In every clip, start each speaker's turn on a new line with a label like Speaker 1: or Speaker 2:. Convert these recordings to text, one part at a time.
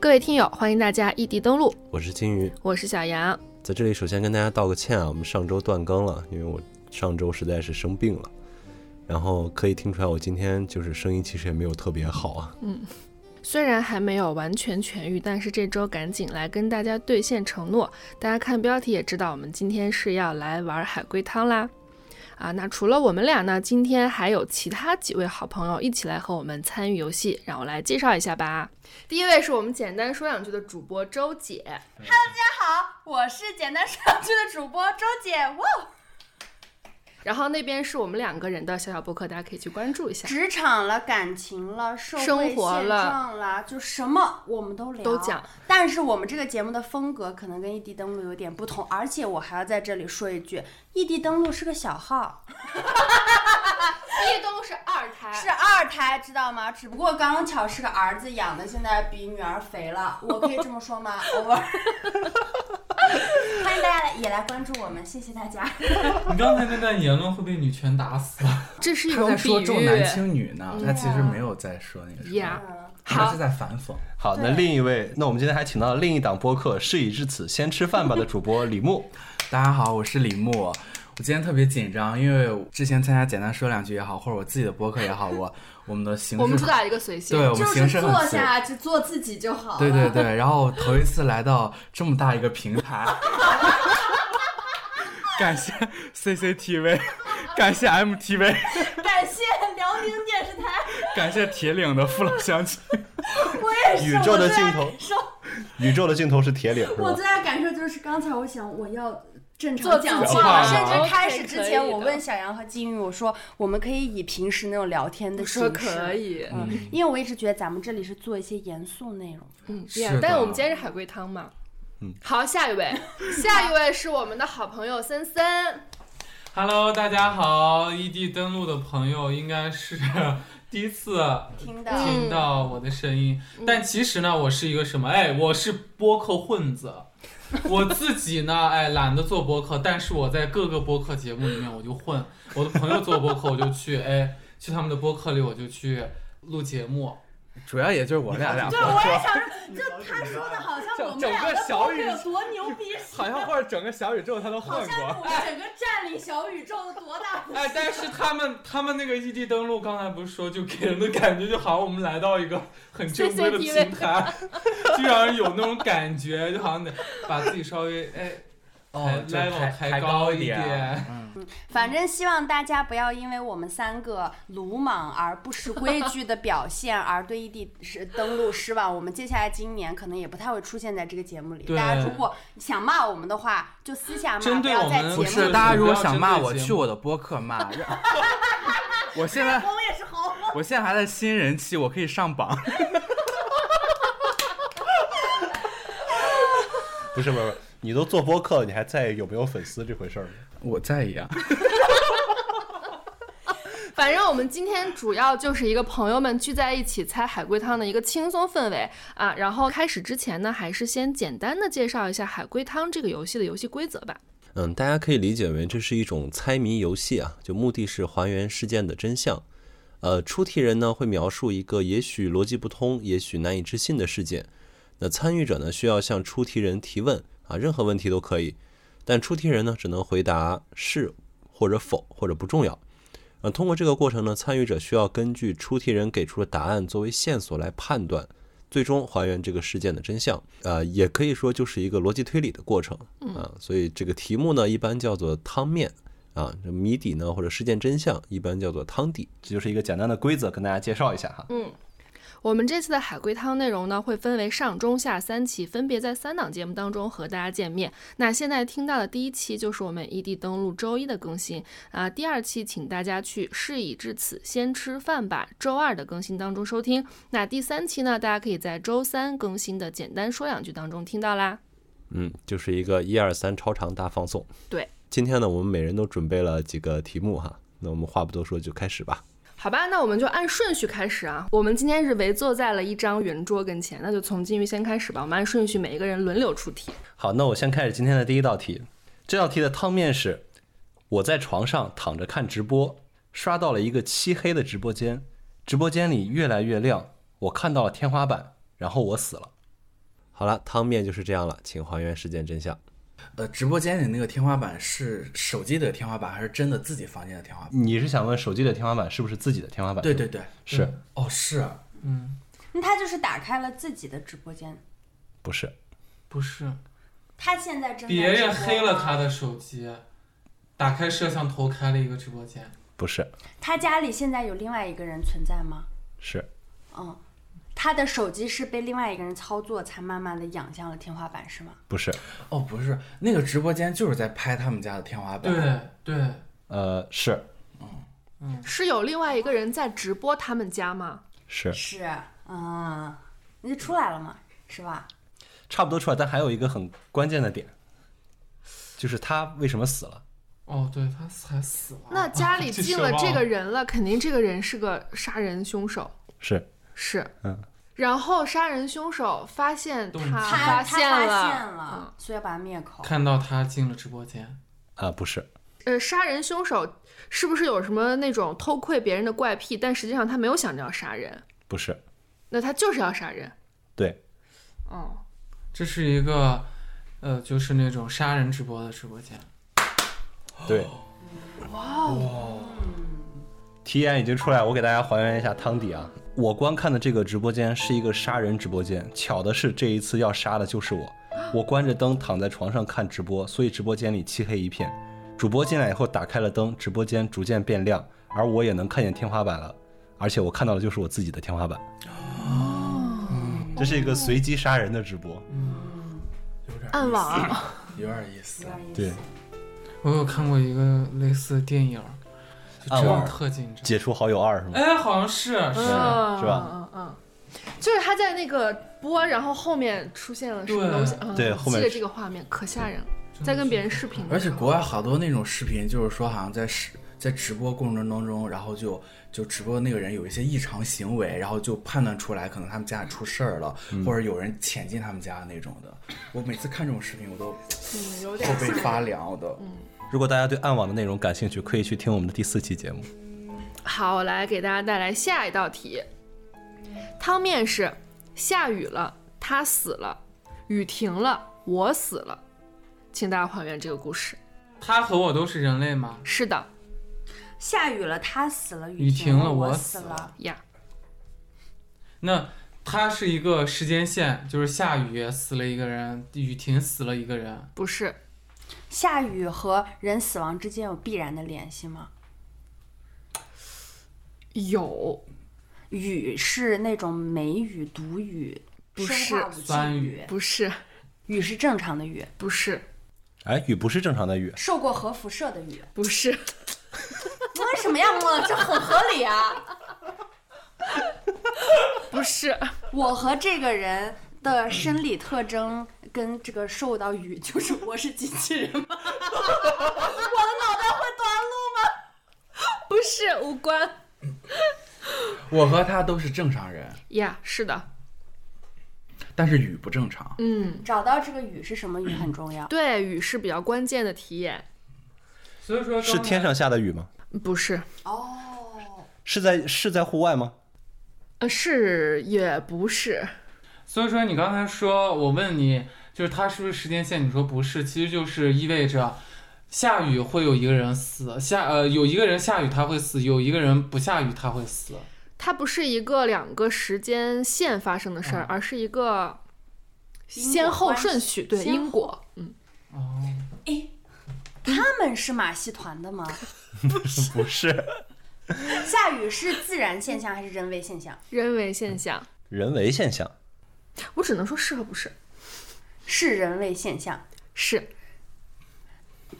Speaker 1: 各位听友，欢迎大家异地登录，
Speaker 2: 我是金鱼，
Speaker 1: 我是小杨。
Speaker 2: 在这里首先跟大家道个歉啊，我们上周断更了，因为我上周实在是生病了，然后可以听出来我今天就是声音其实也没有特别好啊，
Speaker 3: 嗯
Speaker 1: 虽然还没有完全痊愈，但是这周赶紧来跟大家兑现承诺。大家看标题也知道，我们今天是要来玩海龟汤啦。啊，那除了我们俩呢，今天还有其他几位好朋友一起来和我们参与游戏，让我来介绍一下吧。第一位是我们简单说两句的主播周姐，
Speaker 3: 好，我是简单上去的主播周姐，哇，
Speaker 1: 然后那边是我们两个人的小小博客，大家可以去关注一下，
Speaker 3: 职场了，感情了，社会
Speaker 1: 生活
Speaker 3: 现
Speaker 1: 了
Speaker 3: 状了，就什么我们都聊，
Speaker 1: 都讲。
Speaker 3: 但是我们这个节目的风格可能跟异地 E 登录有点不同，而且我还要在这里说一句，异地登录是个小号，
Speaker 1: 一东是啊二胎
Speaker 3: 是二胎，知道吗？只不过刚巧是个儿子养的，现在比女儿肥了，我可以这么说 吗？偶尔。欢迎大家也来关注我们，谢谢大家。
Speaker 4: 你刚才那段言论会被女权打死。
Speaker 1: 这是一
Speaker 5: 他
Speaker 1: 种
Speaker 5: 在说
Speaker 1: 比
Speaker 5: 重男
Speaker 1: 喻。
Speaker 5: 轻女呢，他其实没有在说那个什么，
Speaker 1: 呀、
Speaker 3: 嗯
Speaker 5: 他
Speaker 1: 好
Speaker 5: 是，在反讽。
Speaker 2: 好，那
Speaker 3: 对
Speaker 2: 另一位，那我们今天还请到了另一档播客《事已至此，先吃饭吧》的主播 李牧。
Speaker 5: 大家好，我是李牧，我今天特别紧张，因为之前参加简单说两句也好，或者我自己的播客也好，我 我们的形式
Speaker 1: 我们主打一个随性。
Speaker 5: 对我
Speaker 3: 就
Speaker 5: 们
Speaker 3: 是
Speaker 5: 形式很
Speaker 3: 坐
Speaker 5: 随
Speaker 3: 下就做自己就好了。
Speaker 5: 对对对，然后头一次来到这么大一个平 台，感谢 CCTV，感谢 MTV，
Speaker 3: 感谢辽宁电视台，
Speaker 5: 感谢铁岭的父老乡亲。
Speaker 3: 我也是。
Speaker 2: 宇宙的尽头
Speaker 3: 我最大感受，
Speaker 2: 宇宙的尽头是铁岭，是
Speaker 3: 我
Speaker 2: 吧
Speaker 3: 最？大感受就是刚才我想我要。正
Speaker 1: 做
Speaker 3: 常
Speaker 1: 自己
Speaker 3: 讲
Speaker 5: 话
Speaker 3: 话，甚
Speaker 1: 吗
Speaker 3: 至开始之
Speaker 1: OK，可
Speaker 3: 前，
Speaker 1: 以
Speaker 3: 我
Speaker 1: 的
Speaker 3: 问小杨和金鱼，我说我们可以以平时那种聊天的
Speaker 1: 我
Speaker 3: 形
Speaker 1: 说
Speaker 3: 式，
Speaker 1: 可，以，
Speaker 3: 嗯，因为我一直觉得咱们这里是做一些严肃内容。
Speaker 1: 嗯，
Speaker 5: 是
Speaker 1: 对呀
Speaker 5: 的
Speaker 1: 但是我们今天是海龟汤嘛。
Speaker 2: 嗯，
Speaker 1: 好，下一 位，下一位是我们的好朋友森 森，
Speaker 4: Hello，大家好，异地登录的朋友应该是 第一次
Speaker 3: 听到，
Speaker 1: 嗯
Speaker 4: 听到我的声音，但其实呢，我是一个什么？哎，我是播客混子。 我自己呢，哎，懒得做播客，但是我在各个播客节目里面我就混，我的朋友做播客我就去， 哎，去他们的播客里我就去录节目，
Speaker 5: 主要也就是我俩 俩，
Speaker 3: 对，我也想说，就他说的好像
Speaker 5: 整
Speaker 3: 我们
Speaker 5: 整
Speaker 3: 俩
Speaker 5: 个
Speaker 3: 的
Speaker 5: 小
Speaker 3: 播客
Speaker 5: 宇
Speaker 3: 有多牛 逼似
Speaker 5: 好
Speaker 3: 的，
Speaker 5: 像或者整个小宇宙他都混
Speaker 3: 好像是
Speaker 5: 过。
Speaker 3: 我们整个占领小宇宙的多大
Speaker 4: 哎，但是他们他们那个异地登录，刚才不是说，就给人的感觉就好像我们来到一个很正规的
Speaker 1: CCTV
Speaker 4: 平台， 就让人有那种感觉，就好像得把自己稍微哎哎
Speaker 5: 哦就
Speaker 4: level
Speaker 5: 抬
Speaker 4: 抬高
Speaker 5: 高
Speaker 4: 一
Speaker 5: 点
Speaker 4: 点。
Speaker 3: 反正希望大家不要因为我们三个鲁莽而不识规矩的表现而对异地是登录失望。我们接下来今年可能也不太会出现在这个节目里。
Speaker 4: 对
Speaker 3: 大家如果想骂我们的话，就私下骂，
Speaker 4: 针
Speaker 3: 不
Speaker 4: 对
Speaker 3: 要
Speaker 4: 我
Speaker 3: 在
Speaker 4: 们
Speaker 3: 节
Speaker 5: 不
Speaker 3: 目
Speaker 5: 是，
Speaker 3: 里。
Speaker 5: 大家如果
Speaker 4: 不要
Speaker 5: 想
Speaker 4: 针
Speaker 5: 骂
Speaker 4: 对
Speaker 5: 我，
Speaker 4: 节
Speaker 5: 去
Speaker 4: 目
Speaker 5: 我的播客 骂。让我现在
Speaker 3: 我也是好，
Speaker 5: 我现在还在新人期，我可以上榜。
Speaker 2: 不是不是，不是你都做播客，你还在意有没有粉丝这回事儿吗？
Speaker 5: 我在意啊，
Speaker 1: 反正我们今天主要就是一个朋友们聚在一起猜海龟汤的一个轻松氛围啊。然后开始之前呢，还是先简单的介绍一下海龟汤这个游戏的游戏规则吧。
Speaker 2: 嗯，大家可以理解为这是一种猜谜游戏啊，就目的是还原事件的真相。呃，出题人呢会描述一个也许逻辑不通、也许难以置信的事件，那参与者呢需要向出题人提问啊，任何问题都可以，但出题人呢只能回答是或者否或者不重要。呃，通过这个过程呢，参与者需要根据出题人给出的答案作为线索来判断，最终还原这个事件的真相。呃，也可以说就是一个逻辑推理的过程啊。所以这个题目呢，一般叫做汤面啊，这谜底呢或者事件真相一般叫做汤底。这就是一个简单的规则，跟大家介绍一下哈。
Speaker 1: 我们这次的海龟汤内容呢，会分为上、中、下三期，分别在三档节目当中和大家见面。那现在听到的第一期就是我们异地登录周一的更新啊，第二期请大家去事已至此，先吃饭吧，周二的更新当中收听。那第三期呢，大家可以在周三更新的简单说两句当中听到啦。
Speaker 2: 嗯，就是一个一二三超长大放送。
Speaker 1: 对，
Speaker 2: 今天呢，我们每人都准备了几个题目哈。那我们话不多说，就开始吧。
Speaker 1: 好吧，那我们就按顺序开始啊。我们今天是围坐在了一张圆桌跟前，那就从金鱼先开始吧。我们按顺序每一个人轮流出题。
Speaker 2: 好，那我先开始今天的第一道题。这道题的汤面是：我在床上躺着看直播，刷到了一个漆黑的直播间，直播间里越来越亮，我看到了天花板，然后我死了。
Speaker 6: 好了，汤面就是这样了，请还原事件真相。
Speaker 5: 呃，直播间里那个天花板是手机的天花板，还是真的自己房间的天花板？
Speaker 6: 你是想问手机的天花板是不是自己的天花板？
Speaker 5: 对，对对，
Speaker 6: 是
Speaker 5: 哦是啊，
Speaker 4: 嗯，
Speaker 3: 那他就是打开了自己的直播间，
Speaker 6: 不是？
Speaker 4: 不是，
Speaker 3: 他现在正在
Speaker 4: 别人
Speaker 3: 直播
Speaker 4: 黑了他
Speaker 3: 吗，
Speaker 4: 的手机，打开摄像头开了一个直播间，
Speaker 6: 不是，
Speaker 3: 他家里现在有另外一个人存在吗？
Speaker 6: 是
Speaker 3: 嗯，他的手机是被另外一个人操作，才慢慢的仰向了天花板，是吗？
Speaker 6: 不是？
Speaker 5: 哦不是，那个直播间就是在拍他们家的天花板。
Speaker 4: 对对，
Speaker 6: 呃，是
Speaker 1: 是有另外一个人在直播他们家吗？
Speaker 6: 是，
Speaker 3: 是，嗯，那就出来了嘛，是吧？
Speaker 6: 差不多出来，但还有一个很关键的点，就是他为什么死了？
Speaker 4: 哦对，他才死了。
Speaker 1: 那家 里
Speaker 4: 啊
Speaker 1: 进了这个，人了，肯定这个人是个杀人凶手，
Speaker 6: 是
Speaker 1: 是，
Speaker 6: 嗯。
Speaker 1: 然后杀人凶手发现
Speaker 4: 动
Speaker 1: 他
Speaker 4: 机
Speaker 3: 他
Speaker 1: 发
Speaker 3: 啊他现
Speaker 1: 了，
Speaker 3: 了，啊所以要把他灭口。
Speaker 4: 看到他进了直播间，
Speaker 6: 啊、不是，
Speaker 1: 呃，杀人凶手是不是有什么那种偷窥别人的怪癖？但实际上他没有想着要杀人，
Speaker 6: 不是，
Speaker 1: 那他就是要杀人。
Speaker 6: 对，
Speaker 1: 哦，
Speaker 4: 这是一个，呃，就是那种杀人直播的直播间。
Speaker 6: 对。题眼已经出来，我给大家还原一下汤底啊。我观看的这个直播间是一个杀人直播间，巧的是这一次要杀的就是我。我关着灯躺在床上看直播，所以直播间里漆黑一片。主播进来以后打开了灯，直播间逐渐变亮，而我也能看见天花板了，而且我看到的就是我自己的天花板。这是一个随机杀人的直播，
Speaker 5: 有点
Speaker 1: 暗网啊，
Speaker 5: 有点意思
Speaker 3: 有。点意思
Speaker 6: 对，
Speaker 4: 我有看过一个类似的电影儿，就真
Speaker 6: 暗网
Speaker 4: 的特紧张。
Speaker 6: 解除好友二是吗？
Speaker 4: 哎，好像是是，
Speaker 1: 嗯
Speaker 6: 是吧？
Speaker 1: 嗯嗯嗯，就是他在那个播，然后后面出现了什么东西？嗯、
Speaker 6: 对后
Speaker 1: 记
Speaker 6: 面
Speaker 1: 得
Speaker 6: 是
Speaker 1: 这个画面可吓人了，在跟别人视频的
Speaker 5: 而
Speaker 1: 时
Speaker 5: 且
Speaker 1: 候，
Speaker 5: 国外好多那种视频，就是说好像在视在直播过程当中，然后就就直播那个人有一些异常行为，然后就判断出来可能他们家里出事儿了，或者有人潜进他们家那种的。我每次看这种视频，我都
Speaker 1: 嗯，有
Speaker 5: 后
Speaker 1: 点
Speaker 5: 背
Speaker 1: 吓人
Speaker 5: 发凉我都。
Speaker 6: 如果大家对暗网的内容感兴趣，可以去听我们的第四期节目。
Speaker 1: 好，我来给大家带来下一道题。汤面是：下雨了，他死了；雨停了，我死了。请大家还原这个故事。
Speaker 4: 他和我都是人类吗？
Speaker 1: 是的
Speaker 3: 下雨了，他死了；
Speaker 4: 雨
Speaker 3: 停
Speaker 4: 停
Speaker 3: 了，
Speaker 4: 了我
Speaker 3: 死
Speaker 4: 死
Speaker 3: 了。
Speaker 1: 呀，
Speaker 4: 那它是一个时间线，就是下雨死了一个人，雨停死了一个人，
Speaker 1: 不是，
Speaker 3: 下雨和人死亡之间有必然的联系吗？
Speaker 1: 有
Speaker 3: 雨是那种梅雨、毒雨、
Speaker 1: 不
Speaker 3: 生
Speaker 1: 是
Speaker 3: 化武器
Speaker 4: 酸雨
Speaker 3: 雨，
Speaker 1: 不是
Speaker 3: 雨是正常的雨，
Speaker 1: 不是
Speaker 6: 哎，雨不是正常的雨，
Speaker 3: 受过核辐射的雨。
Speaker 1: 不是，
Speaker 3: 摸什么呀摸？这很合理啊！
Speaker 1: 不是，
Speaker 3: 我和这个人的生理特征跟这个受到雨，就是我是机器人 吗？我的脑袋会短路吗？
Speaker 1: 不是无关
Speaker 5: 我和他都是正常人，
Speaker 1: 呀。是的，
Speaker 5: 但是雨不正常。
Speaker 1: 嗯，
Speaker 3: 找到这个雨是什么雨很重要。
Speaker 1: 对，雨是比较关键的题眼。
Speaker 4: 所以说
Speaker 6: 是天上下的雨吗？
Speaker 1: 不是，
Speaker 3: 哦，
Speaker 6: 是在是在户外吗？
Speaker 1: 呃，是也不是，
Speaker 4: 所以说你刚才说我问你，就是它是不是时间线？你说不是，其实就是意味着。下雨会有一个人死，下呃有一个人下雨他会死，有一个人不下雨他会死。
Speaker 1: 它不是一个两个时间线发生的事儿，而是一个
Speaker 3: 因果
Speaker 1: 先后
Speaker 3: 关系
Speaker 1: 顺序，对
Speaker 3: 先
Speaker 1: 因果。
Speaker 4: 哦，
Speaker 3: 哎，他们是马戏团的吗？
Speaker 6: 不是，
Speaker 3: 下雨是自然现象还是人为现象？
Speaker 1: 人为现象，
Speaker 6: 人为现象。
Speaker 1: 我只能说是和不是，
Speaker 3: 是人为现象。
Speaker 1: 是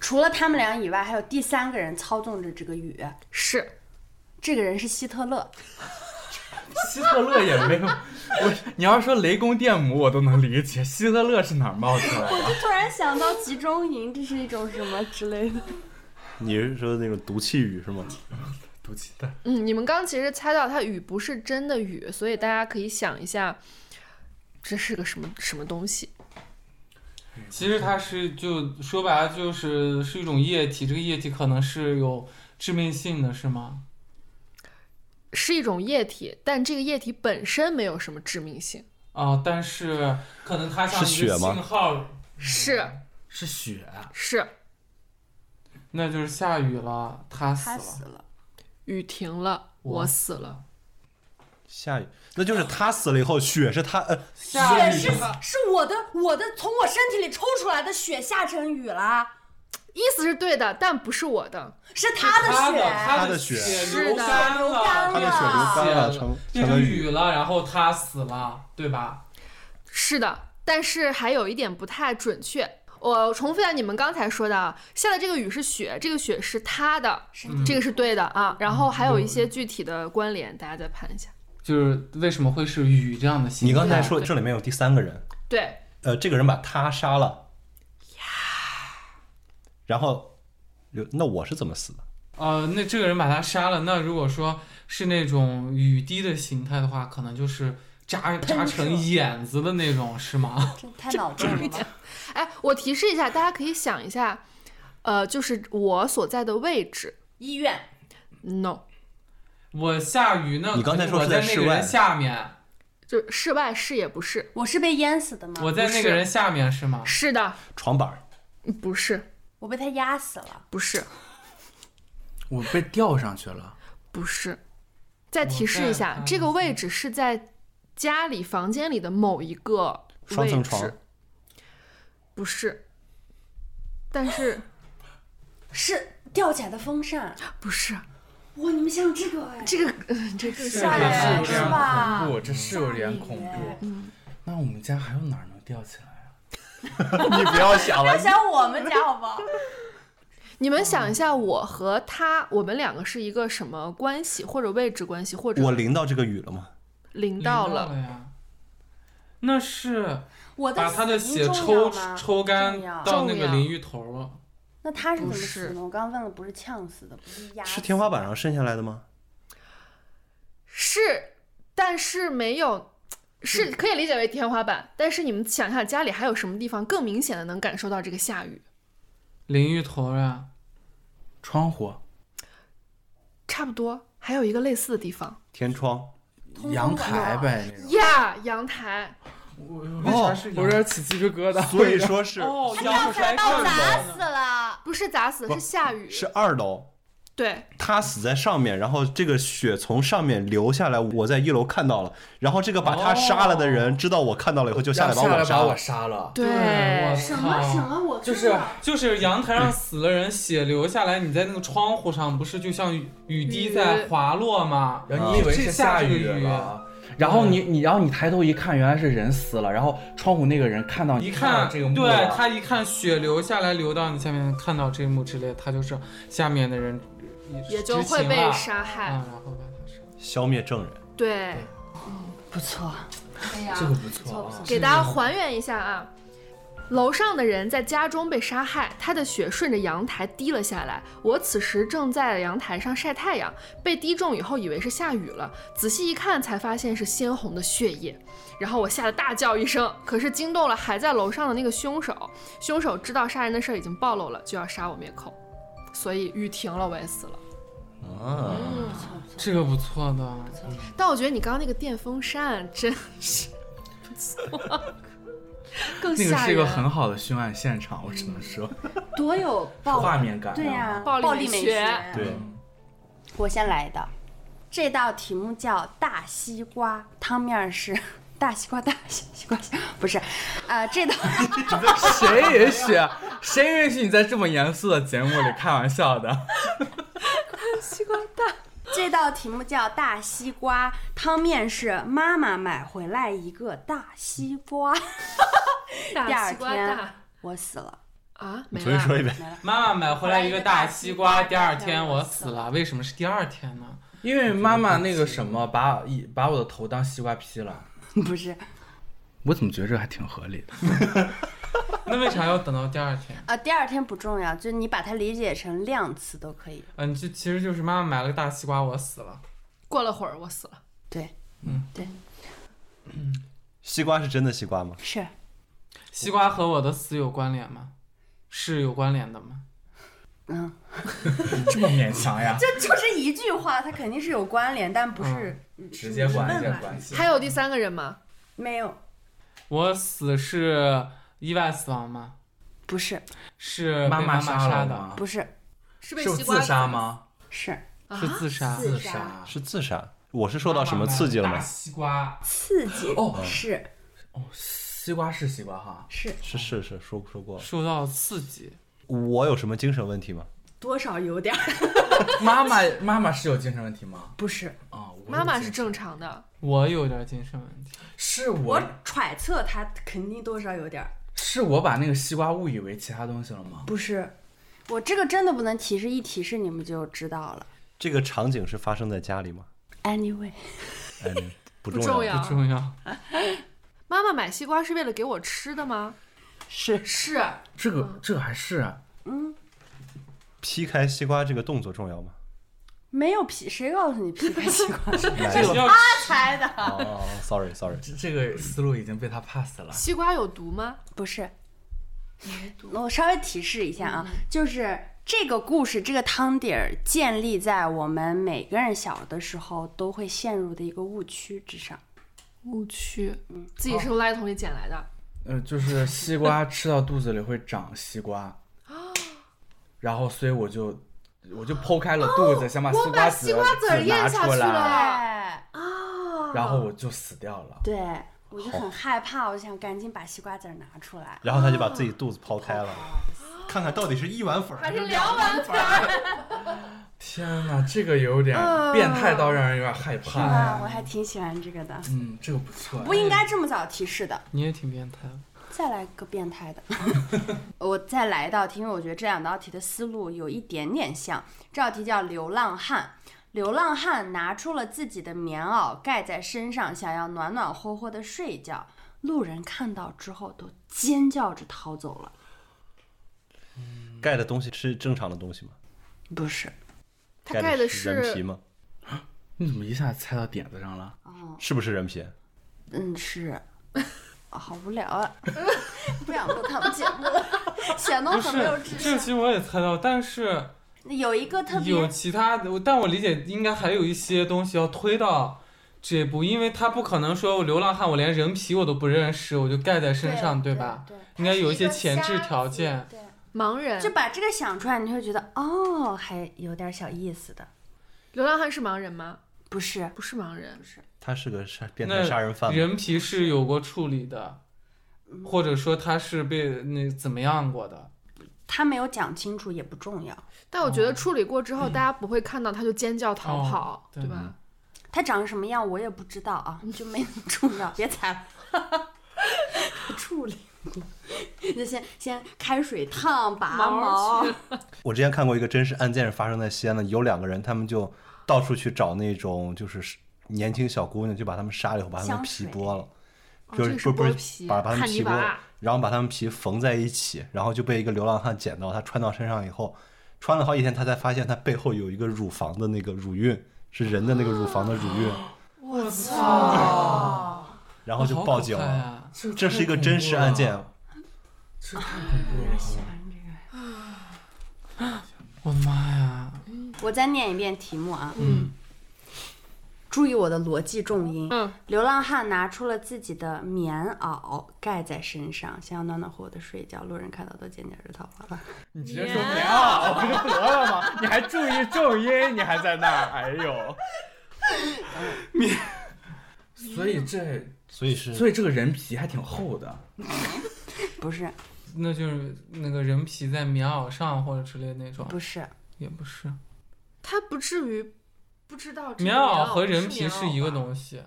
Speaker 3: 除了他们俩以外，还有第三个人操纵着这个雨。
Speaker 1: 是
Speaker 3: 这个人是希特勒，
Speaker 5: 希特勒也没有，我你要说雷公电母我都能理解，希特勒是哪儿冒出来的？
Speaker 3: 突然想到集中营，这是一种什么之类的。
Speaker 6: 你是说那种毒气雨是吗？
Speaker 5: 毒鸡蛋。
Speaker 1: 嗯，你们刚其实猜到它雨不是真的雨，所以大家可以想一下，这是个什么什么东西？
Speaker 4: 其实它是就说白了就是是一种液体，这个液体可能是有致命性的，是吗？
Speaker 1: 是一种液体，但这个液体本身没有什么致命性。
Speaker 4: 啊，但是可能它像
Speaker 2: 是
Speaker 4: 一
Speaker 2: 雪
Speaker 4: 个
Speaker 2: 吗
Speaker 4: 信号，
Speaker 1: 嗯是
Speaker 5: 是啊雪，
Speaker 1: 是，
Speaker 4: 那就是下雨了，它死
Speaker 3: 他
Speaker 4: 了。
Speaker 3: 死了，
Speaker 1: 雨停了，我
Speaker 4: 我
Speaker 1: 死了。
Speaker 2: 下雨，那就是他死了以后，雪是他呃，
Speaker 4: 下
Speaker 3: 血
Speaker 4: 雨
Speaker 3: 是
Speaker 4: 了，
Speaker 3: 是我的我的从我身体里抽出来的血下成雨了，
Speaker 1: 意思是对的，但不是我的。
Speaker 3: 是他
Speaker 4: 它
Speaker 3: 的血，
Speaker 4: 它
Speaker 2: 的
Speaker 4: 的
Speaker 2: 血
Speaker 1: 是
Speaker 4: 流
Speaker 1: 的
Speaker 4: 干
Speaker 3: 流干
Speaker 2: 他
Speaker 4: 了，
Speaker 2: 的血流干了，
Speaker 4: 血
Speaker 2: 成
Speaker 4: 变
Speaker 2: 成
Speaker 4: 成
Speaker 2: 了
Speaker 4: 啊
Speaker 2: 雨。
Speaker 4: 雨了，然后它死了，对吧？
Speaker 1: 是的，但是还有一点不太准确。我重复一下你们刚才说的，啊，下的这个雨是雪，这个雪是他的，
Speaker 3: 是
Speaker 4: 嗯
Speaker 1: 这个是对的啊。然后还有一些具体的关联，大家再盘一下。
Speaker 4: 就是为什么会是雨这样的形
Speaker 2: 你
Speaker 4: 象？
Speaker 2: 刚才说这里面有第三个人，
Speaker 1: 对，
Speaker 2: 呃，这个人把他杀了，然后刘，那我是怎么死的？
Speaker 4: 呃，那这个人把他杀了，那如果说是那种雨滴的形态的话，可能就是扎扎
Speaker 3: 喷射
Speaker 4: 成眼子的那种，是吗？
Speaker 3: 真太脑洞了吧。
Speaker 1: 哎，我提示一下，大家可以想一下，呃，就是我所在的位置。
Speaker 3: 医院
Speaker 1: No，
Speaker 4: 我下雨那，
Speaker 2: 你刚才说
Speaker 4: 我
Speaker 2: 是
Speaker 4: 在
Speaker 2: 在
Speaker 4: 那
Speaker 2: 室
Speaker 4: 个
Speaker 2: 外
Speaker 4: 人下
Speaker 3: 啊
Speaker 4: 面，
Speaker 1: 就是室外是也不是，
Speaker 3: 我是被淹死的吗？
Speaker 4: 我在那
Speaker 1: 不
Speaker 4: 个
Speaker 1: 是
Speaker 4: 人下面是吗？
Speaker 1: 是的，
Speaker 2: 床板儿，
Speaker 1: 不是，
Speaker 3: 我被他压死了，
Speaker 1: 不是，
Speaker 5: 我被吊上去了，
Speaker 1: 不是。再提示一
Speaker 4: 我
Speaker 1: 下
Speaker 4: 在，
Speaker 1: 这个位置是在家里房间里的某一个
Speaker 2: 双层
Speaker 1: 位置
Speaker 2: 床，
Speaker 1: 不是，但是
Speaker 3: 是吊起来的风扇。
Speaker 1: 不是
Speaker 3: 哇，你们想想这个哎，
Speaker 1: 这个，呃这个
Speaker 4: 是
Speaker 1: 吓人
Speaker 4: 是
Speaker 1: 啊
Speaker 4: 有
Speaker 3: 人
Speaker 4: 这
Speaker 3: 是
Speaker 4: 样
Speaker 3: 吧？
Speaker 5: 我这是有点恐
Speaker 3: 吓人
Speaker 5: 怖。那我们家还有哪儿能吊起来啊？
Speaker 2: 你不要想
Speaker 3: 要想我们家好不 好？
Speaker 1: 你们想一下，我和他，我们两个是一个什么关系，或者位置关系，或者
Speaker 2: 我淋到这个雨了吗？
Speaker 1: 淋
Speaker 4: 淋
Speaker 1: 到
Speaker 4: 了
Speaker 1: 了？
Speaker 4: 呀。那是
Speaker 3: 我
Speaker 4: 把他的
Speaker 3: 的
Speaker 4: 血
Speaker 3: 死因重
Speaker 4: 抽
Speaker 3: 要吗
Speaker 4: 抽干
Speaker 3: 重要
Speaker 4: 到那
Speaker 1: 重
Speaker 4: 个
Speaker 1: 要
Speaker 4: 淋浴头了，
Speaker 3: 那他是怎么
Speaker 1: 不
Speaker 3: 死
Speaker 1: 是
Speaker 3: 的？我刚刚问了，不是呛死的，不是压死
Speaker 2: 是
Speaker 3: 的
Speaker 2: 天花板上渗下来的吗？
Speaker 1: 是，但是没有。是可以理解为天花板，但是你们想一下，家里还有什么地方更明显的能感受到这个下雨？
Speaker 4: 淋浴头呀。
Speaker 5: 窗户、
Speaker 1: 差不多，还有一个类似的地方
Speaker 2: 天窗，
Speaker 3: 通风
Speaker 5: 阳
Speaker 3: 管
Speaker 5: 台呗，那种
Speaker 1: 呀阳台。
Speaker 4: 我
Speaker 2: 为啥
Speaker 4: 是
Speaker 5: 我有点起鸡皮疙瘩。
Speaker 2: 所以说 是
Speaker 4: 哦，
Speaker 3: 吊起来
Speaker 4: 摔
Speaker 3: 把我
Speaker 4: 上
Speaker 3: 砸死了。
Speaker 1: 不是砸死，
Speaker 2: 不
Speaker 1: 是下雨。
Speaker 2: 是二楼，
Speaker 1: 对，
Speaker 2: 他死在上面，然后这个血从上面流下来，我在一楼看到了，然后这个把他杀了的人知道我看到了以后，就下
Speaker 5: 然
Speaker 2: 来
Speaker 5: 后
Speaker 2: 把
Speaker 5: 下
Speaker 2: 我
Speaker 5: 来
Speaker 2: 杀
Speaker 5: 把我杀
Speaker 2: 了。
Speaker 5: 了，
Speaker 1: 对，
Speaker 4: 我
Speaker 3: 什么什
Speaker 4: 靠！
Speaker 3: 么？我看
Speaker 5: 就是
Speaker 3: 到
Speaker 4: 就是阳台上死了人，血流下来，你在那个窗户上，不是就像雨雨滴在滑落吗？
Speaker 5: 然后你以为
Speaker 4: 这
Speaker 5: 是
Speaker 4: 下
Speaker 5: 下
Speaker 4: 这个
Speaker 5: 雨啊嗯了，然后你你然后你抬头一看，原来是人死了，然后窗户那个人看到
Speaker 4: 一
Speaker 5: 你
Speaker 4: 看，
Speaker 5: 到这个啊幕
Speaker 4: 对
Speaker 5: 了，
Speaker 4: 他一看血流下来，流到你下面，看到这一幕之类，他就是下面的人
Speaker 1: 也就
Speaker 4: 知情
Speaker 1: 会被
Speaker 4: 了
Speaker 1: 杀害。
Speaker 4: 啊，然后把他杀了。
Speaker 2: 消灭证人，
Speaker 1: 对，
Speaker 3: 不错，哎呀
Speaker 5: 这个
Speaker 3: 不
Speaker 5: 不
Speaker 3: 错
Speaker 5: 错
Speaker 3: 不
Speaker 5: 啊
Speaker 3: 错。
Speaker 1: 给大家还原一下啊。楼上的人在家中被杀害，他的血顺着阳台滴了下来。我此时正在阳台上晒太阳，被滴中以后以为是下雨了，仔细一看才发现是鲜红的血液。然后我吓得大叫一声，可是惊动了还在楼上的那个凶手。凶手知道杀人的事儿已经暴露了，就要杀我灭口，所以雨停了，我也死了。
Speaker 2: 啊，
Speaker 4: 这个不错的，嗯
Speaker 1: 但我觉得你刚刚那个电风扇真是不错，更
Speaker 5: 那个
Speaker 1: 吓
Speaker 5: 是一
Speaker 1: 人。
Speaker 5: 个很好的凶案现场，我只能说
Speaker 3: 多有爆
Speaker 5: 画面感。
Speaker 3: 哦
Speaker 5: 啊
Speaker 3: 对呀、
Speaker 1: 暴力美
Speaker 3: 美
Speaker 1: 学
Speaker 2: 对，
Speaker 3: 我先来的，这道题目叫大西瓜，汤面儿是 大西瓜，大西西瓜， 不是，呃，这 道
Speaker 5: 谁允许？谁允许你在这么严肃的节目里开玩笑的？
Speaker 3: 这道题目叫大西瓜，汤面是妈妈买回来一个大西 瓜，第
Speaker 1: 大
Speaker 3: 二
Speaker 1: 西瓜大
Speaker 3: 天我死了。
Speaker 1: 啊，没
Speaker 2: 你重新
Speaker 1: 了。
Speaker 2: 说一遍。
Speaker 4: 妈妈买回来一个大西瓜，第二天我死了，为什么是第二天呢？
Speaker 5: 因为妈妈那个什 么，把一把我的头当西瓜劈了。
Speaker 3: 不是，
Speaker 5: 我怎么觉得这还挺合理的？
Speaker 4: 那为啥要等到第二天？
Speaker 3: 呃，第二天不重要，就你把它理解成量词都可以。
Speaker 4: 嗯，这其实就是妈妈买了个大西瓜，我死了。
Speaker 1: 过了会儿我死了。
Speaker 3: 对，
Speaker 2: 西瓜是真的西瓜吗？
Speaker 3: 是
Speaker 4: 西瓜和我的死有关联吗？是有关联的吗？
Speaker 5: 这么勉强呀？
Speaker 3: 这 就是一句话，它肯定是有关联，但不是
Speaker 5: 直接关
Speaker 3: 问
Speaker 5: 键
Speaker 3: 来
Speaker 5: 关系。
Speaker 1: 还有第三个人吗？
Speaker 3: 嗯没有。
Speaker 4: 我死是意外死亡吗？
Speaker 3: 不是，
Speaker 4: 是被
Speaker 5: 妈
Speaker 4: 妈
Speaker 5: 杀
Speaker 4: 杀
Speaker 5: 了
Speaker 4: 的，
Speaker 5: 吗？
Speaker 3: 不是，
Speaker 1: 是被
Speaker 5: 是
Speaker 1: 西瓜
Speaker 5: 自杀？吗？
Speaker 3: 是
Speaker 4: 是
Speaker 1: 啊，
Speaker 4: 自杀。
Speaker 3: 自
Speaker 5: 杀，
Speaker 6: 是自杀？我是受到什么刺激了
Speaker 4: 妈妈买
Speaker 6: 吗
Speaker 4: 大？西瓜，
Speaker 3: 刺激
Speaker 5: 哦
Speaker 3: 是
Speaker 5: 西瓜是西瓜哈，
Speaker 3: 是
Speaker 6: 是是是，说说过了。
Speaker 4: 受到刺激。
Speaker 6: 我有什么精神问题吗？
Speaker 3: 多少有点儿，
Speaker 5: 妈妈妈妈是有精神问题吗？
Speaker 3: 不是，
Speaker 5: 啊，我有
Speaker 1: 妈妈是
Speaker 5: 精
Speaker 1: 正常的，
Speaker 4: 我有点精神问题，
Speaker 5: 是我
Speaker 3: 我揣测他肯定多少有点儿，
Speaker 5: 是我把那个西瓜误以为其他东西了吗？
Speaker 3: 不是，我这个真的不能提示，一提示你们就知道了。
Speaker 6: 这个场景是发生在家里吗？
Speaker 3: Anyway，
Speaker 6: 哎，不
Speaker 1: 不
Speaker 6: 重
Speaker 1: 重
Speaker 4: 不重要。
Speaker 1: 妈妈买西瓜是为了给我吃的吗？
Speaker 5: 是
Speaker 1: 是，
Speaker 5: 这
Speaker 1: 嗯
Speaker 5: 个这个还是啊
Speaker 6: 劈开西瓜这个动作重要吗？
Speaker 3: 没有皮，谁告诉你皮开西瓜是
Speaker 6: 来
Speaker 4: 这
Speaker 6: 了
Speaker 4: 个要
Speaker 3: 猜的？
Speaker 6: 哦，sorry sorry，
Speaker 5: 这这个思路已经被他 pass 了。
Speaker 1: 西瓜有毒吗？
Speaker 3: 不是，我稍微提示一下啊，就是这个故事，这个汤底儿建立在我们每个人小的时候都会陷入的一个误区之上。
Speaker 1: 误区，自己是从垃圾桶里捡来的。
Speaker 5: 呃，就是 西瓜吃到肚子里会长西瓜，
Speaker 1: 哦
Speaker 5: 然后所以我就我就剖开了肚子，想把
Speaker 1: 哦我把
Speaker 5: 瓜
Speaker 1: 西
Speaker 5: 籽
Speaker 1: 瓜籽儿
Speaker 5: 籽拿
Speaker 1: 咽下
Speaker 5: 出
Speaker 1: 去
Speaker 5: 来，
Speaker 1: 了
Speaker 5: 然后我就死掉了。
Speaker 3: 对，我就很害怕，我就想赶紧把西瓜籽儿拿出来。
Speaker 6: 然后他就把自己肚子剖开了，哦看看到底是一碗粉儿还是两碗粉儿。
Speaker 5: 天哪，这个有点
Speaker 1: 嗯
Speaker 5: 变态到让人有点害怕。
Speaker 3: 啊，我还挺喜欢这个的，
Speaker 5: 嗯，这个不错。
Speaker 3: 不应该这么早提示的。
Speaker 4: 你也挺变态的。
Speaker 3: 再来个变态 的，我再来一道题，因为我觉得这两道题的思路有一点点像。这道题叫“流浪汉”，流浪汉拿出了自己的棉袄盖在身上，想要暖暖和和的睡觉。路人看到之后都尖叫着逃走了。
Speaker 6: 盖的东西是正常的东西吗？
Speaker 3: 不是，
Speaker 1: 他盖
Speaker 6: 盖
Speaker 1: 的
Speaker 6: 是人皮
Speaker 1: 是
Speaker 6: 吗？
Speaker 5: 你怎么一下猜到点子上了？
Speaker 6: 是不是人皮？
Speaker 3: 嗯，是， 啊好无聊 啊，不想录他们节目了， 显得我
Speaker 4: 不
Speaker 3: 很没有
Speaker 4: 是，
Speaker 3: 智
Speaker 4: 这个
Speaker 3: 商。
Speaker 4: 其实我也猜到，但是
Speaker 3: 有一个特
Speaker 4: 有
Speaker 3: 别，
Speaker 4: 其他的，但我理解应该还有一些东西要推到这一步，因为他不可能说我流浪汉，我连人皮我都不认识，我就盖在身上，
Speaker 3: 对
Speaker 4: 吧？？
Speaker 3: 对，
Speaker 4: 应该
Speaker 3: 它是
Speaker 4: 有一
Speaker 3: 一个
Speaker 4: 些前置
Speaker 3: 瞎
Speaker 4: 条
Speaker 3: 子
Speaker 4: 件
Speaker 3: 对。
Speaker 1: 盲人，
Speaker 3: 就把这个想出来，你会觉得哦，还有点小意思的。
Speaker 1: 流浪汉是盲人吗？
Speaker 3: 不是，
Speaker 1: 不是盲人，
Speaker 6: 他是个杀变态
Speaker 4: 那
Speaker 6: 杀人犯吗？
Speaker 4: 人皮是有过处理的，
Speaker 3: 嗯
Speaker 4: 或者说他是被那怎么样过的？
Speaker 3: 他没有讲清楚也不重要。
Speaker 1: 但我觉得处理过之后，大家不会看到他就尖叫逃跑，
Speaker 4: 对
Speaker 1: 嗯哦对嗯吧？
Speaker 3: 他长什么样我也不知道啊，就没那么重要。别猜了， 处理过，就先先开水烫拔
Speaker 1: 毛
Speaker 3: 毛
Speaker 1: 去。
Speaker 6: 我之前看过一个真实案件，发生在西安的，有两个人，他们就到处去找那种就是年轻小姑娘，就把她们杀了以后，把她们皮剥了，
Speaker 1: 哦
Speaker 6: 就
Speaker 1: 这
Speaker 6: 是
Speaker 1: 个
Speaker 6: 不是不
Speaker 1: 剥
Speaker 6: 是
Speaker 1: 皮，
Speaker 6: 把把她们
Speaker 1: 汉
Speaker 6: 皮
Speaker 1: 尼
Speaker 6: 剥
Speaker 1: 拔，
Speaker 6: 然后把她们皮缝在一起，然后就被一个流浪汉捡到，他穿到身上以后，穿了好几天，他才发现他背后有一个乳房的那个乳晕，是人的那个乳房的乳晕，
Speaker 4: 我操！
Speaker 6: 然后就报警
Speaker 4: 好可怕
Speaker 6: 了。
Speaker 4: 呀
Speaker 6: 这是一个真实案件，
Speaker 5: 这太恐怖了。
Speaker 4: 我的妈呀！
Speaker 3: 我再念一遍题目啊，
Speaker 4: 嗯，
Speaker 3: 注意我的逻辑重音。
Speaker 1: 嗯，
Speaker 3: 流浪汉拿出了自己的棉袄盖在身上，想要暖暖和和的睡觉。路人看到都尖叫着逃跑了。
Speaker 5: 你直接说棉袄不就得了吗？你还注意重音，你还在那儿，哎呦，棉。 所以这，
Speaker 6: 所以是
Speaker 5: 所以这个人皮还挺厚的。
Speaker 3: 不是，
Speaker 4: 那就是那个人皮在棉袄上或者之类的那种，
Speaker 3: 不是，
Speaker 4: 也不是。
Speaker 1: 他不至于不知道这个
Speaker 4: 棉袄和人皮
Speaker 1: 是
Speaker 4: 是一个
Speaker 1: 西。
Speaker 4: 东西，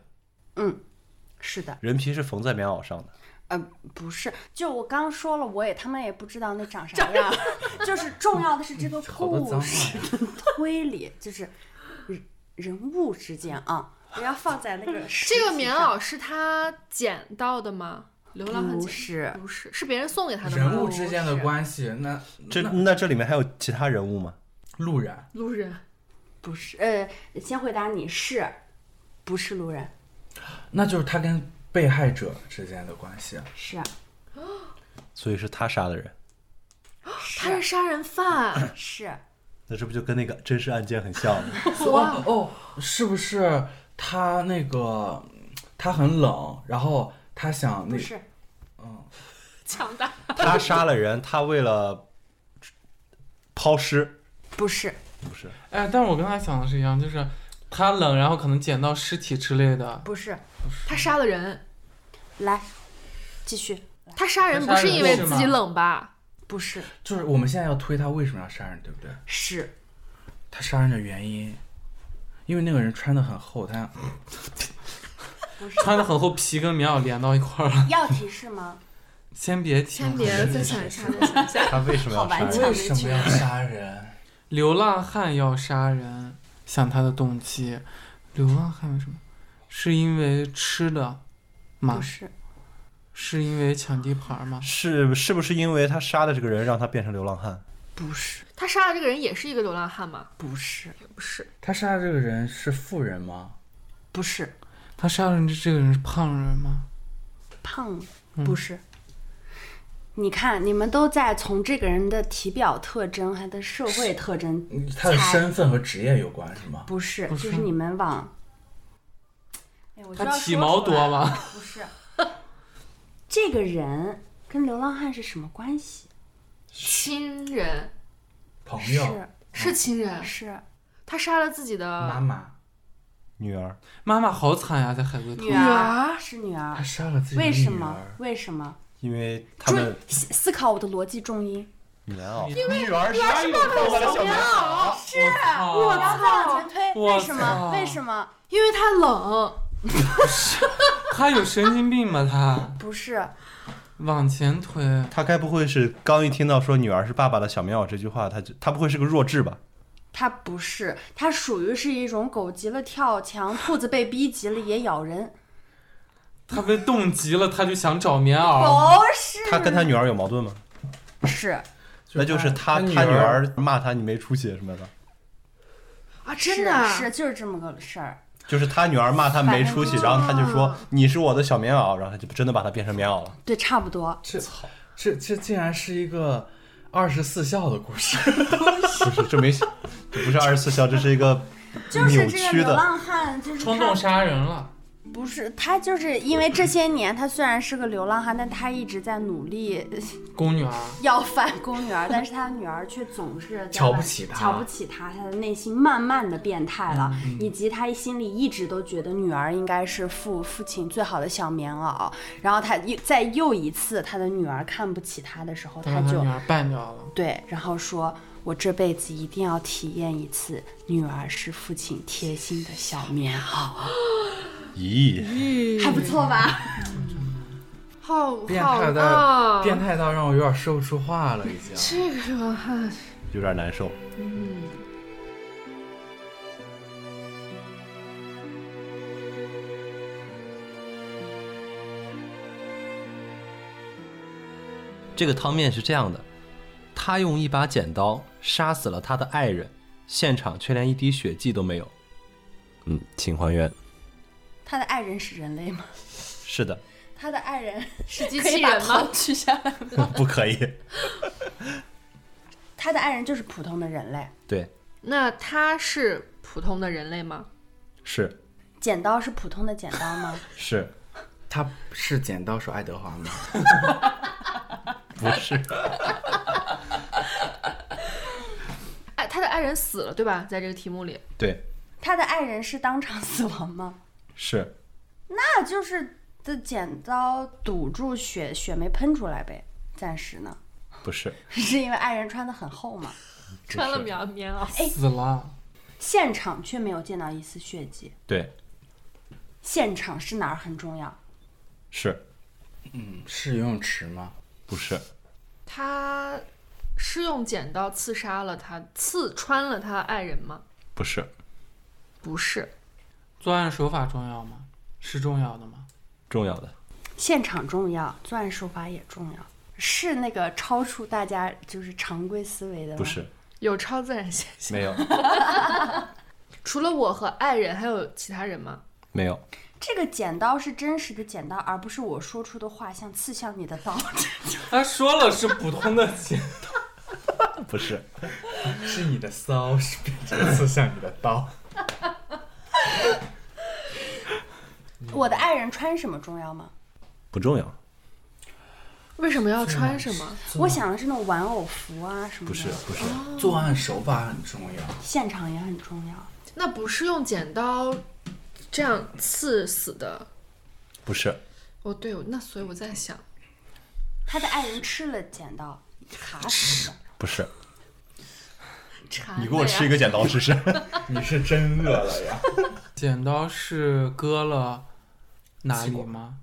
Speaker 3: 是的。
Speaker 6: 人皮是缝在棉袄上的，
Speaker 3: 不是，就我刚说了，我也他们也不知道那长啥样， 就是重要的是这个
Speaker 5: 嗯好多脏
Speaker 3: 故
Speaker 5: 话
Speaker 3: 事
Speaker 5: 呀！
Speaker 3: 的 推理，就是人人物之间啊，不要放在那个
Speaker 1: 嗯这个棉袄
Speaker 3: 实
Speaker 1: 是他捡到的吗？流
Speaker 3: 体
Speaker 1: 浪
Speaker 3: 上
Speaker 1: 汉
Speaker 3: 不
Speaker 1: 捡
Speaker 3: 是
Speaker 1: 不是，是别人送给他的吗？
Speaker 5: 人物之间的关系，那
Speaker 6: 这
Speaker 5: 那
Speaker 6: 那这里面还有其他人物吗？
Speaker 5: 路人
Speaker 1: 路人
Speaker 3: 不是，呃，先回答你是不是路人？
Speaker 5: 那就是他跟被害者之间的关系。
Speaker 3: 是，
Speaker 6: 所以是他杀的人，
Speaker 1: 他是杀人犯
Speaker 3: 是
Speaker 5: 哦
Speaker 6: 那这不就跟那个真实案件很像吗？
Speaker 1: 哇，
Speaker 5: 哦哦，是不是他那个他很冷，然后他想那
Speaker 3: 不是，
Speaker 5: 嗯，
Speaker 1: 强大。
Speaker 6: 他杀了人，他为了抛尸，
Speaker 3: 不是，
Speaker 6: 不是？
Speaker 4: 哎，但是我跟他想的是一样，就是他冷，然后可能捡到尸体之类的。
Speaker 3: 不是，
Speaker 1: 他杀了人，
Speaker 3: 来，继续，
Speaker 1: 他杀人
Speaker 4: 他
Speaker 1: 不
Speaker 4: 杀
Speaker 1: 是
Speaker 4: 人
Speaker 1: 因为
Speaker 4: 是
Speaker 1: 自
Speaker 4: 吗
Speaker 1: 己冷吧？
Speaker 3: 不是，
Speaker 5: 就是我们现在要推他为什么要杀人，对不对？
Speaker 3: 是
Speaker 5: 他杀人的原因，因为那个人穿的很厚，他
Speaker 4: 穿的很厚，皮跟棉袄连到一块儿了。
Speaker 3: 要提 示吗？
Speaker 4: 先别提
Speaker 6: 嗯
Speaker 4: 了，
Speaker 1: 先别再想一下，再想一下。
Speaker 6: 他为什么要杀
Speaker 3: 好顽
Speaker 6: 人
Speaker 3: 强？啊
Speaker 5: 哎为什么要杀人？
Speaker 4: 流浪汉要杀人，想他的动机。流浪汉为什么？是因为吃的吗
Speaker 3: 不？是，
Speaker 4: 是因为抢地盘吗？
Speaker 6: 是是不是因为他杀的这个人让他变成流浪汉？
Speaker 3: 不是，
Speaker 1: 他杀的这个人也是一个流浪汉吗？
Speaker 3: 不是，
Speaker 1: 也不是，
Speaker 5: 他杀的这个人是富人吗？
Speaker 3: 不是，
Speaker 4: 他杀人的这个人是胖人吗？
Speaker 3: 胖，不是。你看，你们都在从这个人的体表特征、还的社会特征，
Speaker 5: 嗯他的
Speaker 3: 才
Speaker 5: 身份和职业有关是吗？
Speaker 3: 不是，
Speaker 4: 不
Speaker 3: 就是是你们往，哎，我就
Speaker 4: 他
Speaker 3: 要
Speaker 4: 体
Speaker 3: 说
Speaker 4: 毛
Speaker 3: 出
Speaker 4: 多
Speaker 3: 来
Speaker 4: 吗
Speaker 3: 了？不是， 这个人跟流浪汉是什么关系？
Speaker 1: 亲人
Speaker 5: 朋友、
Speaker 3: 是
Speaker 1: 是亲人，
Speaker 3: 是
Speaker 1: 他杀了自己
Speaker 5: 妈
Speaker 1: 的
Speaker 5: 妈，
Speaker 6: 女儿，
Speaker 4: 妈妈好惨呀，在海龟
Speaker 3: 女
Speaker 4: 汤。
Speaker 1: 儿
Speaker 3: 儿，是女
Speaker 5: 他
Speaker 3: 儿，
Speaker 5: 杀了自己的
Speaker 3: 为什
Speaker 5: 女
Speaker 3: 么
Speaker 5: 儿？。
Speaker 3: 为什么？
Speaker 6: 因为他
Speaker 3: 注意
Speaker 6: 们
Speaker 3: 思思考我的逻辑重音，
Speaker 6: 棉袄，
Speaker 4: 因
Speaker 6: 为女儿杀有放我的小棉袄，
Speaker 3: 是
Speaker 4: 我
Speaker 3: 然后再往前推，
Speaker 4: 我
Speaker 3: 为什
Speaker 4: 操
Speaker 3: 么？为什么？
Speaker 1: 因为他冷，
Speaker 4: 他有神经病吗？他
Speaker 3: 不是，
Speaker 4: 往前推，
Speaker 6: 他该不会是刚一听到说女儿是爸爸的小棉袄这句话，他就他不会是个弱智吧？
Speaker 3: 它不是，它属于是一种狗急了跳墙，兔子被逼急了也咬人，
Speaker 4: 他被冻急了，他就想找棉袄。
Speaker 3: 不是，
Speaker 6: 他跟他女儿有矛盾吗？
Speaker 3: 是
Speaker 6: 那就是他
Speaker 5: 他
Speaker 6: 他女
Speaker 5: 女儿
Speaker 6: 儿骂他你没出息什么的，
Speaker 1: 啊，真的啊
Speaker 3: 是是就是这么个事儿，
Speaker 6: 就是他女儿骂他没出息，
Speaker 3: 反
Speaker 6: 然后他就说你是我的小棉袄，然后他就真的把他变成棉袄了。
Speaker 3: 对，差不多。
Speaker 5: 这这这竟然是一个二十四孝的故事。
Speaker 6: 不是， 这没，这不是二十四孝，这是一个
Speaker 3: 就是
Speaker 6: 扭
Speaker 3: 这个
Speaker 6: 曲
Speaker 3: 流
Speaker 6: 的。
Speaker 3: 浪汉，就是
Speaker 4: 冲动
Speaker 3: 他
Speaker 4: 杀人了，
Speaker 3: 不是他，就是因为这些年他虽然是个流浪汉，但他一直在努力
Speaker 4: 宫女儿。
Speaker 3: 要饭供女儿，但是他女儿却总是在
Speaker 5: 瞧不起他
Speaker 3: 瞧不起他，他的内心慢慢的变态了，
Speaker 5: 嗯
Speaker 3: 以及他心里一直都觉得女儿应该是父父亲最好的小棉袄，然后他又在又一次他的女儿看不起他的时候，
Speaker 4: 他
Speaker 3: 他
Speaker 5: 嗯
Speaker 4: 把他
Speaker 3: 就
Speaker 4: 女儿办掉了。
Speaker 3: 对，然后说。我这辈子一定要体验一次，女儿是父亲贴心的小棉袄，
Speaker 6: 咦，
Speaker 1: 嗯
Speaker 3: 还不错吧？
Speaker 1: 好
Speaker 5: 变
Speaker 1: 好
Speaker 5: 态
Speaker 1: 啊
Speaker 5: 到！变态到让我有点说不出话了，已经。
Speaker 1: 这个啊流浪汉
Speaker 6: 有点难受。
Speaker 2: 嗯这个汤面是这样的：他用一把剪刀杀死了他的爱人，现场却连一滴血迹都没有。嗯，请还原。
Speaker 3: 他的爱人是人类吗？
Speaker 6: 是的，
Speaker 3: 他的爱人
Speaker 1: 是机
Speaker 3: 可
Speaker 1: 器
Speaker 3: 以把
Speaker 1: 人吗
Speaker 3: 头？取下来吗？
Speaker 6: 不可以。
Speaker 3: 他的爱人就是普通的人类。
Speaker 6: 对，
Speaker 1: 那他是普通的人类吗？
Speaker 6: 是
Speaker 3: 剪刀是普通的剪刀吗？
Speaker 6: 是，
Speaker 5: 他是剪刀手爱德华吗？
Speaker 6: 不 是？
Speaker 1: 哎，他的爱人死了，对吧？在这个题目里，
Speaker 6: 对，
Speaker 3: 他的爱人是当场死亡吗？
Speaker 6: 是
Speaker 3: 那就是的剪刀堵住血，血没喷出来呗。暂时呢，
Speaker 6: 不是？
Speaker 3: 是因为爱人穿的很厚嘛，
Speaker 1: 穿了棉棉袄，
Speaker 4: 死了，
Speaker 3: 现场却没有见到一丝血迹。
Speaker 6: 对，
Speaker 3: 现场是哪儿很重要？
Speaker 6: 是
Speaker 5: 是游泳池吗？
Speaker 6: 不是？
Speaker 1: 他是用剪刀刺杀了他，刺穿了他爱人吗？
Speaker 6: 不是？
Speaker 1: 不是，
Speaker 4: 作案手法重要吗？是重要的吗？
Speaker 6: 重要的
Speaker 3: 现场重要，作案手法也重要。是那个超出大家就是常规思维的吗？
Speaker 6: 不，是，
Speaker 1: 有超自然现象。
Speaker 6: 没 有，
Speaker 1: 除了我和爱人，还有其他人吗？
Speaker 6: 没有，
Speaker 3: 这个剪刀是真实的剪刀，而不是我说出的话像刺向你的刀。
Speaker 4: 他说了是普通的 剪，
Speaker 6: 不是，
Speaker 5: 是你的骚是变成刺向你的
Speaker 3: 哦
Speaker 5: 刀。
Speaker 3: 我的爱人穿什么重要吗？
Speaker 6: 不
Speaker 2: 不重要，
Speaker 1: 为什么要穿什么？
Speaker 3: 我想的是那种玩偶服啊什么的，
Speaker 2: 不是不是，
Speaker 5: 作案手法很重要，
Speaker 3: 现场也很重要。
Speaker 1: 那不是用剪刀这样刺死的。
Speaker 2: 不是，
Speaker 1: 哦，对，那所以我在想，
Speaker 3: 他的爱人吃了剪刀，卡死了。
Speaker 2: 不是，
Speaker 6: 啊
Speaker 1: 查
Speaker 6: 你给我吃一个剪刀试 试。
Speaker 5: 你是真饿了呀？
Speaker 4: 剪刀是割了哪里吗？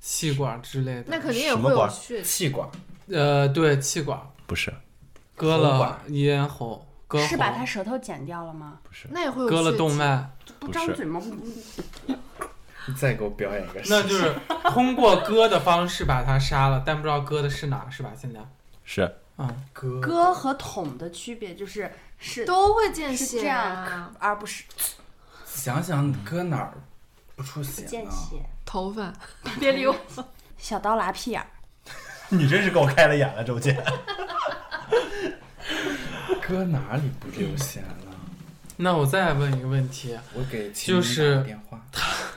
Speaker 4: 气管之类的。
Speaker 1: 那肯定也
Speaker 6: 什么
Speaker 1: 会有
Speaker 6: 管
Speaker 1: 血。
Speaker 5: 气管
Speaker 4: 呃，对，气管
Speaker 2: 不是，
Speaker 4: 割
Speaker 5: 喉
Speaker 4: 了
Speaker 5: 管
Speaker 4: 咽喉，割喉
Speaker 3: 是把他舌头剪掉了吗？
Speaker 1: 那也会有
Speaker 4: 割了
Speaker 1: 血
Speaker 4: 动
Speaker 1: 迹。
Speaker 4: 脉，
Speaker 3: 不
Speaker 2: 不
Speaker 3: 张
Speaker 2: 是
Speaker 3: 嘴吗？不
Speaker 5: 你再给我表演一个，
Speaker 4: 那就是通过割的方式把他杀了，但不知道割的是哪，是吧？现在，
Speaker 2: 是
Speaker 4: 嗯，
Speaker 5: 割
Speaker 3: 割和捅的区别就是是
Speaker 1: 都会见
Speaker 3: 是
Speaker 1: 血、
Speaker 3: 这样
Speaker 1: 啊，，
Speaker 3: 而不是
Speaker 5: 想想搁哪儿不出啊血
Speaker 3: 见
Speaker 5: 呢？
Speaker 3: 血。
Speaker 1: 头发， 别理我。
Speaker 3: 小刀拉屁眼儿，
Speaker 6: 你真是给我开了眼了，周姐。
Speaker 5: 搁哪里不流血了？
Speaker 4: 那我再问一个问题，
Speaker 5: 我给秦
Speaker 4: 就
Speaker 5: 明打
Speaker 4: 是
Speaker 5: 个电话，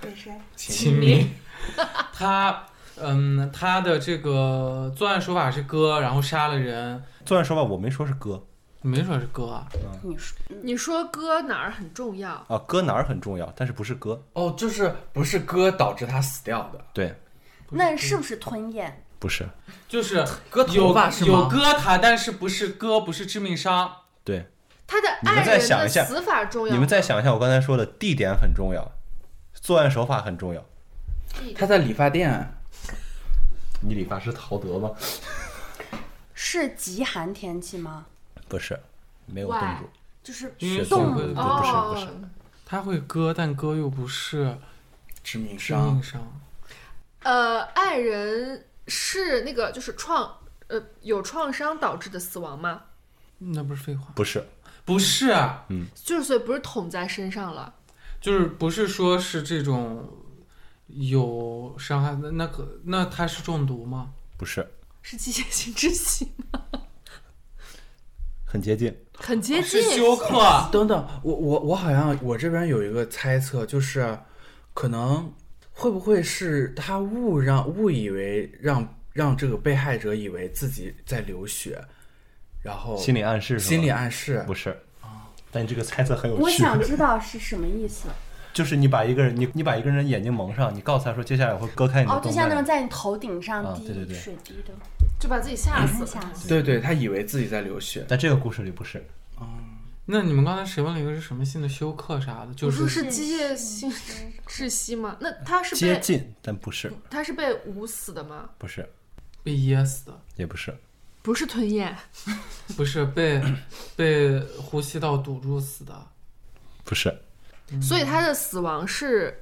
Speaker 3: 对谁？
Speaker 4: 秦明， 他，嗯，他的这个作案手法是割，然后杀了人，
Speaker 6: 作案手法我没说是割
Speaker 4: 没说是割啊，
Speaker 3: 你说
Speaker 1: 你说割哪儿很重要？
Speaker 6: 啊，割哪儿很重要，但是不是割？
Speaker 5: 哦，就是不是割导致他死掉的，
Speaker 6: 对，
Speaker 3: 那是不是吞咽？
Speaker 2: 不是，
Speaker 4: 就是
Speaker 5: 割
Speaker 4: 有
Speaker 5: 头发是
Speaker 4: 有
Speaker 5: 吗？
Speaker 4: 割他，但是不是割，不是致命伤，
Speaker 2: 对，
Speaker 1: 他的
Speaker 6: 你们
Speaker 1: 爱
Speaker 6: 再
Speaker 1: 人
Speaker 6: 想
Speaker 1: 的
Speaker 6: 一下
Speaker 1: 死法重要。
Speaker 6: 你们再，想一下，我刚才说的地点很重要，作案手法很重要。
Speaker 5: 他在理发店，
Speaker 6: 你理发师陶德吗？
Speaker 3: 是极寒天气吗？
Speaker 2: 不是，没有
Speaker 1: Why？
Speaker 2: 动作，
Speaker 3: 就是
Speaker 4: 因为
Speaker 2: 血动
Speaker 3: 动
Speaker 2: 对对
Speaker 1: 哦，
Speaker 2: 不是不是，
Speaker 4: 他会割，但割又不是
Speaker 5: 致命
Speaker 4: 致
Speaker 5: 伤，
Speaker 4: 命伤，
Speaker 1: 呃，爱人是那个就是创呃有创伤导致的死亡吗？
Speaker 4: 那不是废话，
Speaker 2: 不是，
Speaker 4: 不是啊，
Speaker 1: 就是所以不是捅在身上了，
Speaker 4: 就是不是说是这种有伤害的，那可那他是中毒吗？
Speaker 2: 不是，
Speaker 1: 是机械性窒息，
Speaker 2: 很接近，
Speaker 1: 很接近。
Speaker 4: 是休克，啊
Speaker 5: 等等，我我我好像我这边有一个猜测，就是可能会不会是他误让误以为让让这个被害者以为自己在流血，然后
Speaker 6: 心理暗示是吗？哦
Speaker 5: 心理暗示
Speaker 6: 不是。但你这个猜测很有趣。
Speaker 3: 我想知道是什么意思。
Speaker 6: 哦就是你把一个人，你你把一个人眼睛蒙上，你告诉他说接下来我会割开你的
Speaker 3: 哦，就
Speaker 6: 动脉。
Speaker 3: 像那种在你头顶上
Speaker 6: 啊
Speaker 3: 滴
Speaker 6: 对对对
Speaker 3: 水滴的，
Speaker 1: 就把自己嗯吓死
Speaker 3: 很
Speaker 1: 了。
Speaker 3: 吓死。
Speaker 5: 对对，他以为自己在流血，
Speaker 6: 但这个故事里不是，
Speaker 4: 那你们刚才谁问了一个是什么性的休克啥的？就
Speaker 1: 我说
Speaker 4: 是
Speaker 1: 是机械性窒息吗？那他是
Speaker 2: 接
Speaker 1: 被
Speaker 2: 近，但不是，
Speaker 1: 他是被捂死的吗？
Speaker 2: 不是，
Speaker 4: 被噎死的，
Speaker 2: 也不是，
Speaker 1: 不是吞咽，
Speaker 4: 不是被被呼吸道堵住死的，
Speaker 2: 不是，
Speaker 6: 嗯
Speaker 1: 所以他的死亡是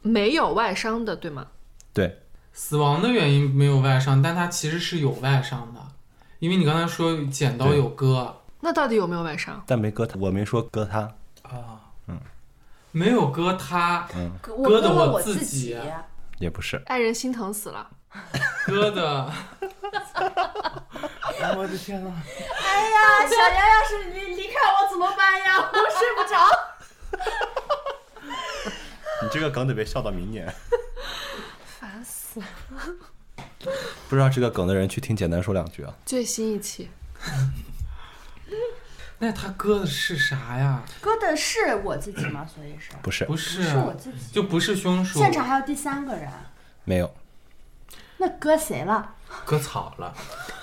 Speaker 1: 没有外伤的，对吗？
Speaker 2: 对，
Speaker 4: 死亡的原因没有外伤，但他其实是有外伤的，因为你刚才说剪刀有割，
Speaker 1: 那到底有没有外伤？
Speaker 2: 但没割他，我没说割他，
Speaker 5: 啊
Speaker 4: 没有割他，
Speaker 2: 嗯
Speaker 3: 割我割
Speaker 4: 割的
Speaker 3: 了
Speaker 4: 我
Speaker 3: 我
Speaker 4: 自
Speaker 3: 自
Speaker 4: 己
Speaker 3: 己，
Speaker 2: 也不是，
Speaker 1: 爱人心疼死了，
Speaker 4: 割的
Speaker 5: 哎我的天呐，
Speaker 3: 哎呀，小杨要是离离开我怎么办呀？我睡不着。
Speaker 6: 你这个梗得被笑到明 年。
Speaker 1: 烦死了。
Speaker 2: 不知道这个梗的人去听简单说两句啊。
Speaker 1: 最新一期，
Speaker 4: 那他割的是啥呀？
Speaker 3: 割的是我自己吗？所以是
Speaker 2: 不是，
Speaker 4: 不
Speaker 3: 不
Speaker 4: 是，
Speaker 3: 是我自己？
Speaker 4: 就不是凶手，
Speaker 3: 现场还有第三个人，
Speaker 2: 没有，
Speaker 3: 那割谁了？
Speaker 5: 割草了，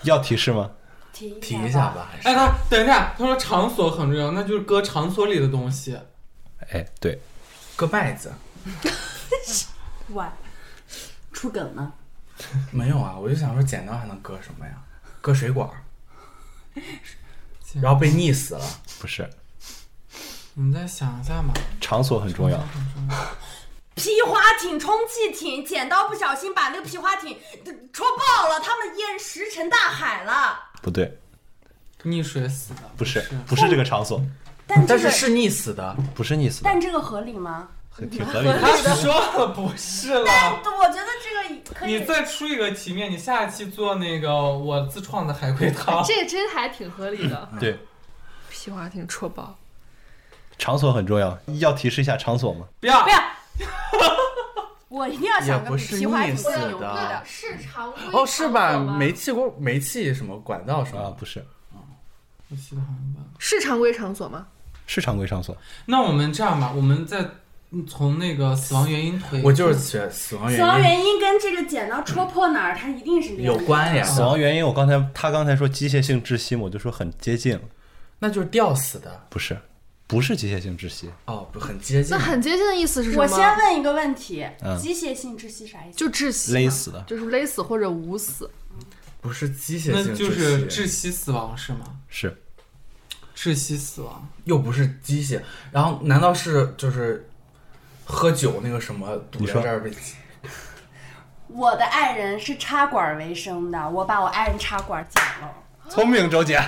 Speaker 2: 要提示吗？
Speaker 3: 提
Speaker 5: 停一下。吧，还是
Speaker 4: 哎，他等一下，他说场所很重要，那就是割场所里的东西。
Speaker 2: 哎，对，
Speaker 5: 割麦子。
Speaker 3: 哇，出梗呢？
Speaker 5: 没有啊，我就想说剪刀还能割什么呀？割水 管儿，然后被溺死了。
Speaker 2: 不是，
Speaker 4: 你们再想一下嘛。
Speaker 2: 场所很重要，
Speaker 3: 皮划艇、充气艇，剪刀不小心把那个皮划艇呃戳爆了，他们淹石沉大海了。
Speaker 2: 不对，
Speaker 4: 溺水死的，
Speaker 2: 不是
Speaker 4: 是，，
Speaker 2: 不是这个场所，
Speaker 3: 但这
Speaker 5: 但是
Speaker 3: 个，
Speaker 5: 是溺死的，
Speaker 2: 不是溺死的，
Speaker 3: 但这个合理吗？
Speaker 2: 很挺合理的。
Speaker 4: 他说了不是了。
Speaker 3: 我觉得这个可
Speaker 4: 你
Speaker 3: 以。
Speaker 4: 再出一个题面，你下一期做那个我自创的海龟汤。
Speaker 1: 这个真还挺合理的。
Speaker 2: 对，
Speaker 1: 皮划艇戳爆，
Speaker 2: 场所很重要，要提示一下场所吗？
Speaker 4: 不要
Speaker 3: 不要，我一定要想
Speaker 5: 也
Speaker 3: 个
Speaker 5: 不
Speaker 3: 比
Speaker 5: 是
Speaker 3: 皮划艇
Speaker 5: 溺死
Speaker 3: 更
Speaker 5: 的
Speaker 3: 牛逼
Speaker 5: 对
Speaker 3: 的
Speaker 5: 的。
Speaker 1: 是常规
Speaker 5: 哦，是吧？煤气锅、煤气什么管道什
Speaker 6: 啊，
Speaker 5: 么？
Speaker 6: 不是，
Speaker 4: 我记得好像吧。
Speaker 1: 是常规场所吗？
Speaker 6: 是常规场所。
Speaker 4: 那我们这样吧，我们再嗯从那个死亡原因推。
Speaker 5: 我就是学死亡
Speaker 3: 死亡
Speaker 5: 原
Speaker 3: 原因跟这个剪刀戳破哪儿，它一定是
Speaker 5: 因
Speaker 3: 连
Speaker 5: 有
Speaker 3: 着的
Speaker 5: 关联
Speaker 6: 死亡原因，我刚才他刚才说机械性窒息嘛，我就说很接近，
Speaker 5: 那就是吊死的
Speaker 6: 不是，不是机械性窒息，
Speaker 5: 哦，不很接近
Speaker 1: 那。很接近的意思是什么？
Speaker 3: 我先问一个问题：
Speaker 6: 嗯
Speaker 3: 机械性窒息啥意思？
Speaker 1: 就窒息嘛，
Speaker 6: 勒死的，
Speaker 1: 就是勒死或者捂死。
Speaker 5: 不是机械
Speaker 4: 那
Speaker 5: 性
Speaker 4: 就是
Speaker 5: 窒息
Speaker 4: 窒息死亡是吗？
Speaker 6: 是
Speaker 4: 窒息死亡，
Speaker 5: 又不是机械，然后难道是就是喝酒那个什么堵
Speaker 6: 你
Speaker 5: 在
Speaker 6: 说
Speaker 5: 这儿被？
Speaker 3: 我的爱人是插管为生的，我把我爱人插管剪了。
Speaker 6: 聪明，周姐。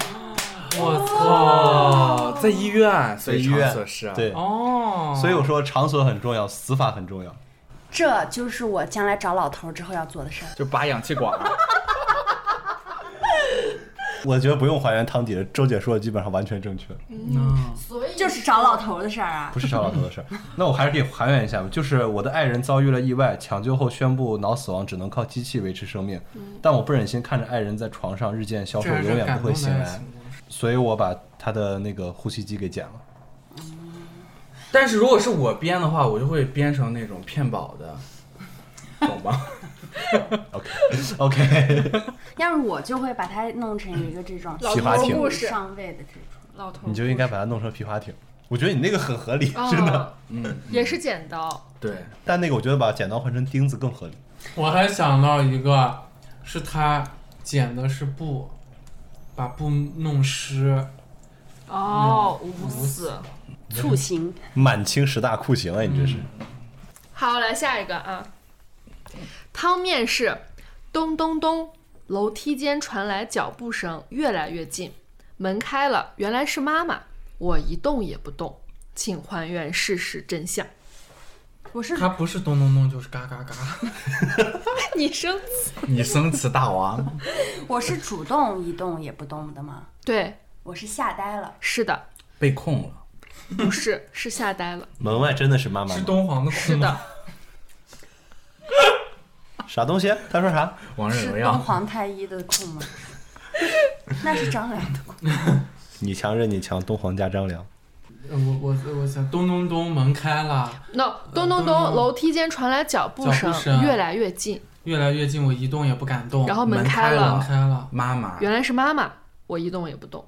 Speaker 4: 我操！
Speaker 5: 在医院，所以
Speaker 6: 在医院
Speaker 5: 场所是啊
Speaker 6: 对，
Speaker 4: 哦，
Speaker 6: 所以我说场所很重要，死法很重要。
Speaker 3: 这就是我将来找老头儿之后要做的事儿。
Speaker 5: 就拔氧气管。
Speaker 6: 我觉得不用还原汤底了，周姐说的基本上完全正确，
Speaker 1: 所以
Speaker 3: 就是找老头儿的事儿啊
Speaker 6: 不，是小老头的事儿。那我还是可以还原一下吧，就是我的爱人遭遇了意外，抢救后宣布脑死亡，只能靠机器维持生命，但我不忍心看着爱人在床上日渐消
Speaker 4: 这
Speaker 6: 瘦，
Speaker 4: 还是
Speaker 6: 永远
Speaker 4: 感
Speaker 6: 不
Speaker 4: 动
Speaker 6: 会
Speaker 4: 的
Speaker 6: 醒
Speaker 4: 爱
Speaker 6: 来
Speaker 4: 情，故事
Speaker 6: 所以我把他的那个呼吸机给剪了。
Speaker 5: 但是如果是我编的话，我就会编成那种骗保的，懂吗？
Speaker 6: OK，
Speaker 3: 要是我就会把它弄成一个这种
Speaker 1: 老
Speaker 6: 皮划艇
Speaker 1: 头故事，
Speaker 3: 上位的这种。
Speaker 1: 老头
Speaker 6: 你就应该把它弄成皮划艇。我觉得你那个很合理，
Speaker 4: 哦
Speaker 6: 真的。
Speaker 1: 嗯，也是剪刀，
Speaker 5: 对，
Speaker 6: 但那个我觉得把剪刀换成钉子更合理。
Speaker 4: 我还想到一个，是他剪的是布，把布弄湿。
Speaker 1: 哦，捂死。
Speaker 3: 塑形，
Speaker 6: 满清十大酷刑啊，你这
Speaker 4: 嗯
Speaker 6: 是。
Speaker 1: 好，来下一个啊。汤面是咚咚咚，楼梯间传来脚步声，越来越近。门开了，原来是妈妈。我一动也不动，请还原事实真相。
Speaker 3: 我是
Speaker 4: 他不是咚咚咚，就是嘎嘎嘎。
Speaker 1: 你生
Speaker 5: 你生词大王，
Speaker 3: 我是主动一动也不动的吗？
Speaker 1: 对，
Speaker 3: 我是吓呆了，
Speaker 1: 是的，
Speaker 5: 被控了。
Speaker 1: 不 是，是吓呆了。
Speaker 6: 门外真的是妈妈
Speaker 4: 是
Speaker 6: 吗
Speaker 4: 敦煌的
Speaker 1: 是
Speaker 4: 哭吗？
Speaker 1: 的，
Speaker 6: 啥东西？啊他说啥？
Speaker 5: 王者
Speaker 3: 是
Speaker 5: 荣
Speaker 3: 东
Speaker 5: 耀，
Speaker 3: 皇太一的控吗？ 那是张良的控。
Speaker 6: 你强任你强，东皇加张良。
Speaker 4: 呃我我我想咚咚咚，门开了，
Speaker 1: no，咚咚咚，
Speaker 4: 咚咚
Speaker 1: 楼梯间传来脚步声，
Speaker 4: 脚步声
Speaker 1: 越来越近，
Speaker 4: 越来越近，我一动也不敢动。
Speaker 1: 然后门
Speaker 5: 门
Speaker 1: 开
Speaker 5: 开
Speaker 4: 门
Speaker 5: 了
Speaker 4: 开了，
Speaker 5: 妈妈
Speaker 1: 原来是妈妈，我一动也不动，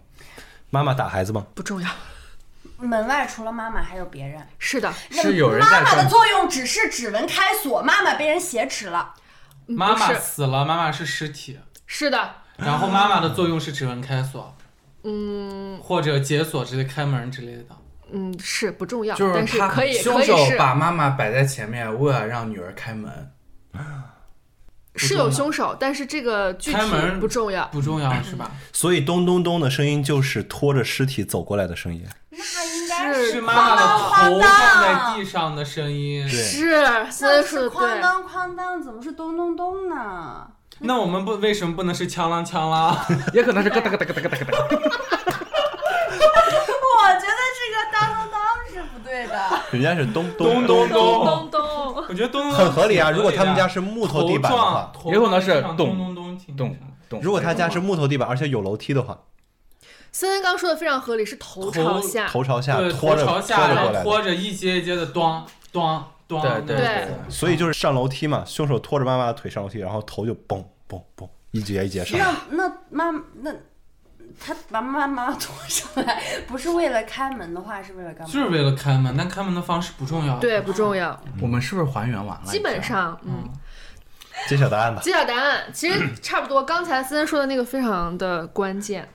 Speaker 6: 妈妈打孩子吗？
Speaker 1: 不重 要。
Speaker 3: 门外除了妈妈还有别人，
Speaker 1: 是的，
Speaker 5: 是有人在
Speaker 3: 妈妈的
Speaker 5: 转，
Speaker 3: 作用只是指纹开锁，妈妈被人挟持了。
Speaker 1: 嗯
Speaker 4: 妈
Speaker 1: 不
Speaker 4: 妈
Speaker 1: 是，
Speaker 4: 死了，妈妈是尸体，
Speaker 1: 是的，
Speaker 4: 然后妈妈的作用是指纹开锁，嗯，或者解锁直接开门之类的。
Speaker 1: 嗯，是不重要，
Speaker 5: 就
Speaker 1: 但
Speaker 5: 他
Speaker 1: 可以
Speaker 5: 凶
Speaker 1: 可以
Speaker 5: 手
Speaker 1: 是
Speaker 5: 把妈妈摆在前面，为了让女儿开门。
Speaker 1: 是有凶手，但是这个具体
Speaker 4: 开门
Speaker 1: 不重要。
Speaker 4: 不重要是吧？
Speaker 6: 所以咚咚咚的声音就是拖着尸体走过来的声音。
Speaker 3: 那应该
Speaker 1: 是
Speaker 4: 是妈妈的
Speaker 3: 哐当
Speaker 4: 头放在地上的声音。
Speaker 1: 是，所以
Speaker 3: 那
Speaker 1: 说
Speaker 3: 是
Speaker 1: 的
Speaker 3: 哐
Speaker 1: 对。
Speaker 3: 当哐当，怎么是咚咚咚呢？
Speaker 4: 那我们不为什么不能是枪啷枪啷？
Speaker 5: 也可能是咯哒咯哒咯哒咯哒咯哒。
Speaker 3: 我觉得这个当当当是不对的。
Speaker 6: 人家是咚
Speaker 4: 咚咚咚。
Speaker 1: 咚，
Speaker 4: 我觉得咚咚
Speaker 6: 很合理啊。如果他们家
Speaker 4: 是
Speaker 6: 是木头地板的话，
Speaker 4: 头撞，
Speaker 5: 有可能是
Speaker 4: 头撞
Speaker 5: 咚
Speaker 4: 咚咚挺
Speaker 5: 咚懂
Speaker 6: 如果他家是木头地板，而且有楼梯的话，
Speaker 1: 森森刚说的非常合理，是头朝
Speaker 4: 头
Speaker 1: 下，
Speaker 6: 头朝下
Speaker 4: 对，
Speaker 6: 拖
Speaker 4: 头
Speaker 6: 着
Speaker 4: 朝
Speaker 6: 拖
Speaker 4: 下，
Speaker 6: 着
Speaker 4: 然
Speaker 6: 过
Speaker 4: 后
Speaker 6: 来
Speaker 4: 拖
Speaker 6: 的。
Speaker 4: 着一阶一阶的咚咚咚，
Speaker 5: 对对
Speaker 4: 那
Speaker 1: 对
Speaker 4: 种
Speaker 6: 所以就是上楼梯嘛，凶手拖着妈妈的腿上楼梯，然后头就嘣嘣嘣一节一节上。
Speaker 3: 那那妈那他把妈妈拖上来，不是为了开门的话，是为了干嘛？
Speaker 4: 就是为了开门，但开门的方式不重要。，
Speaker 1: 对，不重要，
Speaker 5: 我们是不是还原完了？
Speaker 1: 基本上，嗯。
Speaker 6: 揭晓答案吧。
Speaker 1: 揭晓答案，其实差不多。刚才森森说的那个非常的关键。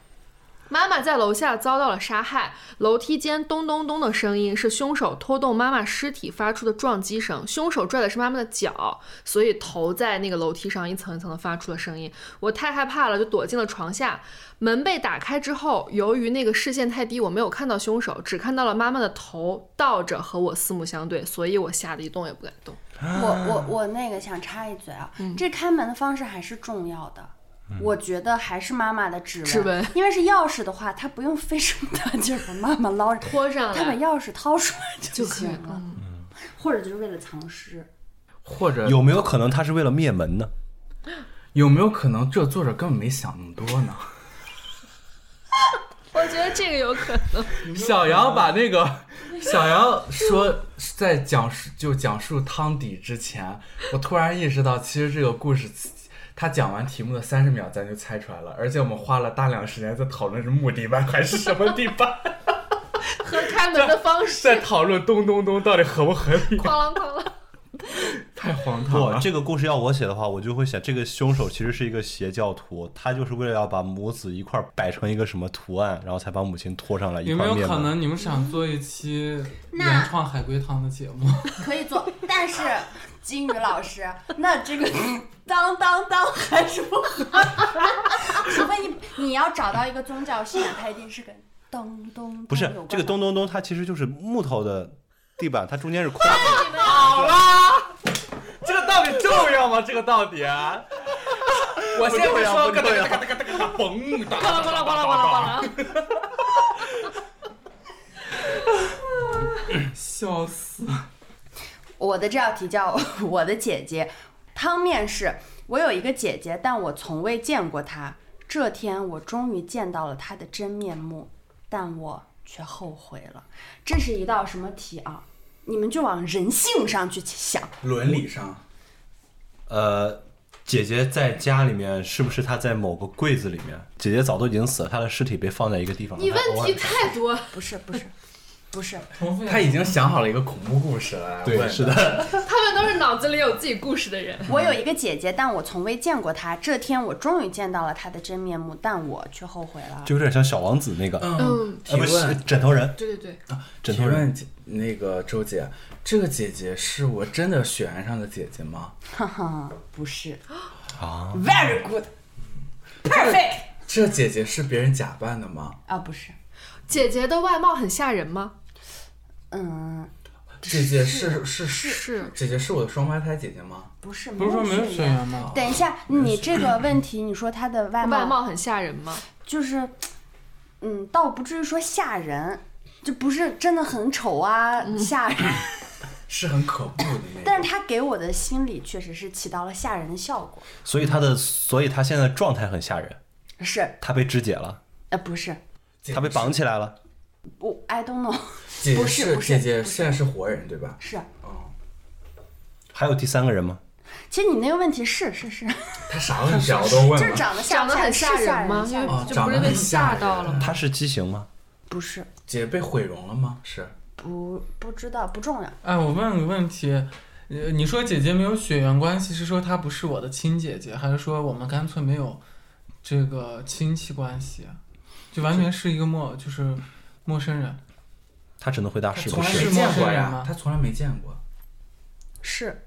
Speaker 1: 妈妈在楼下遭到了杀害，楼梯间咚咚咚的声音是凶手拖动妈妈尸体发出的撞击声。凶手拽的是妈妈的脚，所以头在那个楼梯上一层一层的发出了声音。我太害怕了，就躲进了床下。门被打开之后，由于那个视线太低，我没有看到凶手，只看到了妈妈的头倒着和我四目相对，所以我吓得一动也不敢动。
Speaker 3: 我我我那个想插一嘴啊，这开门的方式还是重要的。我觉得还是妈妈的指纹，
Speaker 1: 指纹
Speaker 3: 因为是钥匙的话，她不用费什么大 劲儿把妈妈捞着，
Speaker 1: 拖上
Speaker 3: 她把
Speaker 1: 来
Speaker 3: 钥匙掏出来
Speaker 1: 就可以
Speaker 3: 行
Speaker 1: 了
Speaker 3: 了，。或者就是为了藏尸。
Speaker 5: 或者
Speaker 6: 有没有可能他是为了灭门呢？
Speaker 5: 有没有可能这作者根本没想那么多呢？
Speaker 1: 我觉得这个有可能。
Speaker 5: 小杨把那个小杨说，在讲述就讲述汤底之前，我突然意识到，其实这个故事，他讲完题目的三十秒，咱就猜出来了，而且我们花了大量时间在讨论是木地板还是什么地板，
Speaker 1: 和开门的方式，
Speaker 5: 在讨论咚咚咚到底合不合理，
Speaker 1: 哐啷哐啷。
Speaker 5: 太荒唐
Speaker 6: 不，
Speaker 5: 了。
Speaker 6: 这个故事要我写的话，我就会写这个凶手其实是一个邪教徒，他就是为了要把母子一块儿摆成一个什么图案，然后才把母亲拖上来一
Speaker 4: 有没
Speaker 6: 块儿
Speaker 4: 有
Speaker 6: 灭
Speaker 4: 可
Speaker 6: 门。
Speaker 4: 能你们想做一期
Speaker 3: 那
Speaker 4: 原创海龟汤的节目？
Speaker 3: 可以做，但 是金宇老师，那这个当当当还是不合理。 除非你你要找到一个宗教信仰，它一定是跟咚咚咚
Speaker 6: 不是
Speaker 3: 有关
Speaker 6: 这个
Speaker 3: 的
Speaker 6: 咚咚咚，它其实就是木头的地板，它中间是空的。
Speaker 5: 好啦，这个到底重要吗？这个到底、我现在说个哒哒哒哒哒哒，嘣哒
Speaker 1: 哐啷哐啷哐啷哐啷哐啷。
Speaker 4: 笑死！
Speaker 3: 我的这道题叫 我的姐姐，汤面是我有一个姐姐，但我从未见过她。这天我终于见到了她的真面目，但我却后悔了。这是一道什么题啊？你们就往人性上去想。
Speaker 5: 伦理上，
Speaker 6: 呃，姐姐在家里面是不是她在某个柜子里面？姐姐早都已经死了，她的尸体被放在一个地方。
Speaker 1: 你
Speaker 6: 然后
Speaker 1: 问
Speaker 6: 偶尔
Speaker 1: 题太多，
Speaker 3: 不是不是不 是，
Speaker 4: 重复一下
Speaker 5: 他已经想好了一个恐怖故事了。
Speaker 6: 对，是的，
Speaker 1: 他们都是脑子里有自己故事的人。
Speaker 3: 我有一个姐姐，但我从未见过她。这天我终于见到了她的真面目，但我却后悔了。
Speaker 6: 就有点像小王子那个，
Speaker 5: 嗯
Speaker 1: 嗯，
Speaker 5: 提
Speaker 6: 呃，不是
Speaker 5: 问，
Speaker 6: 枕头人，
Speaker 1: 对对对，
Speaker 6: 枕
Speaker 5: 提
Speaker 6: 头人。
Speaker 5: 问，那个周姐，这个姐姐是我真的血缘上的姐姐吗？
Speaker 3: 哈哈，不是
Speaker 6: 啊
Speaker 3: ，very good，perfect
Speaker 5: 这姐姐是别人假扮的吗？
Speaker 3: 啊，不是，
Speaker 1: 姐姐的外貌很吓人吗？
Speaker 3: 嗯，
Speaker 5: 姐姐是是是，
Speaker 1: 是，
Speaker 5: 姐姐是我的双胞胎姐姐吗？
Speaker 3: 不是，
Speaker 4: 不是说没有
Speaker 3: 血
Speaker 4: 血
Speaker 3: 缘。
Speaker 4: 缘吗？
Speaker 3: 等一下，你这个问题，你说她的外
Speaker 1: 外
Speaker 3: 貌
Speaker 1: 貌很吓人吗？
Speaker 3: 就是，嗯，倒不至于说吓人，就不是真的很丑啊，
Speaker 1: 嗯
Speaker 3: 吓人。
Speaker 5: 是很可怖的那种。
Speaker 3: 但是她给我的心理确实是起到了吓人的效果。
Speaker 6: 所以她的，所以她现在状态很吓人。
Speaker 3: 是，
Speaker 6: 她被肢解了，
Speaker 3: 呃，不是，
Speaker 5: 姐姐
Speaker 6: 她被绑起来了。
Speaker 3: 我 I don't know，
Speaker 5: 姐姐
Speaker 3: 不是不是
Speaker 5: 姐姐现在是活人对吧？
Speaker 3: 是。
Speaker 5: 哦，
Speaker 6: 还有第三个人吗？
Speaker 3: 其实你那个问题是是是，
Speaker 5: 她啥 问题啊我都问
Speaker 3: 就是
Speaker 5: 了。
Speaker 3: 长得吓
Speaker 1: 长
Speaker 3: 不
Speaker 1: 得很
Speaker 3: 是
Speaker 1: 吓人吗？
Speaker 3: 吓
Speaker 1: 因为
Speaker 3: 人
Speaker 5: 哦
Speaker 1: 就
Speaker 5: 长
Speaker 1: 不
Speaker 5: 得
Speaker 1: 是被
Speaker 5: 很吓
Speaker 1: 吓到了
Speaker 5: 人
Speaker 1: 吗？
Speaker 6: 她是畸形吗？
Speaker 3: 不是，
Speaker 5: 姐姐被毁容了吗？是。
Speaker 3: 不不知道，不重要。
Speaker 4: 哎，我问个问题，呃，你说姐姐没有血缘关系，是说她不是我的亲姐姐，还是说我们干脆没有这个亲戚关系，啊就完全是一个陌，就是陌生人？
Speaker 6: 她只能回答是不
Speaker 5: 从来
Speaker 6: 是？
Speaker 5: 没
Speaker 4: 是
Speaker 5: 见过
Speaker 4: 陌生人
Speaker 5: 呀
Speaker 4: 吗，
Speaker 5: 她从来没见过。
Speaker 3: 是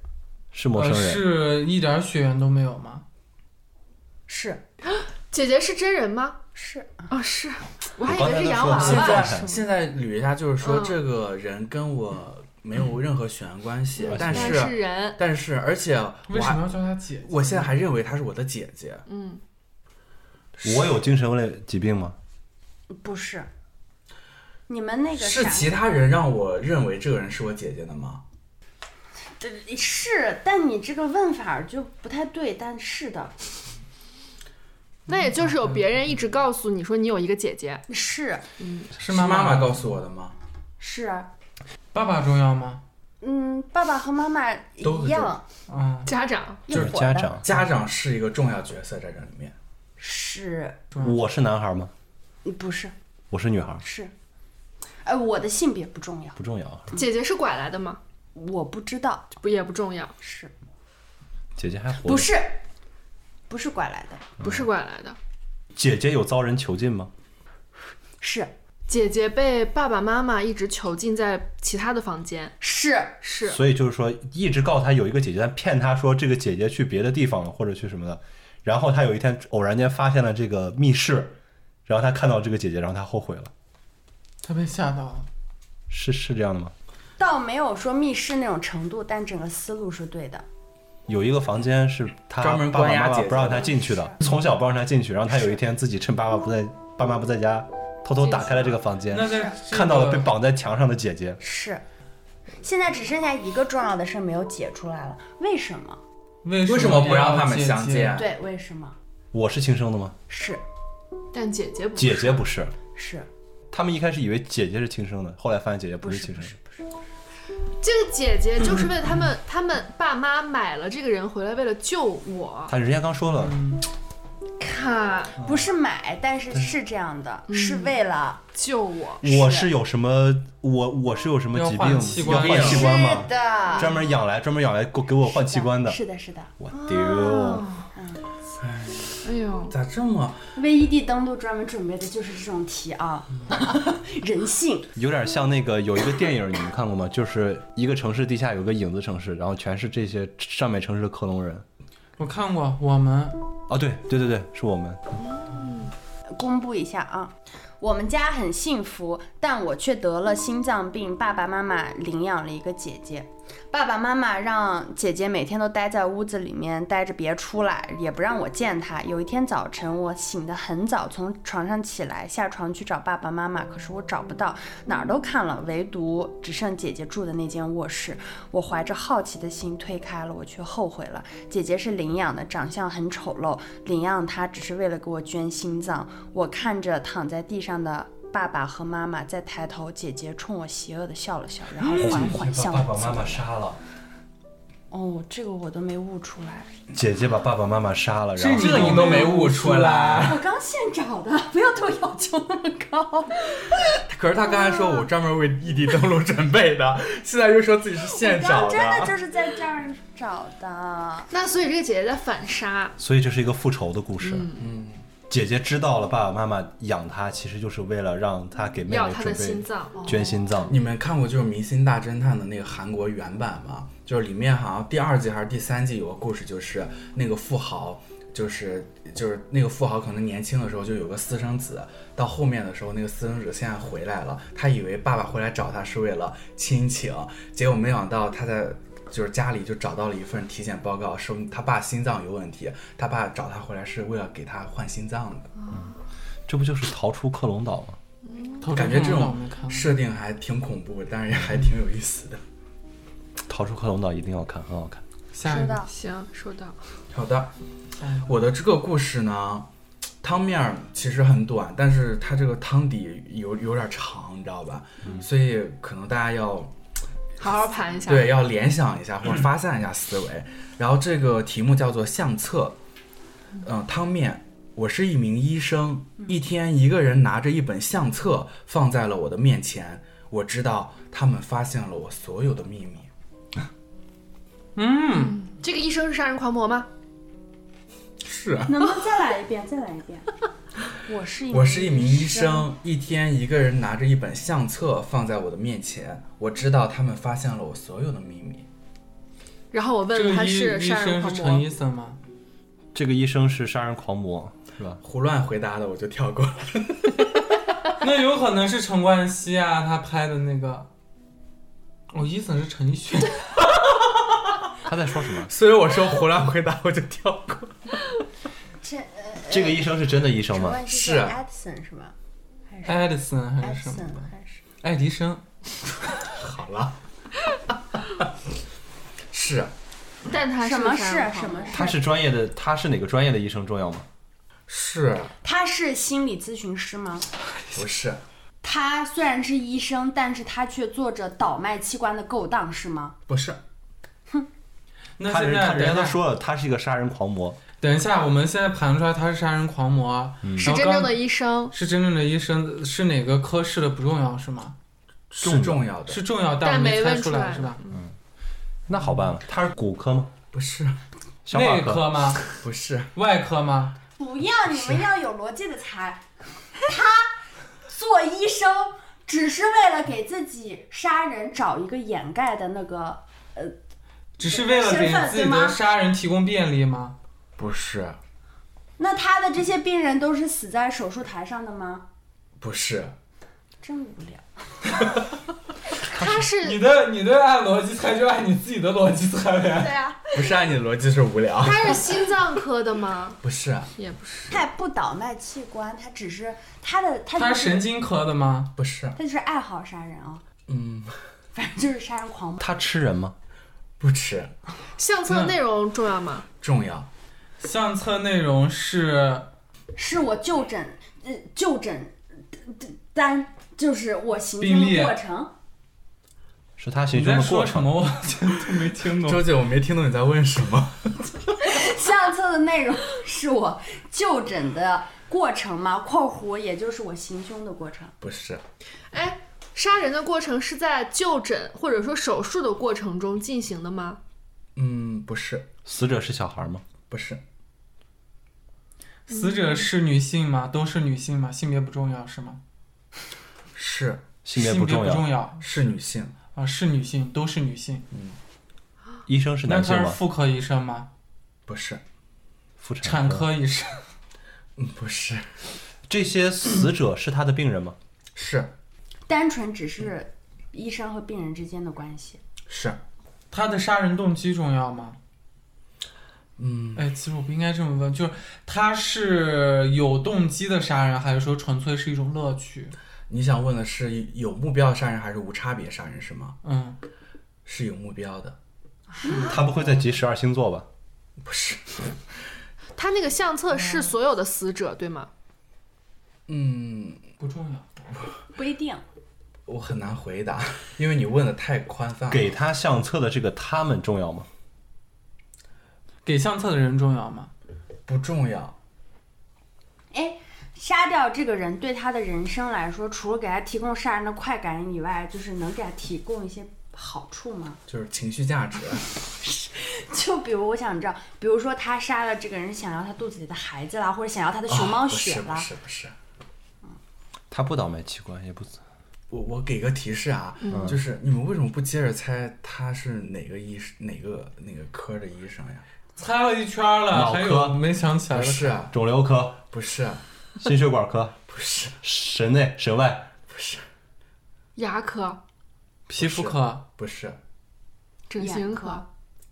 Speaker 6: 是陌生
Speaker 4: 呃，
Speaker 6: 人。
Speaker 4: 是一点血缘都没有吗？
Speaker 3: 是
Speaker 1: 姐姐是真人吗？
Speaker 3: 是，
Speaker 1: 哦，是，我还以
Speaker 6: 我刚
Speaker 1: 为啊
Speaker 6: 才
Speaker 1: 是
Speaker 6: 在
Speaker 1: 洋
Speaker 6: 说
Speaker 1: 娃
Speaker 5: 现
Speaker 1: 娃
Speaker 5: 在
Speaker 6: 是
Speaker 1: 什么。
Speaker 5: 现在捋一下，就是说
Speaker 1: 嗯
Speaker 5: 这个人跟我没有任何血缘关系
Speaker 6: 嗯，
Speaker 5: 但
Speaker 1: 但
Speaker 5: 是
Speaker 1: 是人，
Speaker 5: 但是而且我
Speaker 4: 为什
Speaker 5: 还
Speaker 4: 么要叫她姐姐？
Speaker 5: 我现在还认为她是我的姐姐。
Speaker 1: 嗯，
Speaker 6: 我有精神类疾病吗？
Speaker 3: 不是？你们那个
Speaker 5: 是
Speaker 3: 啥？
Speaker 5: 其他人让我认为这个人是我姐姐的吗？
Speaker 3: 对是，但你这个问法就不太对。但是的，
Speaker 1: 那也就是有别人一直告诉你说你有一个姐姐，
Speaker 3: 是
Speaker 4: 是
Speaker 5: 是
Speaker 4: 妈
Speaker 5: 妈
Speaker 4: 妈
Speaker 5: 告诉我的吗？
Speaker 3: 是啊，
Speaker 4: 爸爸重要吗？
Speaker 3: 嗯，爸爸和妈妈
Speaker 5: 都
Speaker 3: 一
Speaker 5: 是这
Speaker 3: 样，
Speaker 4: 嗯，
Speaker 1: 家长
Speaker 6: 就
Speaker 3: 一
Speaker 6: 是
Speaker 3: 伙
Speaker 6: 家
Speaker 3: 的
Speaker 6: 长。
Speaker 5: 家长是一个重要角色在这里面。
Speaker 3: 是
Speaker 6: 我是男孩吗？
Speaker 3: 不是
Speaker 6: 我是女孩，
Speaker 3: 是？哎，我的性别不重要，
Speaker 6: 不重要。啊
Speaker 1: 姐姐是拐来的吗？
Speaker 3: 我不知道，
Speaker 1: 不也不重要，
Speaker 3: 是
Speaker 6: 姐姐还活着。
Speaker 3: 不是？不是拐来的，
Speaker 1: 不是拐来的。
Speaker 6: 姐姐有遭人囚禁吗？
Speaker 3: 是
Speaker 1: 姐姐被爸爸妈妈一直囚禁在其他的房间，
Speaker 3: 是
Speaker 1: 是
Speaker 6: 所以就是说，一直告诉她有一个姐姐，但骗她说这个姐姐去别的地方了，或者去什么的。然后她有一天偶然间发现了这个密室，然后她看到这个姐姐，然后她后悔了。
Speaker 4: 她被吓到了。
Speaker 6: 是是这样的吗？
Speaker 3: 倒没有说密室那种程度，但整个思路是对的。
Speaker 6: 有一个房间是她
Speaker 5: 专门
Speaker 6: 爸爸
Speaker 5: 关押
Speaker 6: 妈妈
Speaker 5: 姐姐
Speaker 6: 不让她进去的，从小不让她进去。然后她有一天自己趁爸爸不在，爸妈不
Speaker 5: 啊
Speaker 6: 在家，偷偷打开了这个房间，
Speaker 4: 那在这个
Speaker 6: 看到了被绑在墙上的姐姐。
Speaker 3: 是，现在只剩下一个重要的事没有解出来了，为什么？
Speaker 4: 为
Speaker 5: 为什么不让他们
Speaker 4: 要
Speaker 5: 相见？？
Speaker 3: 对，为什么？
Speaker 6: 我是亲生的吗？
Speaker 3: 是
Speaker 1: 但姐姐不
Speaker 6: 姐姐不是，
Speaker 3: 是，
Speaker 6: 他们一开始以为姐姐是亲生的，后来发现姐姐不
Speaker 3: 不
Speaker 6: 是
Speaker 3: 是
Speaker 6: 亲
Speaker 3: 不
Speaker 6: 生
Speaker 3: 是
Speaker 6: 的。
Speaker 3: 不是，
Speaker 1: 这个姐姐就是为了他们，他们爸妈买了这个人回来，为了救我。
Speaker 6: 他人家刚说了，
Speaker 4: 嗯
Speaker 1: 看，
Speaker 3: 不是买，但是是这样的，
Speaker 6: 嗯
Speaker 3: 是为了
Speaker 1: 救我！
Speaker 6: 我是有什么我我是有什么
Speaker 4: 要
Speaker 6: 疾病
Speaker 4: 换
Speaker 6: 要
Speaker 4: 器
Speaker 6: 换
Speaker 4: 官
Speaker 5: 病
Speaker 6: 器
Speaker 3: 是
Speaker 6: 官吗？
Speaker 3: 的，
Speaker 6: 专门养来专门养来给给我换器官的。
Speaker 3: 是的，是的，
Speaker 6: 我丢，
Speaker 1: 哎呦，
Speaker 5: 咋这么？
Speaker 3: v E D 登录专门准备的就是这种题啊，
Speaker 6: 嗯
Speaker 3: 人性。
Speaker 6: 有点像那个有一个电影你们看过吗？就是一个城市地下有个影子城市，然后全是这些上面城市的克隆人。
Speaker 4: 我看过，我们
Speaker 6: 啊，对对对对，是我们。
Speaker 3: 公布一下啊，我们家很幸福，但我却得了心脏病，爸爸妈妈领养了一个姐姐。爸爸妈妈让姐姐每天都待在屋子里面待着，别出来，也不让我见她。有一天早晨，我醒得很早，从床上起来，下床去找爸爸妈妈，可是我找不到，哪儿都看了，唯独只剩姐姐住的那间卧室。我怀着好奇的心推开了，我却后悔了。姐姐是领养的，长相很丑陋，领养她只是为了给我捐心脏。我看着躺在地上的。爸爸和妈妈再抬头，姐姐冲我邪恶的笑了笑，然后缓缓向我
Speaker 6: 嗯
Speaker 3: 走来。
Speaker 6: 杀了，
Speaker 3: 哦，这个我都没悟出来，
Speaker 6: 姐姐把爸爸妈妈杀了，然
Speaker 5: 这
Speaker 6: 后
Speaker 5: 这你都没悟出 来。
Speaker 3: 我刚现找的，不要对我要求那么高。
Speaker 5: 可是他刚才说我专门为异地登录准备的， 现在又说自己是现找
Speaker 3: 我刚真的就是在这儿找的，
Speaker 1: 那所以这个姐姐在反杀，
Speaker 6: 所以这是一个复仇的故事。嗯，姐姐知道了爸爸妈妈养她，其实就是为了让她给妹
Speaker 1: 要
Speaker 6: 妹
Speaker 1: 她的
Speaker 6: 准
Speaker 1: 心
Speaker 6: 备
Speaker 1: 脏。哦
Speaker 6: 捐心脏。
Speaker 5: 你们看过就是《明星大侦探》的那个韩国原版吗？就是里面好像第二季还是第三季有个故事，就是那个富豪，就是就是那个富豪可能年轻的时候就有个私生子，到后面的时候那个私生子现在回来了，他以为爸爸回来找他是为了亲情，结果没想到他在。就是家里就找到了一份体检报告，说他爸心脏有问题，他爸找他回来是为了给他换心脏的。
Speaker 6: 这不就是逃出克隆岛吗？
Speaker 4: 头
Speaker 5: 感觉这
Speaker 4: 痛了
Speaker 5: 种
Speaker 4: 没看过
Speaker 5: 设定还挺恐怖，但是也还挺有意思的。
Speaker 6: 逃出克隆岛一定要看，很好看。
Speaker 4: 下
Speaker 3: 知
Speaker 4: 一个
Speaker 3: 道。
Speaker 1: 行，收到。
Speaker 5: 好的，我的这个故事呢，汤面儿其实很短，但是它这个汤底有有点长，你知道吧？所以可能大家要
Speaker 1: 好好盘一下。
Speaker 5: 对，要联想一下或者发散一下思维。然后这个题目叫做相册，嗯、汤面。我是一名医生，一天一个人拿着一本相册放在了我的面前，我知道他们发现了我所有的秘密。
Speaker 1: 这个医生是杀人狂魔吗？
Speaker 5: 是啊，
Speaker 3: 能不能再来一遍？再来一遍。我是一
Speaker 5: 我是一名医，生，一天一个人拿着一本相册放在我的面前，我知道他们发现了我所有的秘密。
Speaker 1: 然后我
Speaker 4: 这
Speaker 1: 问
Speaker 4: 个
Speaker 1: 他
Speaker 4: 医
Speaker 1: 是
Speaker 4: 医
Speaker 1: 杀人
Speaker 4: 生
Speaker 1: 狂
Speaker 4: 是陈
Speaker 1: 魔，
Speaker 4: 医生 吗？
Speaker 6: 这个医生是杀人狂魔，是吧？
Speaker 5: 胡乱回答的我就跳过了。？
Speaker 4: 那有可能是陈冠希啊，他拍的那个。哦，伊森是陈 奕迅，
Speaker 6: 他在说什么
Speaker 5: 所以我说胡乱回答我就跳过。
Speaker 3: 这
Speaker 6: 这个医生是真的医生吗？
Speaker 5: 是
Speaker 3: 是 Edison 是吧？还
Speaker 4: 艾迪森还
Speaker 3: 是
Speaker 4: 是什
Speaker 3: Edison
Speaker 4: 么的？
Speaker 3: 还是？
Speaker 4: 爱迪生。
Speaker 5: 好了，是
Speaker 1: 但他
Speaker 3: 什么
Speaker 1: 是
Speaker 3: 是
Speaker 1: 杀人
Speaker 3: 什
Speaker 1: 狂魔
Speaker 3: 么
Speaker 6: 他是专业的，他是哪个专业的医生重要吗？
Speaker 5: 是，
Speaker 3: 他是心理咨询师吗？
Speaker 5: 不是
Speaker 3: 他虽然是医生，但是他却做着倒卖器官的勾当，是吗？
Speaker 5: 不是
Speaker 4: 那
Speaker 6: 他
Speaker 4: 现
Speaker 6: 人他
Speaker 4: 在
Speaker 6: 人家
Speaker 4: 等
Speaker 6: 都
Speaker 4: 一下，
Speaker 6: 说了，他是一个杀人狂魔。
Speaker 4: 等一下，我们现在盘出来他是杀人狂魔啊，
Speaker 6: 嗯
Speaker 1: 是
Speaker 4: 是
Speaker 1: 真正的医生，
Speaker 4: 是真正的医生，是哪个科室的不重要是吗？
Speaker 5: 是重要的，
Speaker 4: 是重要，
Speaker 1: 但
Speaker 4: 我
Speaker 1: 没
Speaker 4: 没猜
Speaker 1: 问出来
Speaker 4: 来是吧？
Speaker 6: 那好办了，他是骨科吗？
Speaker 5: 不是
Speaker 6: 消化
Speaker 4: 内
Speaker 6: 科？
Speaker 4: 科吗？
Speaker 5: 不是
Speaker 4: 外科吗？
Speaker 3: 不要，你们要有逻辑的 猜。他做医生只是为了给自己杀人找一个掩盖的那个，
Speaker 4: 只是为了给自己的杀人提供便利吗？
Speaker 5: 不是
Speaker 3: 那他的这些病人都是死在手术台上的吗？
Speaker 5: 不是
Speaker 3: 真无聊。
Speaker 1: 他
Speaker 4: 你
Speaker 1: 是
Speaker 4: 的你的按逻辑猜就按你自己的逻辑猜呗。
Speaker 3: 对啊，
Speaker 5: 不是按你的逻辑是无聊，
Speaker 1: 他是心脏科的吗？
Speaker 5: 不是
Speaker 1: 也不是，
Speaker 3: 他也不倒卖器官，他只是他的他
Speaker 4: 他
Speaker 3: 就是
Speaker 4: 神经科的吗？
Speaker 5: 不是，
Speaker 3: 他就是爱好杀人啊、
Speaker 5: 嗯，
Speaker 3: 反正就是杀人狂魔。
Speaker 2: 他吃人吗？
Speaker 5: 不吃
Speaker 1: 相册内容重要吗？
Speaker 5: 重要，
Speaker 4: 相册内容是
Speaker 3: 是我就诊，呃，就诊呃单就是我行
Speaker 4: 病
Speaker 3: 凶
Speaker 4: 历
Speaker 3: 的过程。
Speaker 6: 是他行
Speaker 4: 你
Speaker 6: 凶
Speaker 4: 在
Speaker 6: 的过
Speaker 4: 说
Speaker 6: 程
Speaker 4: 什。么？我都没听懂。
Speaker 5: 周姐，我没听懂你在问什么。
Speaker 3: 相册的内容是我就诊的过程吗？（括弧也就是我行凶的过程。
Speaker 5: 不是，
Speaker 1: 哎，杀人的过程是在就诊或者说手术的过程中进行的吗？
Speaker 5: 嗯，不是，
Speaker 6: 死者是小孩吗？
Speaker 5: 不是，
Speaker 4: 死者是女性吗？都是女性吗？性别不重要是吗？
Speaker 5: 是
Speaker 6: 性别
Speaker 4: 别
Speaker 6: 不
Speaker 4: 重
Speaker 6: 重要。
Speaker 5: 是女性，
Speaker 4: 啊，是女性，都是女性。
Speaker 6: 医生是
Speaker 4: 那
Speaker 6: 男性
Speaker 4: 他是
Speaker 6: 吗？
Speaker 4: 妇科医生吗？
Speaker 5: 不是，
Speaker 6: 妇产
Speaker 4: 产科医生？
Speaker 5: 嗯，不是，
Speaker 6: 这些死者是他的病人吗？
Speaker 5: 是
Speaker 3: 单纯只是医生和病人之间的关系。
Speaker 5: 是
Speaker 4: 他的杀人动机重要吗？
Speaker 5: 嗯，
Speaker 4: 哎，其实我不应该这么问，就是他是有动机的杀人，还是说纯粹是一种乐趣？
Speaker 5: 你想问的是有目标杀人还是无差别杀人是吗？
Speaker 4: 嗯，
Speaker 5: 是有目标的，
Speaker 6: 他不会在集十二星座吧？
Speaker 5: 不是，
Speaker 1: 他那个相册是所有的死者对吗？
Speaker 5: 嗯，
Speaker 4: 不重要。
Speaker 3: 不一定，
Speaker 5: 我很难回答，因为你问的太宽泛了。
Speaker 6: 给他相册的这个他们重要吗？
Speaker 4: 给相册的人重要吗？
Speaker 5: 不重要，
Speaker 3: 哎，杀掉这个人对他的人生来说，除了给他提供杀人的快感以外，就是能给他提供一些好处吗？
Speaker 5: 就是情绪价值。
Speaker 3: 就比如我想知道，比如说他杀了这个人，想要他肚子里的孩子啦，或者想要他的熊猫血啦。
Speaker 5: 啊不是不是不是，
Speaker 6: 他不倒霉，奇怪也不
Speaker 5: 我我给个提示啊，就是你们为什么不接着猜他是哪个医生哪个哪个科的医生呀？
Speaker 4: 猜了一圈儿了，
Speaker 6: 脑
Speaker 4: 还
Speaker 6: 科
Speaker 4: 有没想起来
Speaker 5: 不
Speaker 4: 的？
Speaker 5: 是啊
Speaker 6: 肿瘤科、
Speaker 5: 不是啊
Speaker 6: 心血管 科、
Speaker 5: 不是
Speaker 6: 神内神外
Speaker 1: 牙科、
Speaker 4: 皮肤科、
Speaker 5: 不是
Speaker 1: 整形
Speaker 3: 眼
Speaker 1: 科、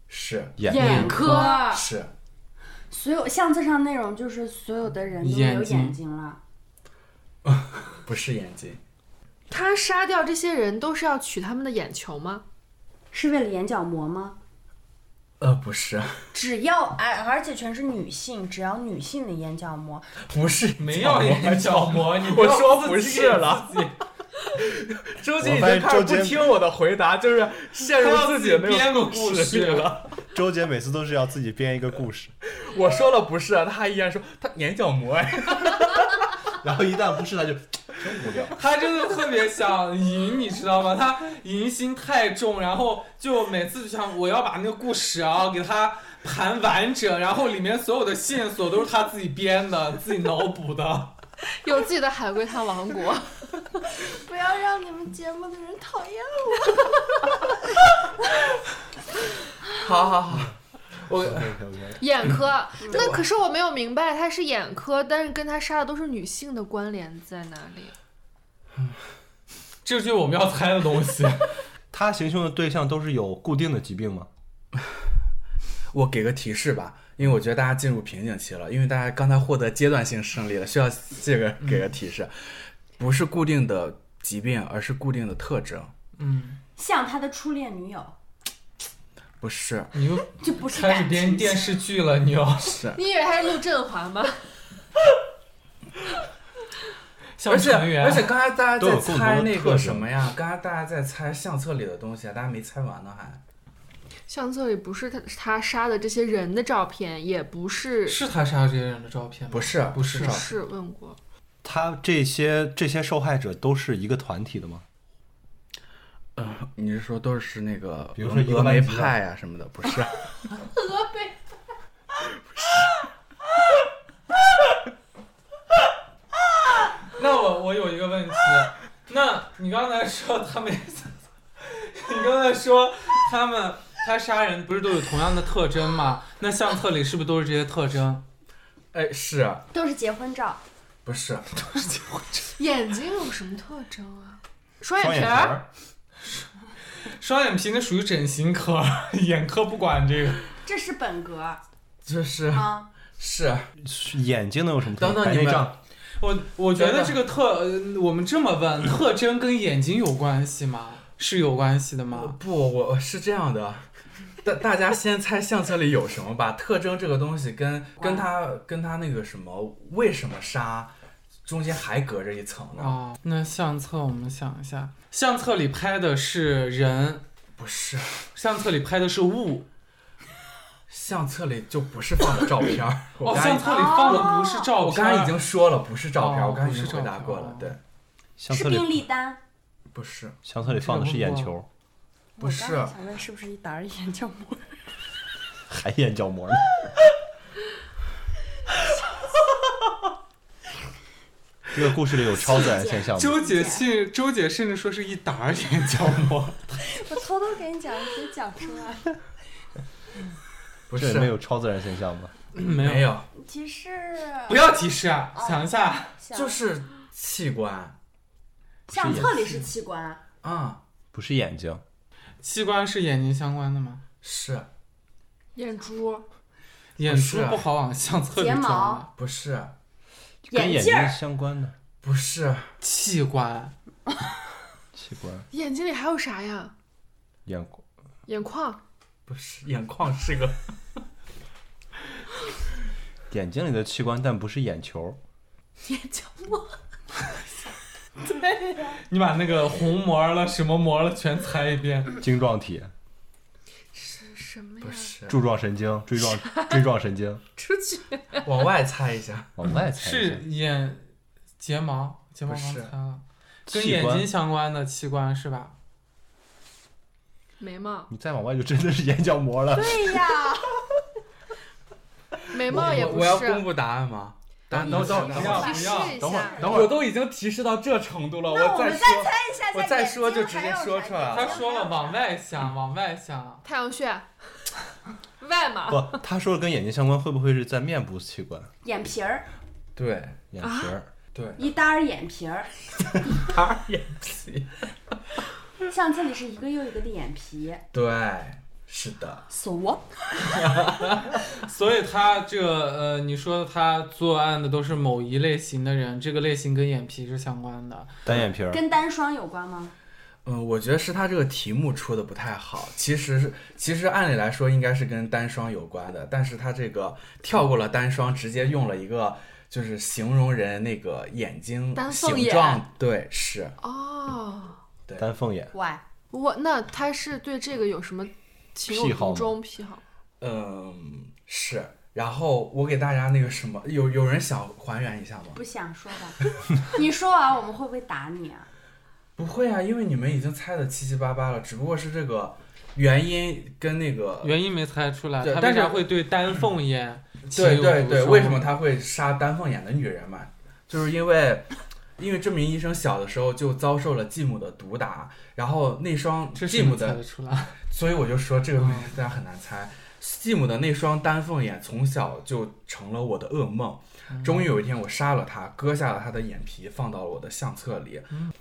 Speaker 5: 是
Speaker 6: 眼
Speaker 1: 眼科。
Speaker 5: 是
Speaker 3: 所有相册上内容就是所有的人都没有
Speaker 4: 眼睛
Speaker 3: 眼睛了。
Speaker 5: 不是眼睛？
Speaker 1: 他杀掉这些人都是要取他们的眼球吗？
Speaker 3: 是为了眼角膜吗？
Speaker 5: 呃，不是，
Speaker 3: 只要哎，而且全是女性，只要女性的眼角膜，
Speaker 5: 不是，
Speaker 4: 没 有眼角膜，你
Speaker 5: 我
Speaker 4: 要
Speaker 5: 说
Speaker 4: 自
Speaker 5: 不
Speaker 4: 己
Speaker 5: 是
Speaker 4: 给
Speaker 5: 了
Speaker 4: 自己
Speaker 5: 周
Speaker 6: 杰已经开始不听
Speaker 5: 我的回答，就是陷
Speaker 4: 入自己的那种故事里了。
Speaker 6: 周姐每次都是要自己编一个故事，
Speaker 5: 我说了不是，他还依然说他眼角膜哎。
Speaker 6: 然后一旦不是他就真无聊。
Speaker 4: 他真的特别想赢，你知道吗？他赢心太重，然后就每次就想我要把那个故事啊给他盘完整，然后里面所有的线索都是他自己编的，自己脑补的。
Speaker 1: 有自己的海龟汤王 国。
Speaker 3: 不要让你们节目的人讨厌我。
Speaker 5: 好好好，我
Speaker 6: OK OK，
Speaker 1: 眼科，那可是我没有明白，他是眼科，但是跟他杀的都是女性的关联在哪里？
Speaker 4: 这就是我们要猜的 东西。
Speaker 6: 他行凶的对象都是有固定的疾病吗？
Speaker 5: 我给个提示吧，因为我觉得大家进入瓶颈期了，因为大家刚才获得阶段性胜利了，需要这个给个提示，不是固定的疾病，而是固定的特征，
Speaker 4: 嗯，
Speaker 3: 像他的初恋女友，
Speaker 5: 不是
Speaker 4: 你又
Speaker 3: 就不是
Speaker 4: 开始
Speaker 3: 感
Speaker 4: 编
Speaker 3: 情
Speaker 4: 电视剧了，你要
Speaker 5: 是，
Speaker 1: 你以为他是陆振华吗？
Speaker 4: 像
Speaker 5: 而且
Speaker 4: 成员，
Speaker 5: 而且刚才大家
Speaker 6: 都有
Speaker 5: 在
Speaker 6: 共同的
Speaker 5: 猜那
Speaker 6: 特
Speaker 5: 个
Speaker 6: 征
Speaker 5: 什么呀？刚才大家在猜相册里的东西啊，大家没猜完呢还。
Speaker 1: 相册里不是他他杀的这些人的照片，也不是
Speaker 4: 是他杀这些人的照片吗？
Speaker 5: 不是
Speaker 4: 不是
Speaker 5: 不
Speaker 1: 不
Speaker 5: 是
Speaker 1: 是问过
Speaker 6: 他这些这些受害者都是一个团体的吗？
Speaker 5: 呃，你是说都是那个，
Speaker 6: 比如说一个
Speaker 5: 峨眉
Speaker 6: 班级啊
Speaker 5: 派啊什么的，不 是？
Speaker 1: 峨眉。
Speaker 4: 那我我有一个问题，那你刚才说他们， 你刚才说他们他杀人不是都有同样的特征吗？那相册里是不是都是这些特征？
Speaker 5: 哎，是
Speaker 3: 都是结婚照，
Speaker 5: 不是？
Speaker 1: 眼睛有什么特征啊？双
Speaker 6: 双
Speaker 1: 眼
Speaker 6: 眼皮
Speaker 1: 皮儿。
Speaker 6: 儿，
Speaker 4: 双眼皮那属于整形科， 眼科不管这个。
Speaker 3: 这是本格
Speaker 5: 就是
Speaker 3: 啊。
Speaker 5: 是
Speaker 6: 眼睛能有什么特征？
Speaker 5: 等等
Speaker 6: 白
Speaker 5: 你
Speaker 6: 内
Speaker 5: 们
Speaker 6: 障
Speaker 4: 我我觉
Speaker 5: 真
Speaker 4: 得
Speaker 5: 的
Speaker 4: 这个特，呃我们这么问，特征跟眼睛有关系吗？是有关系的吗？
Speaker 5: 不，我是这样的，大大家先猜相册里有什么吧。特征这个东西跟跟它跟它那个什么为什么杀，中间还隔着一层呢。
Speaker 4: 哦，那相册我们想一下，相册里拍的是人，
Speaker 5: 不是，
Speaker 4: 相册里拍的是物。
Speaker 5: 相册里就不是放的照 片儿。我
Speaker 4: 哦，
Speaker 5: 刚
Speaker 4: 相
Speaker 5: 才
Speaker 4: 册里放的不是照片，
Speaker 5: 我刚才已经说了，不是照片儿，
Speaker 4: 哦
Speaker 5: 我刚才已
Speaker 4: 不
Speaker 5: 经
Speaker 4: 是照
Speaker 5: 回答
Speaker 4: 片
Speaker 5: 过
Speaker 4: 哦
Speaker 5: 了。对，
Speaker 6: 相
Speaker 3: 是
Speaker 6: 册里
Speaker 3: 病历单，
Speaker 5: 不是，
Speaker 6: 相册里放的是眼球，
Speaker 5: 不是
Speaker 3: 我刚才想问是不是一沓儿眼角膜？
Speaker 6: 还眼角膜呢。这个故事里有超自然现象吗？
Speaker 4: 周姐信，周姐甚至说是一沓儿眼角膜。
Speaker 3: 我偷偷给你讲，你先讲出 来。
Speaker 5: 不
Speaker 6: 这
Speaker 5: 是
Speaker 6: 里，面有超自然现象吗？
Speaker 4: 没
Speaker 5: 没有，
Speaker 3: 提示
Speaker 4: 不要提示啊！
Speaker 3: 哦
Speaker 4: 想一下，
Speaker 3: 想
Speaker 5: 就是器官
Speaker 3: 相册里是器官，
Speaker 5: 啊，
Speaker 6: 不是眼睛，
Speaker 4: 器官是眼睛相关的吗？
Speaker 5: 是
Speaker 1: 眼珠，
Speaker 4: 眼
Speaker 5: 是
Speaker 4: 珠不啊好往相册里
Speaker 3: 睫
Speaker 4: 装
Speaker 3: 毛
Speaker 4: 啊。
Speaker 5: 不是？
Speaker 6: 跟眼睛
Speaker 3: 镜儿
Speaker 6: 相关的
Speaker 5: 不是，
Speaker 4: 器官、
Speaker 6: 器官，
Speaker 1: 眼睛里还有啥呀？
Speaker 6: 眼眶
Speaker 1: 眼眶，
Speaker 5: 不是，眼眶是个
Speaker 6: 眼睛里的器官，但不是眼球。
Speaker 3: 眼角膜。
Speaker 4: 你把那个虹膜了、什么膜了全猜一遍。
Speaker 6: 晶状体、
Speaker 1: 是什么呀
Speaker 5: 不？是，
Speaker 6: 柱状神经、锥 状锥状神经，
Speaker 1: 出去，
Speaker 5: 往外猜一下，
Speaker 6: 往外猜一下
Speaker 4: 是眼睫毛，睫毛
Speaker 5: 不
Speaker 4: 刚
Speaker 5: 是
Speaker 4: 才了，跟
Speaker 6: 器
Speaker 4: 眼
Speaker 6: 官
Speaker 4: 睛，相关的器官是吧？
Speaker 1: 眉毛，
Speaker 6: 你再往外就真的是眼角膜了。
Speaker 3: 对哎呀，
Speaker 1: 眉
Speaker 5: 我
Speaker 1: 毛哦也
Speaker 5: 我
Speaker 1: 不
Speaker 5: 我要公
Speaker 1: 是。
Speaker 5: 布答案吗？答案
Speaker 4: 等
Speaker 5: 都
Speaker 4: 等
Speaker 5: 知
Speaker 4: 等
Speaker 5: 道
Speaker 4: 不
Speaker 1: 提
Speaker 5: 吗
Speaker 4: 要
Speaker 1: 示一
Speaker 6: 等会儿，
Speaker 1: 下，
Speaker 6: 等会
Speaker 5: 我
Speaker 6: 儿，
Speaker 5: 都已经提示到这程度了，
Speaker 3: 那我们再
Speaker 5: 再说
Speaker 3: 猜一下，
Speaker 5: 我再说就
Speaker 3: 眼
Speaker 5: 直
Speaker 3: 睛
Speaker 5: 接
Speaker 3: 还有
Speaker 5: 说
Speaker 3: 啥
Speaker 5: 出来了
Speaker 4: 他说了往外想，往外想，
Speaker 1: 太阳穴，外嘛，
Speaker 6: 不，他说的跟眼睛相关，会不会是在面部器官？
Speaker 3: 眼皮儿，
Speaker 5: 对
Speaker 6: 眼皮
Speaker 3: 啊
Speaker 6: 儿、
Speaker 5: 对，
Speaker 3: 一沓儿眼皮 儿，
Speaker 5: 他眼皮，
Speaker 3: 相册里是一个又一个的眼皮。
Speaker 5: 对，是的，
Speaker 3: So what？
Speaker 4: 所以他这个呃，你说他作案的都是某一类型的人，这个类型跟眼皮是相关的。
Speaker 6: 单眼皮儿，
Speaker 3: 跟单双有关吗？
Speaker 5: 嗯，我觉得是他这个题目出的不太好，其实是其实按理来说应该是跟单双有关的，但是他这个跳过了单双，直接用了一个。就是形容人那个眼睛
Speaker 1: 单凤
Speaker 5: 形
Speaker 1: 眼
Speaker 5: 状，对，是
Speaker 1: 哦，
Speaker 6: 单凤眼。
Speaker 3: 喂，
Speaker 1: 我那他是对这个有什么情
Speaker 6: 癖
Speaker 1: 有
Speaker 6: 好
Speaker 1: 独
Speaker 6: 吗
Speaker 1: 钟癖好？
Speaker 5: 嗯，是。然后我给大家那个什么，有有人想还原一下吗？
Speaker 3: 不想说吧？你说完、我们会不会打你啊？
Speaker 5: 不会啊，因为你们已经猜的七七八八了，只不过是这个原因跟那个
Speaker 4: 原因没猜出来，
Speaker 5: 对
Speaker 4: 他为
Speaker 5: 但是
Speaker 4: 啥会对丹凤 眼情有
Speaker 5: 对对
Speaker 4: 独
Speaker 5: 对，
Speaker 4: 钟
Speaker 5: 为什么他会杀丹凤眼的女人嘛？就是因为，因为这名医生小的时候就遭受了继母的毒打，然后那双
Speaker 4: 这
Speaker 5: 继
Speaker 4: 是
Speaker 5: 母
Speaker 4: 你猜
Speaker 5: 的，
Speaker 4: 得出来？
Speaker 5: 所以我就说这个东西
Speaker 4: 嗯
Speaker 5: 大家很难猜。继母的那双丹凤眼从小就成了我的噩梦。终于有一天，我杀了他，割下了他的眼皮，放到了我的相册里。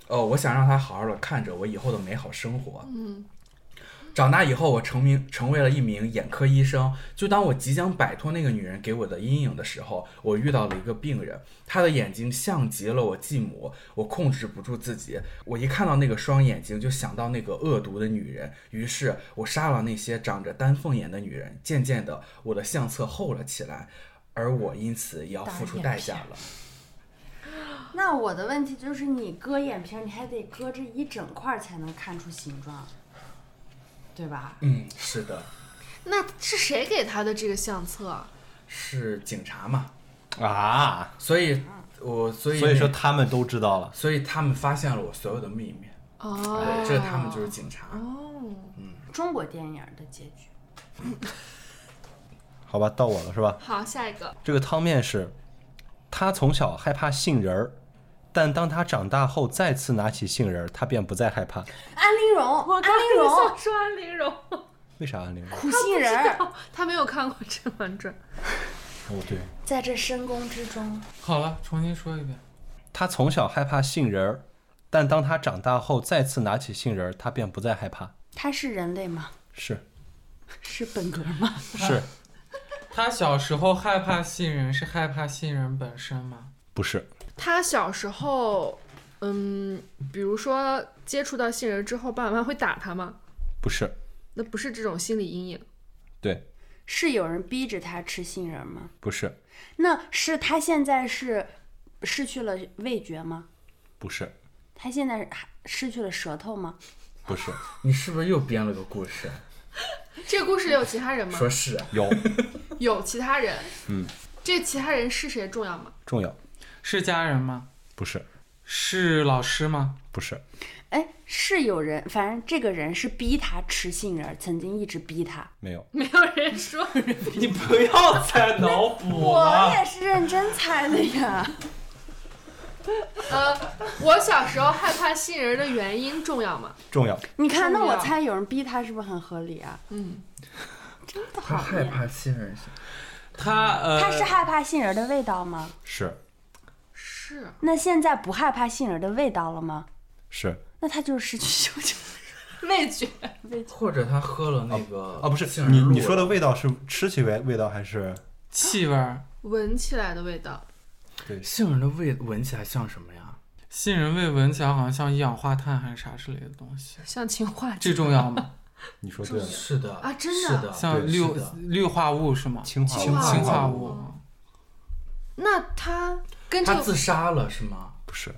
Speaker 5: 呃，我想让他好好的看着我以后的美好生活。
Speaker 1: 嗯，
Speaker 5: 长大以后，我成名成为了一名眼科医生。就当我即将摆脱那个女人给我的阴影的时候，我遇到了一个病人，他的眼睛像极了我继母。我控制不住自己，我一看到那个双眼睛，就想到那个恶毒的女人。于是，我杀了那些长着丹凤眼的女人。渐渐的，我的相册厚了起来，而我因此也要付出代价了。
Speaker 3: 那我的问题就是，你割眼皮儿，你还得割这一整块儿才能看出形状，对吧？
Speaker 5: 嗯，是的，
Speaker 1: 那是谁给他的这个相册？啊
Speaker 5: 是警察嘛，
Speaker 6: 啊，
Speaker 5: 所以我所以
Speaker 6: 所以说
Speaker 5: 那，
Speaker 6: 他们都知道了。
Speaker 5: 所以他们发现了我所有的秘密，
Speaker 1: 哦
Speaker 5: 对，，哎这他们就是警察。
Speaker 3: 中国电影的结局，
Speaker 6: 好吧，到我了是吧？
Speaker 1: 好，下一个
Speaker 6: 这个汤面是，他从小害怕杏仁儿，但当他长大后再次拿起杏仁儿，他便不再害怕。
Speaker 3: 安陵容，安陵容，
Speaker 1: 说安陵容，
Speaker 6: 为啥啊安陵容？
Speaker 3: 苦杏仁儿，
Speaker 1: 他没有看过《甄嬛传
Speaker 6: 哦，对，
Speaker 3: 在这深宫之中，
Speaker 4: 好了，重新说一遍。
Speaker 6: 他从小害怕杏仁儿，但当他长大后再次拿起杏仁儿，他便不再害怕。
Speaker 3: 他是人类吗？
Speaker 6: 是
Speaker 3: 是本格吗？
Speaker 6: 是，
Speaker 4: 他小时候害怕杏仁，是害怕杏仁本身吗？
Speaker 6: 不是？》。
Speaker 1: 他小时候，嗯，比如说接触到新人之后，爸爸妈妈会打他吗？
Speaker 6: 不是，
Speaker 1: 那不是这种心理阴影。
Speaker 6: 对，
Speaker 3: 是有人逼着他吃杏仁吗？
Speaker 6: 不是，
Speaker 3: 那是他现在是失去了味觉吗？
Speaker 6: 不是，
Speaker 3: 他现在还失去了舌头吗？
Speaker 6: 不是，
Speaker 5: 你是不是又编了个故事？
Speaker 1: 这个故事里有其他人吗？
Speaker 5: 说是啊
Speaker 6: 有
Speaker 1: 有其他人。嗯，这其他人是谁重要吗？
Speaker 6: 重要，
Speaker 4: 是家人吗？
Speaker 6: 不是，
Speaker 4: 是老师吗？
Speaker 6: 不是，
Speaker 3: 哎，是有人，反正这个人是逼他吃杏仁儿，曾经一直逼他。
Speaker 6: 没有，
Speaker 1: 没有人说，
Speaker 4: 你不要再脑补
Speaker 3: 我
Speaker 4: 了。
Speaker 3: 也是认真猜的呀。
Speaker 1: 呃，我小时候害怕杏仁的原因重要吗？
Speaker 6: 重要，
Speaker 3: 你看，那
Speaker 1: 重要
Speaker 3: 我猜有人逼他是不是很合理啊？
Speaker 1: 嗯，
Speaker 3: 真的好
Speaker 5: 他害
Speaker 3: 厌。
Speaker 5: 怕新人，
Speaker 4: 他呃，
Speaker 3: 他是害怕杏仁儿的味道吗？
Speaker 6: 是
Speaker 1: 是
Speaker 3: 那现在不害怕杏仁儿的味道了吗？
Speaker 6: 是
Speaker 3: 那他就是失去嗅觉。
Speaker 1: 味觉。
Speaker 5: 或者他喝了
Speaker 4: 哦
Speaker 5: 那个
Speaker 6: 啊，不是
Speaker 5: 杏仁
Speaker 6: 你
Speaker 5: 露
Speaker 6: 你说的
Speaker 5: 了
Speaker 6: 味道是吃起味味道还是
Speaker 4: 气味儿，
Speaker 1: 闻起来的味道，
Speaker 5: 杏仁的味闻起来像什么呀？
Speaker 4: 杏仁味闻起来好像像一氧化碳还是啥之类的东西，
Speaker 1: 像氰化
Speaker 4: 这
Speaker 1: 锑
Speaker 4: 重要吗？
Speaker 6: 你说对了，
Speaker 5: 是的
Speaker 1: 啊真的
Speaker 5: 是的，
Speaker 4: 像
Speaker 5: 对
Speaker 4: 氯
Speaker 5: 是的
Speaker 4: 氯化物是吗？
Speaker 6: 氰化
Speaker 1: 氰化
Speaker 4: 氰化
Speaker 1: 物
Speaker 4: 物，
Speaker 1: 那他跟这
Speaker 5: 他自
Speaker 1: 个
Speaker 5: 杀了是吗？
Speaker 6: 不是，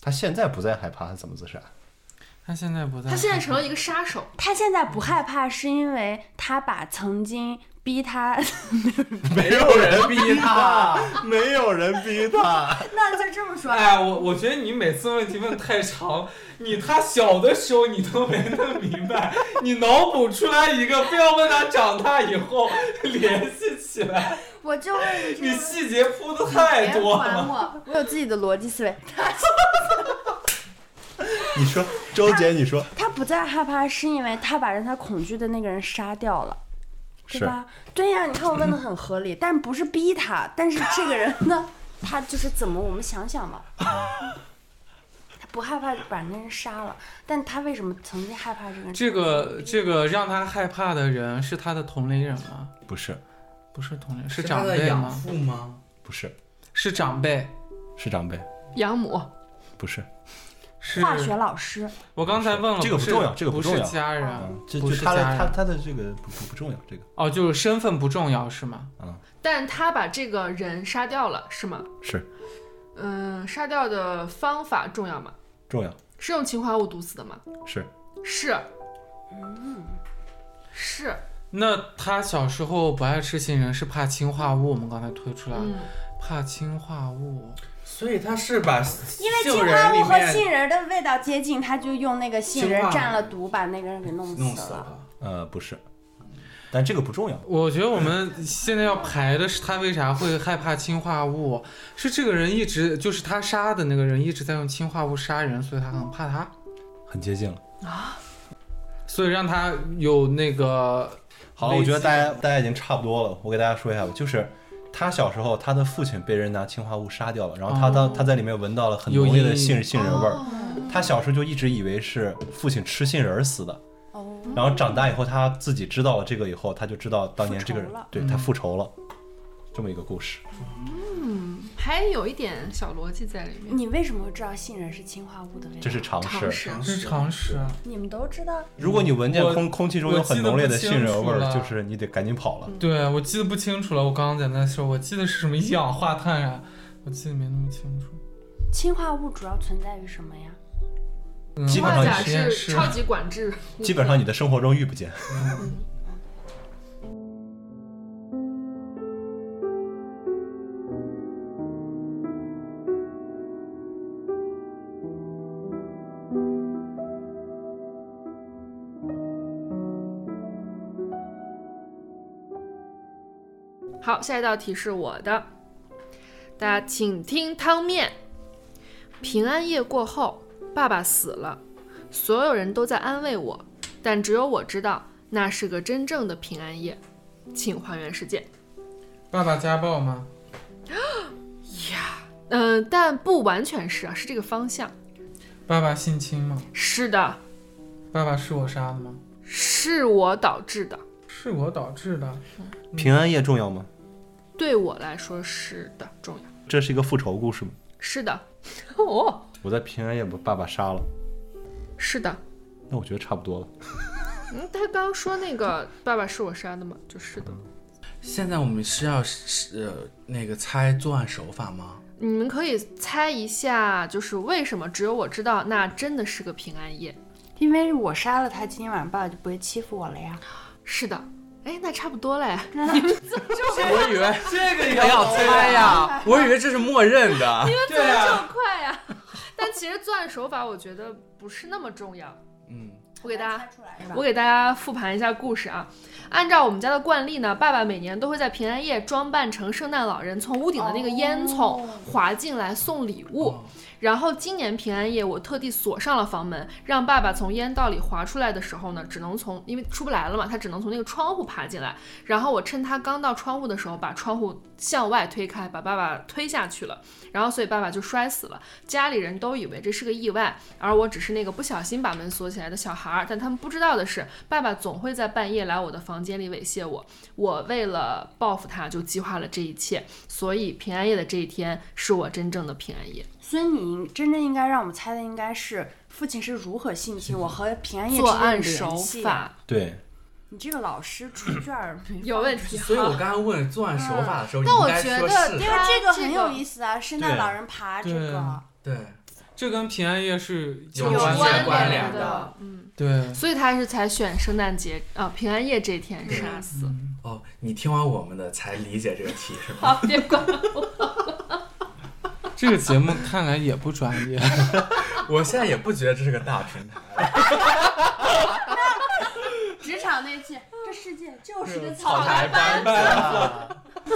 Speaker 6: 他现在不再害怕，他怎么自杀？
Speaker 4: 他现在不在。
Speaker 1: 他现在成了一个杀手，
Speaker 3: 他现在不害怕，是因为他把曾经逼 他，
Speaker 6: 没有人逼他， 没有人逼他，
Speaker 3: 那就这么说
Speaker 4: 哎，我我觉得你每次问题问太长，你他小的时候你都没弄明白，你脑补出来一个，非要问他长大以后联系起来，
Speaker 3: 我就问
Speaker 4: 你
Speaker 3: 这个
Speaker 4: 细节铺的太多了。
Speaker 3: 我，我有自己的逻辑思维。
Speaker 6: 你说周姐，你说
Speaker 3: 他不再害怕，是因为他把让他恐惧的那个人杀掉了，对
Speaker 6: 是
Speaker 3: 吧？对呀、你看我问的很合 理，但不是逼他，但是这个人呢，他就是怎么，我们想想吧。他不害怕把那人杀了，但他为什么曾经害怕这个人？
Speaker 4: 这个这个让他害怕的人是他的同类人吗？
Speaker 6: 不是
Speaker 4: 不是同类，是
Speaker 5: 是
Speaker 4: 长
Speaker 5: 他的
Speaker 4: 辈
Speaker 5: 养
Speaker 4: 吗？
Speaker 5: 父吗？
Speaker 6: 不是
Speaker 4: 是长辈，
Speaker 6: 是长辈，
Speaker 1: 养母。
Speaker 6: 不是
Speaker 4: 是
Speaker 3: 化学老师，
Speaker 4: 我刚才问了，
Speaker 6: 这个
Speaker 4: 不
Speaker 6: 不
Speaker 4: 是
Speaker 6: 重要这个
Speaker 4: 不
Speaker 6: 不重要
Speaker 4: 是家
Speaker 6: 啊
Speaker 4: 人，，
Speaker 6: 这
Speaker 4: 嗯不
Speaker 6: 就是他的
Speaker 4: 家
Speaker 6: 他
Speaker 4: 人。
Speaker 6: 他的这个不不不重要，这个啊
Speaker 4: 哦，就是身份不重要是吗？
Speaker 1: 但他把这个人杀掉了，是吗？
Speaker 6: 是
Speaker 1: 嗯，杀掉的方法重要吗？
Speaker 6: 重要，
Speaker 1: 是用氰化物毒死的吗？
Speaker 6: 是
Speaker 1: 是，是，
Speaker 6: 啊
Speaker 4: 那他小时候不爱吃杏仁，是怕氰化物，我们刚才推出来了，
Speaker 1: 嗯，
Speaker 4: 怕氰化物。
Speaker 5: 所以他是把
Speaker 3: 因为
Speaker 5: 杏
Speaker 3: 氰
Speaker 5: 仁
Speaker 3: 化
Speaker 5: 里
Speaker 3: 物和
Speaker 5: 面
Speaker 3: 杏仁的味道接近，他就用那个杏仁
Speaker 5: 氰化
Speaker 3: 蘸了毒，把那个人给弄
Speaker 5: 弄
Speaker 3: 死
Speaker 5: 死
Speaker 3: 了。
Speaker 5: 了。
Speaker 6: 呃不是，但这个不重要，
Speaker 4: 我觉得我们现在要排的是他为啥会害怕氰化物，是这个人一直就是他杀的那个人一直在用氰化物杀人，所以他很怕他，
Speaker 1: 嗯
Speaker 6: 很接近了。
Speaker 4: 所以让他有那个
Speaker 6: 好了，我觉得大家大家已经差不多了，我给大家说一下吧，就是。他小时候，他的父亲被人拿氰化物杀掉了，然后他当、他在里面闻到了很
Speaker 4: 哦有
Speaker 6: 浓烈
Speaker 4: 阴
Speaker 6: 的
Speaker 4: 影
Speaker 6: 杏杏仁味儿，
Speaker 1: 哦
Speaker 6: 他小时候就一直以为是父亲吃杏仁儿死的，
Speaker 3: 哦，
Speaker 6: 然后长大以后他自己知道了这个以后，他就知道当年这个人
Speaker 3: 复仇了
Speaker 4: 嗯
Speaker 6: 对他复仇了，这么一个故事。
Speaker 1: 还有一点小逻辑在里面。
Speaker 3: 你为什么会知道杏仁是氰化物的味道？
Speaker 6: 这啊是常
Speaker 1: 尝
Speaker 6: 识。
Speaker 1: 试
Speaker 4: 是常识。
Speaker 3: 你们都知道，
Speaker 6: 如果你闻见
Speaker 4: 嗯我
Speaker 6: 空空气中有
Speaker 4: 我记
Speaker 6: 很
Speaker 4: 得
Speaker 6: 浓烈
Speaker 4: 不
Speaker 6: 的
Speaker 4: 清
Speaker 6: 杏仁
Speaker 4: 楚
Speaker 6: 味儿，
Speaker 4: 了
Speaker 6: 就是你得赶紧跑了。
Speaker 4: 对，我记得不清楚了，我刚刚在那说，我记得是什么一氧化碳啊，我记得没那么清楚。
Speaker 3: 氰化物主要存在于什么呀？
Speaker 4: 嗯
Speaker 6: 基本
Speaker 1: 化
Speaker 6: 上
Speaker 1: 钾
Speaker 6: 也
Speaker 4: 实验室
Speaker 1: 是超级管制，
Speaker 6: 基本上你的生活中遇不见。
Speaker 1: 好，下一道题是我的，大家请听汤面。平安夜过后，爸爸死了，所有人都在安慰我，但只有我知道那是个真正的平安夜。请还原事件。
Speaker 4: 爸爸家暴吗？
Speaker 1: 嗯、但不完全是啊，是这个方向。
Speaker 4: 爸爸性侵吗？
Speaker 1: 是的，
Speaker 4: 爸爸是我杀的吗？
Speaker 1: 是我导致的。
Speaker 4: 是我导致的。嗯
Speaker 6: 平安夜重要吗？
Speaker 1: 对我来说是的，重要。
Speaker 6: 这是一个复仇故事吗？
Speaker 1: 是的，哦，
Speaker 6: 我在平安夜把爸爸杀了，
Speaker 1: 是的，
Speaker 6: 那我觉得差不多了。
Speaker 1: 嗯，他刚刚说那个爸爸是我杀的嘛，就是的。
Speaker 5: 现在我们是要是呃那个猜作案手法吗？
Speaker 1: 你们可以猜一下，就是为什么只有我知道，那真的是个平安夜。
Speaker 3: 因为我杀了他，今天晚上爸爸就不会欺负我了呀。
Speaker 1: 是的，哎，那差不多嘞。
Speaker 5: 我以为
Speaker 4: 这个也
Speaker 5: 还要猜哎呀，我以为这是默认的。
Speaker 4: 对啊，
Speaker 1: 快呀、 但其实作案手法我觉得不是那么重要。
Speaker 5: 嗯，
Speaker 1: 我给大家
Speaker 3: 猜出来吧
Speaker 1: 我给大家复盘一下故事啊。按照我们家的惯例呢，爸爸每年都会在平安夜装扮成圣诞老人，从屋顶的那个烟囱滑进来送礼物。然后今年平安夜，我特地锁上了房门，让爸爸从烟道里滑出来的时候呢，只能从因为出不来了嘛，他只能从那个窗户爬进来。然后我趁他刚到窗户的时候，把窗户向外推开，把爸爸推下去了。然后所以爸爸就摔死了。家里人都以为这是个意外，而我只是那个不小心把门锁起来的小孩儿。但他们不知道的是，爸爸总会在半夜来我的房间里猥亵我。我为了报复他，就计划了这一切。所以平安夜的这一天，是我真正的平安夜。
Speaker 3: 所以你真正应该让我们猜的应该是父亲是如何性 侵我和平安夜之
Speaker 1: 作
Speaker 3: 间的
Speaker 1: 案
Speaker 3: 联
Speaker 1: 手
Speaker 3: 系。啊
Speaker 1: 法
Speaker 6: 对，
Speaker 3: 你这个老师出卷儿没
Speaker 1: 有
Speaker 3: 放
Speaker 1: 问题。
Speaker 5: 所以我刚刚问作案手法的时候，你
Speaker 1: 但
Speaker 5: 应
Speaker 1: 我
Speaker 5: 该
Speaker 1: 觉
Speaker 5: 说
Speaker 1: 得
Speaker 5: 是
Speaker 3: 因为这个
Speaker 1: 这
Speaker 3: 很有
Speaker 1: 个
Speaker 3: 意思啊，圣诞
Speaker 6: 对
Speaker 3: 老人爬这
Speaker 4: 对
Speaker 3: 个，
Speaker 5: 对，
Speaker 4: 这跟平安夜是
Speaker 5: 有
Speaker 4: 关
Speaker 5: 关
Speaker 4: 系
Speaker 5: 联关联
Speaker 1: 的
Speaker 3: 的，
Speaker 1: 嗯，
Speaker 4: 对，
Speaker 1: 所以他是才选圣诞节啊、平安夜这天杀死。
Speaker 5: 哦，你听完我们的才理解这个题是吗？
Speaker 1: 好，别管我。
Speaker 4: 这个节目看来也不专业。
Speaker 5: 我现在也不觉得这是个大平台，
Speaker 3: 职场那期，这世界就是个
Speaker 5: 草
Speaker 3: 草
Speaker 5: 台
Speaker 3: 台
Speaker 5: 班
Speaker 3: 班。
Speaker 5: 子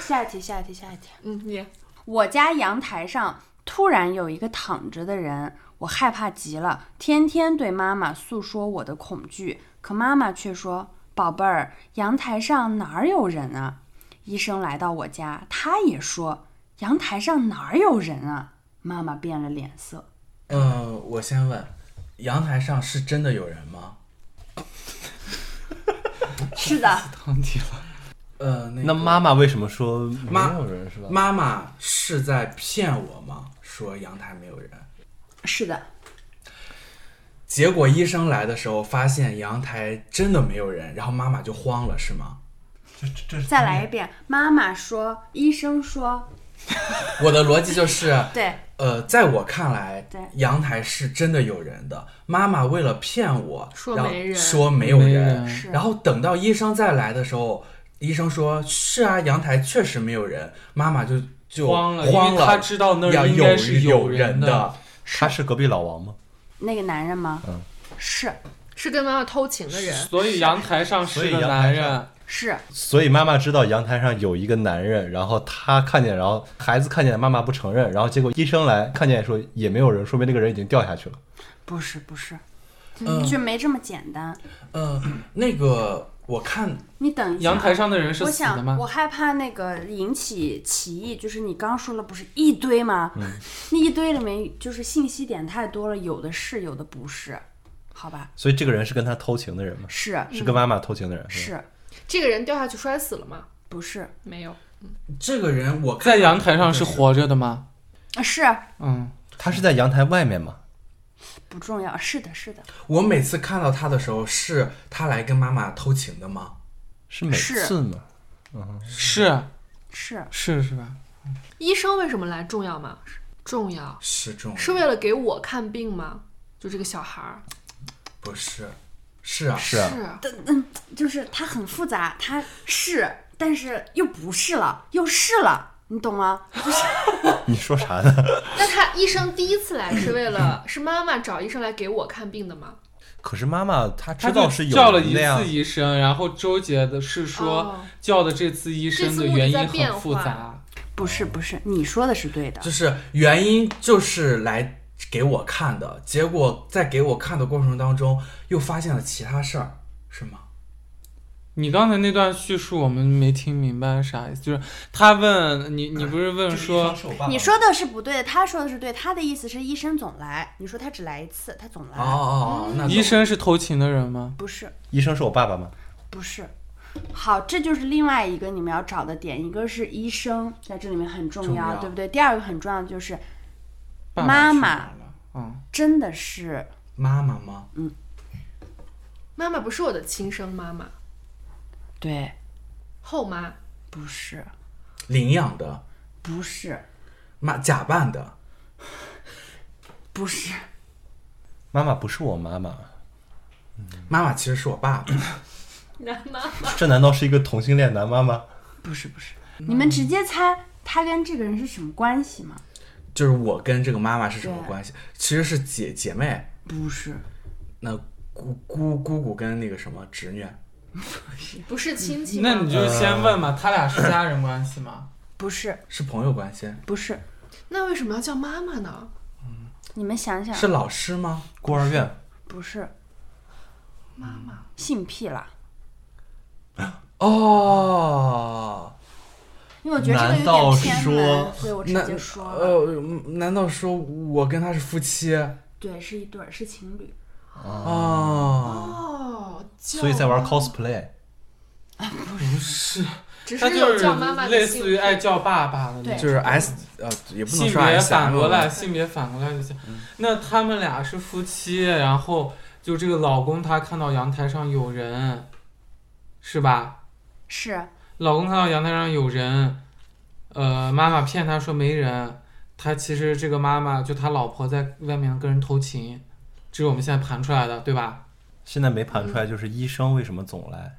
Speaker 3: 下一题，下一题，下一题。
Speaker 1: 嗯，你
Speaker 3: 我家阳台上突然有一个躺着的人，我害怕极了，天天对妈妈诉说我的恐惧，可妈妈却说：“宝贝儿，阳台上哪儿有人啊？”医生来到我家，他也说：“阳台上哪儿有人啊？”妈妈变了脸色，
Speaker 5: 嗯，我先问，阳台上是真的有人吗？
Speaker 3: 是的，
Speaker 4: 汤底了，
Speaker 5: 呃，那
Speaker 6: 那
Speaker 5: 个
Speaker 6: 妈妈为什么说没
Speaker 5: 妈
Speaker 6: 有人是吧？
Speaker 5: 妈妈是在骗我吗？说阳台没有人，
Speaker 3: 是的，
Speaker 5: 结果医生来的时候发现阳台真的没有人，然后妈妈就慌了，是吗？
Speaker 6: 这这这是
Speaker 3: 再来一遍。妈妈说，医生说，
Speaker 5: 我的逻辑就是，
Speaker 3: 对，
Speaker 5: 呃，在我看来
Speaker 3: 对，
Speaker 5: 阳台是真的有人的。妈妈为了骗我，
Speaker 1: 说
Speaker 5: 然后
Speaker 1: 没人
Speaker 5: 说没有
Speaker 4: 没
Speaker 5: 人，
Speaker 4: 人
Speaker 3: 是
Speaker 5: 嗯然后等到医生再来的时候，医生说是啊，阳台确实没有人。妈妈就就
Speaker 4: 慌了
Speaker 5: 了，
Speaker 4: 因为
Speaker 5: 慌
Speaker 4: 她知道那儿
Speaker 5: 要
Speaker 4: 应
Speaker 5: 有
Speaker 4: 该是有
Speaker 5: 有
Speaker 4: 人
Speaker 5: 人
Speaker 4: 的
Speaker 5: 的。
Speaker 6: 他是隔壁老王吗？
Speaker 3: 那个男人吗？
Speaker 6: 嗯
Speaker 3: 是
Speaker 1: 是跟妈妈偷情的人，
Speaker 4: 所以阳台上
Speaker 6: 所
Speaker 4: 是
Speaker 6: 以
Speaker 4: 个
Speaker 6: 阳台
Speaker 4: 男
Speaker 6: 上
Speaker 4: 人，
Speaker 3: 是，
Speaker 6: 所以妈妈知道阳台上有一个男人，然后她看见，然后孩子看见，妈妈不承认，然后结果医生来看见说也没有人，说明那个人已经掉下去了。
Speaker 3: 不是，不是，
Speaker 5: 嗯
Speaker 3: 就没这么简单。
Speaker 5: 嗯、那个我看
Speaker 3: 你等一下啊，
Speaker 4: 阳台上的人是
Speaker 3: 我
Speaker 4: 死的
Speaker 3: 想，
Speaker 4: 吗
Speaker 3: 我？害怕那个引起歧义，就是你刚说了不是一堆吗？
Speaker 4: 嗯
Speaker 3: 那一堆里面就是信息点太多了，有的是，有的不是，好吧？
Speaker 6: 所以这个人是跟他偷情的人吗？
Speaker 3: 是
Speaker 4: 嗯
Speaker 6: 是跟妈妈偷情的人？吧，
Speaker 3: 是，
Speaker 1: 这个人掉下去摔死了吗？
Speaker 3: 不是
Speaker 1: 没有，
Speaker 5: 这个人，我看
Speaker 4: 在阳台上是活着的吗？
Speaker 3: 啊？是
Speaker 4: 嗯，
Speaker 6: 他是在阳台外面吗？
Speaker 3: 不重要，是的，是的，
Speaker 5: 我每次看到他的时候，是他来跟妈妈偷情的吗？
Speaker 6: 是每次吗？
Speaker 4: 是
Speaker 3: 是
Speaker 4: 是是吧？
Speaker 1: 医生为什么来重要吗？重要，
Speaker 5: 是这种
Speaker 1: 是为了给我看病吗？就这个小孩儿，
Speaker 5: 不是？是啊，
Speaker 6: 是啊，
Speaker 1: 是
Speaker 3: 就是它很复杂，它是，但是又不是了，又是了，你懂吗？
Speaker 6: 你说啥呢？
Speaker 1: 那他医生第一次来 是为了是妈妈找医生来给我看病的吗？
Speaker 6: 可是妈妈她知
Speaker 4: 他
Speaker 6: 道
Speaker 4: 就是叫
Speaker 6: 有
Speaker 4: 了
Speaker 6: 人
Speaker 4: 一
Speaker 6: 的呀
Speaker 4: 次，医生，然后周杰的是说
Speaker 1: 哦
Speaker 4: 叫的这次医生的原因很
Speaker 1: 这次目
Speaker 4: 复
Speaker 1: 的在变
Speaker 4: 杂，
Speaker 3: 不是，不是，你说的是对的
Speaker 5: 就，是原因就是来给我看的，结果在给我看的过程当中，又发现了其他事儿，是吗？
Speaker 4: 你刚才那段叙述我们没听明白是啥意思，就是他问你，你不是问说，
Speaker 3: 你说的是不对的，他说的是对，他的意思是医生总来，你说他只来一次，他总来，
Speaker 5: 哦哦哦，那
Speaker 4: 医生是偷情的人吗？
Speaker 3: 不是。
Speaker 6: 医生是我爸爸吗？
Speaker 3: 不是。好，这就是另外一个你们要找的点，一个是医生在这里面很重要，
Speaker 5: 重要
Speaker 3: 对不对？第二个很重要的就是
Speaker 4: 爸
Speaker 3: 妈
Speaker 4: 爸去
Speaker 3: 妈
Speaker 4: 哪儿了？嗯，
Speaker 3: 真的是
Speaker 5: 妈妈吗？
Speaker 1: 妈妈不是我的亲生妈妈，
Speaker 3: 对，
Speaker 1: 后妈。
Speaker 3: 不是，
Speaker 5: 领养的，
Speaker 3: 不是，
Speaker 5: 妈假扮的，
Speaker 3: 不是，
Speaker 6: 妈妈不是我妈妈，
Speaker 5: 妈妈其实是我爸爸。
Speaker 1: 男妈妈，
Speaker 6: 这难道是一个同性恋男妈妈？
Speaker 3: 不是，不是，你们直接猜他跟这个人是什么关系吗？
Speaker 5: 就是我跟这个妈妈是什么
Speaker 3: 对
Speaker 5: 关系？其实是姐姐妹，
Speaker 3: 不是，
Speaker 5: 那姑姑姑姑跟那个什么侄女，
Speaker 1: 不是亲戚吗
Speaker 4: 那你就先问嘛，他俩是家人关系吗？
Speaker 3: 不是，
Speaker 5: 是朋友关系？
Speaker 3: 不是，
Speaker 1: 那为什么要叫妈妈呢？
Speaker 3: 你们想想，
Speaker 5: 是老师吗？
Speaker 6: 孤儿院
Speaker 3: 不是
Speaker 1: 妈妈，
Speaker 3: 性癖啦？
Speaker 5: 哦，
Speaker 3: 因为我觉得
Speaker 6: 难
Speaker 3: 这个有
Speaker 6: 道
Speaker 3: 点偏门，
Speaker 6: 说
Speaker 3: 所以我直
Speaker 5: 那
Speaker 3: 接说了。
Speaker 5: 呃，嗯难道说我跟他是夫妻？
Speaker 3: 对，是一对儿，是情侣。
Speaker 4: 啊
Speaker 5: 哦，
Speaker 1: 哦，叫
Speaker 6: 所以在玩
Speaker 1: 妈
Speaker 6: cosplay。
Speaker 4: 不是，
Speaker 1: 只
Speaker 4: 他
Speaker 1: 是
Speaker 4: 就
Speaker 1: 有
Speaker 4: 是
Speaker 1: 叫妈妈的
Speaker 4: 类
Speaker 1: 性
Speaker 4: 似于
Speaker 1: 癖
Speaker 4: 爱叫爸爸的那
Speaker 3: 对
Speaker 5: 就是 S 呃，也不能
Speaker 4: 性
Speaker 5: 说嗯
Speaker 4: 别
Speaker 5: S
Speaker 4: 反
Speaker 5: M
Speaker 4: 过来，性别反过来就行。那他们俩是夫妻，然后就这个老公他看到阳台上有人，是吧？
Speaker 3: 是
Speaker 4: 老公看到阳台上有人，呃，妈妈骗他说没人，他其实这个妈妈就他老婆在外面跟人偷情，这是我们现在盘出来的，对吧？
Speaker 6: 现在没盘出来，就是医生为什么总来？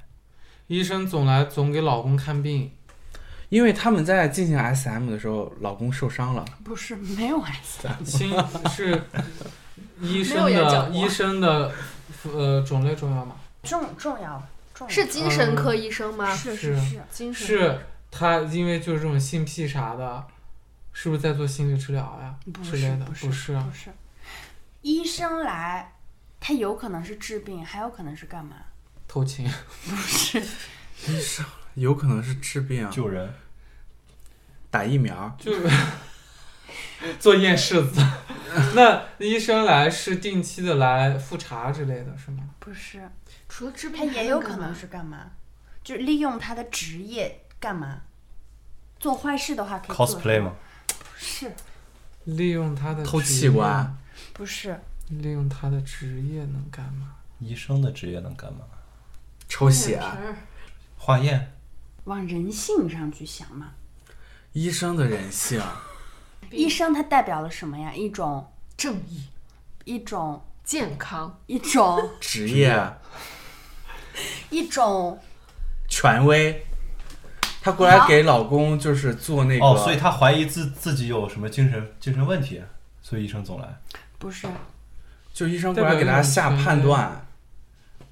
Speaker 4: 医生总来总给老公看病，
Speaker 5: 因为他们在进行 S M 的时候，老公受伤了，
Speaker 3: 不是没有 S？
Speaker 4: 亲 是医
Speaker 1: 没有
Speaker 4: 生
Speaker 1: 人
Speaker 4: 的
Speaker 1: 讲过
Speaker 4: 医生的呃种类重要吗？
Speaker 3: 重重要重要
Speaker 1: 是精神科医生吗？
Speaker 3: 是
Speaker 4: 是啊
Speaker 3: 是是，
Speaker 1: 精神
Speaker 4: 嗯是他因为就是这种性癖啥的，是不是在做心理治疗呀
Speaker 3: 不
Speaker 4: 之
Speaker 3: 是
Speaker 4: 类的？
Speaker 3: 不
Speaker 4: 不是啊，
Speaker 3: 不是，医生来，他有可能是治病，还有可能是干嘛？
Speaker 4: 偷情。
Speaker 3: 不是，
Speaker 5: 有可能是治病啊，
Speaker 6: 救人，
Speaker 5: 打疫苗。
Speaker 4: 就做验世子。那医生来是定期的来复查之类的，是吗？
Speaker 3: 不是，
Speaker 1: 除了治病还
Speaker 3: 他
Speaker 1: 干嘛，
Speaker 3: 也有可能是干嘛？就利用他的职业干嘛？做坏事的话可以做什么
Speaker 6: cosplay 吗？？
Speaker 3: 不是
Speaker 4: 利用他的
Speaker 5: 偷
Speaker 4: 职
Speaker 5: 器
Speaker 4: 业
Speaker 5: 官，
Speaker 3: 不是，
Speaker 4: 利用他的职业能干嘛？
Speaker 6: 医生的职业能干嘛？
Speaker 5: 抽血，
Speaker 4: 啊
Speaker 3: 嗯
Speaker 6: 化验。
Speaker 3: 往人性上去想嘛。
Speaker 5: 医生的人性，
Speaker 3: 医生他代表了什么呀？一种
Speaker 1: 正义、
Speaker 3: 一种
Speaker 1: 健康、
Speaker 3: 一种
Speaker 5: 职业，
Speaker 3: 一种
Speaker 5: 权威。她过来给老公就是做那个，
Speaker 6: 哦，所以他怀疑自自己有什么精神精神问题，所以医生总来。
Speaker 3: 不是
Speaker 5: 就医生过来给他下判断、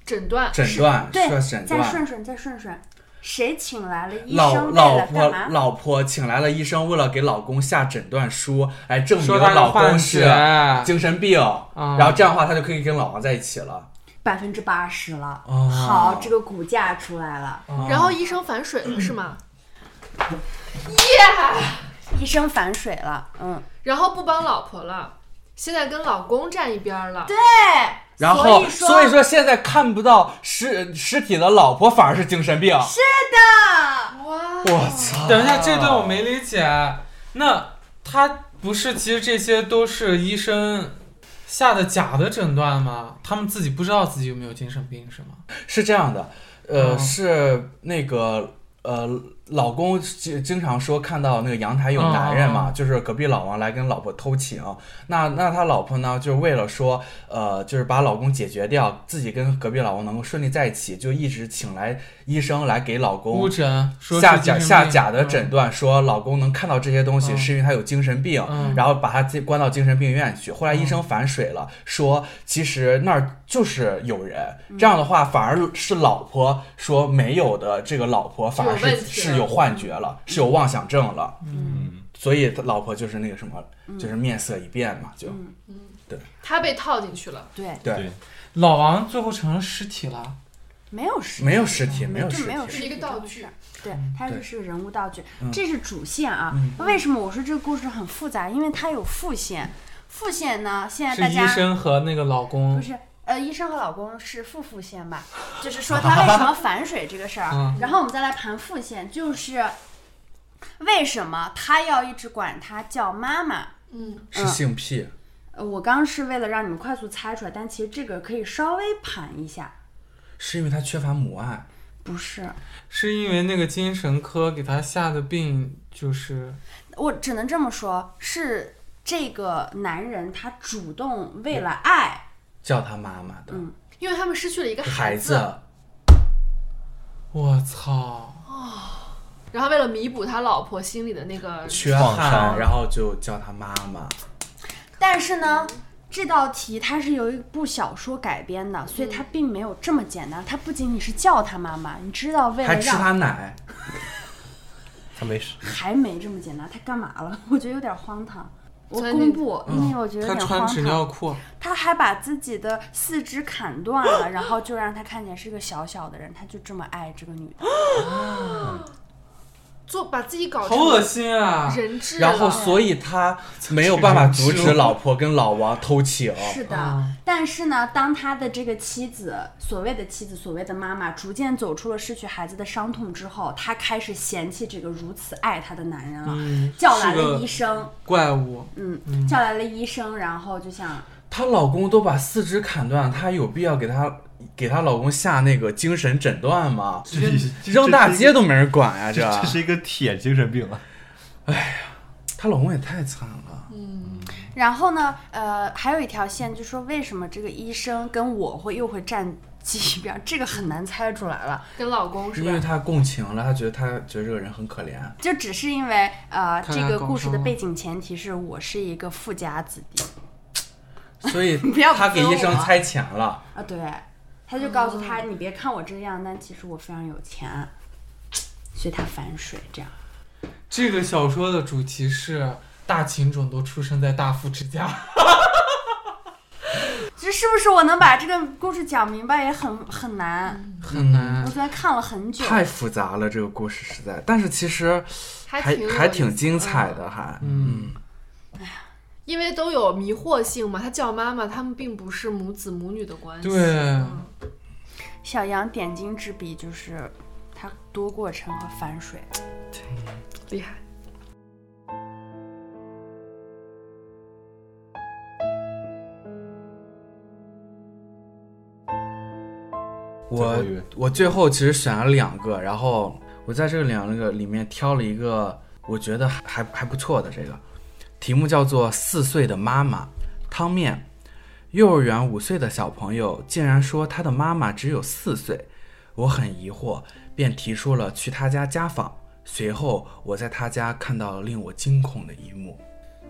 Speaker 1: 诊断、
Speaker 5: 诊断，需
Speaker 3: 对
Speaker 5: 要诊，
Speaker 3: 再顺
Speaker 5: 断。
Speaker 3: 顺再顺顺，谁请来了医
Speaker 5: 老
Speaker 3: 生为
Speaker 5: 老
Speaker 3: 了
Speaker 5: 婆
Speaker 3: 干嘛？
Speaker 5: 老婆请来了医生，为了给老公下诊断书，来证明
Speaker 4: 说他
Speaker 5: 老公
Speaker 4: 患
Speaker 5: 是
Speaker 4: 血，啊
Speaker 5: 精神病，
Speaker 4: 嗯
Speaker 3: 啊
Speaker 5: 然后这样的话他就可以跟老王在一起了。
Speaker 3: 百分之八十了，
Speaker 5: 哦
Speaker 3: 好，这个骨架出来了。
Speaker 1: 然
Speaker 4: 啊
Speaker 1: 后医生反水 了是吗？
Speaker 3: 医生反水了，嗯，
Speaker 1: 然后不帮老婆了，现在跟老公站一边儿了。对，
Speaker 5: 然后，
Speaker 3: 所以说
Speaker 5: 所以说现在看不到尸尸体的老婆反而是精神病。
Speaker 1: 哇，
Speaker 5: 我操！
Speaker 4: 等一下，这段我没理解。那他不是其实这些都是医生下的假的诊断吗？他们自己不知道自己有没有精神病是吗？
Speaker 5: 是这样的，呃，
Speaker 4: 嗯
Speaker 5: 是那个呃，老公经经常说看到那个阳台有男人
Speaker 3: 嗯
Speaker 5: 嘛，就是隔壁老王来跟老婆偷情，那那他老婆呢，就为了说呃，就是把老公解决掉，自己跟隔壁老王能够顺利在一起，就一直请来医生来给老
Speaker 4: 误
Speaker 5: 公。
Speaker 4: 诊说
Speaker 5: 哦下
Speaker 4: 是精
Speaker 5: 假
Speaker 4: 神
Speaker 5: 下
Speaker 4: 病
Speaker 5: 假的
Speaker 4: 嗯
Speaker 5: 诊断说，老公能看到这些东西
Speaker 4: 嗯
Speaker 5: 是因为他有精神病，
Speaker 4: 嗯
Speaker 5: 然后把他自己关到精神病院去。后来医生反水了，说其实那儿就是有人。这样的话，反而是老婆说没有的，这个老婆反而
Speaker 1: 有
Speaker 5: 是
Speaker 1: 问题了
Speaker 5: 是有幻觉了，是有妄想症了。
Speaker 6: 嗯，
Speaker 5: 所以他老婆就是那个什么，就是面色一变嘛，就
Speaker 1: 他被套进去了。
Speaker 3: 对，
Speaker 5: 对
Speaker 6: 对，
Speaker 4: 老王最后成了尸体了。
Speaker 3: 没有实嗯
Speaker 5: 没有尸体，没有
Speaker 3: 就
Speaker 5: 尸
Speaker 3: 没有
Speaker 5: 体。嗯
Speaker 3: 尸
Speaker 1: 是
Speaker 3: 体
Speaker 1: 一个
Speaker 3: 这
Speaker 1: 道
Speaker 3: 回
Speaker 1: 具
Speaker 3: 事儿。对，它
Speaker 5: 对
Speaker 3: 就是个人物道具，
Speaker 5: 嗯
Speaker 3: 这是主线啊。为什么我说这个故事很复杂？因为它有副线，副线呢，现在
Speaker 4: 是
Speaker 3: 大
Speaker 4: 医
Speaker 3: 家
Speaker 4: 生和那个老公
Speaker 3: 不，是。呃，医生和老公是副副线吧？就是说他为什么反水这个事儿
Speaker 4: 嗯，
Speaker 3: 然后我们再来盘副线，就是为什么他要一直管她叫妈妈？
Speaker 1: 嗯
Speaker 5: 是
Speaker 3: 嗯
Speaker 5: 性癖，
Speaker 3: 呃，我刚刚是为了让你们快速猜出来，但其实这个可以稍微盘一下，
Speaker 5: 是因为他缺乏母爱。
Speaker 3: 不是，
Speaker 4: 是因为那个精神科给他下的病，就是
Speaker 3: 我只能这么说，是这个男人他主动为了爱，
Speaker 5: 叫他妈妈的
Speaker 1: 因为他们失去了一个
Speaker 5: 孩
Speaker 1: 子，
Speaker 5: 子，
Speaker 4: 我操，
Speaker 1: 然后为了弥补他老婆心里的那个
Speaker 5: 缺
Speaker 6: 创
Speaker 5: 憾，
Speaker 6: 伤
Speaker 5: 然后就叫他妈妈。
Speaker 3: 但是呢。这道题它是由一部小说改编的，所以它并没有这么简单。它不仅仅是叫他妈妈，你知道为了
Speaker 5: 还吃
Speaker 3: 让
Speaker 5: 他奶，
Speaker 6: 他没事，
Speaker 3: 还没这么简单，他干嘛了？ 我觉得有点荒唐。我
Speaker 1: 所以
Speaker 3: 公
Speaker 1: 你
Speaker 3: 布，
Speaker 4: 嗯
Speaker 3: 哎因为我觉得有
Speaker 4: 他
Speaker 3: 点
Speaker 4: 穿
Speaker 3: 荒
Speaker 4: 纸尿
Speaker 3: 唐。
Speaker 4: 裤，
Speaker 3: 他还把自己的四肢砍断了，然后就让他看起来是个小小的人，他就这么爱这个女的。
Speaker 1: 做把自己搞
Speaker 4: 好恶心啊！
Speaker 1: 人质
Speaker 5: 然后所以他没有办法阻止老婆跟老王偷哦情。
Speaker 3: 是的，
Speaker 4: 嗯
Speaker 3: 但是呢，当他的这个妻子，所谓的妻子，所谓的妈妈，逐渐走出了失去孩子的伤痛之后，他开始嫌弃这个如此爱他的男人了，啊
Speaker 4: 嗯，
Speaker 3: 叫来
Speaker 4: 是
Speaker 3: 了
Speaker 4: 个
Speaker 3: 医生，
Speaker 4: 怪物，
Speaker 3: 嗯，叫来了医生，然后就想
Speaker 5: 她老公都把四肢砍断，她有必要给她给她老公下那个精神诊断吗？扔大街都没人管啊呀、
Speaker 4: 啊
Speaker 6: 这这是一个铁精神病啊！
Speaker 5: 她老公也太惨
Speaker 1: 嗯
Speaker 5: 了。
Speaker 3: 然后呢，呃，还有一条线，就说为什么这个医生跟我会又会站 几边，这个很难猜出来了，
Speaker 1: 跟老公是啊
Speaker 5: 因为
Speaker 1: 吧？
Speaker 5: 她共情了，她觉得她觉得这个人很可怜。
Speaker 3: 就只是因为呃，
Speaker 4: 看
Speaker 3: 这
Speaker 4: 来啊
Speaker 3: 个
Speaker 4: 搞
Speaker 3: 故事
Speaker 4: 上
Speaker 3: 的
Speaker 4: 了
Speaker 3: 背景前提是我是一个富家子弟
Speaker 5: 所 以
Speaker 3: 不要
Speaker 5: 他给
Speaker 3: 不
Speaker 5: 医
Speaker 3: 尊我
Speaker 5: 生猜钱了，
Speaker 3: 啊，对，他就告诉
Speaker 5: 哦
Speaker 3: 他，你别看我这样，但其实我非常有钱，所以他反水这样。
Speaker 4: 这个小说的主题是大情种都出生在大富 之家，
Speaker 3: 这是不是我能把这个故事讲明白也很很难？
Speaker 4: 很
Speaker 3: 我
Speaker 4: 难。
Speaker 3: 昨天看了很久，
Speaker 5: 嗯太复杂了这个故事实在。但是其实
Speaker 1: 还
Speaker 5: 还
Speaker 1: 挺有
Speaker 5: 还
Speaker 1: 意
Speaker 5: 挺
Speaker 1: 思
Speaker 5: 精彩的，还
Speaker 4: 嗯，
Speaker 1: 因为都有迷惑性嘛。他叫妈妈，他们并不是母子母女的关系。嗯
Speaker 4: 对，
Speaker 3: 小杨点睛之笔就是他多过程和反水。
Speaker 1: 厉害。
Speaker 5: 我
Speaker 6: 最后一位
Speaker 5: 我最后其实选了两个，然后我在这两个里面挑了一个我觉得还还还不错的这个，题目叫做《四岁的妈妈》汤面。幼儿园五岁的小朋友竟然说他的妈妈只有四岁，我很疑惑，便提出了去他家家访。随后我在他家看到了令我惊恐的一幕。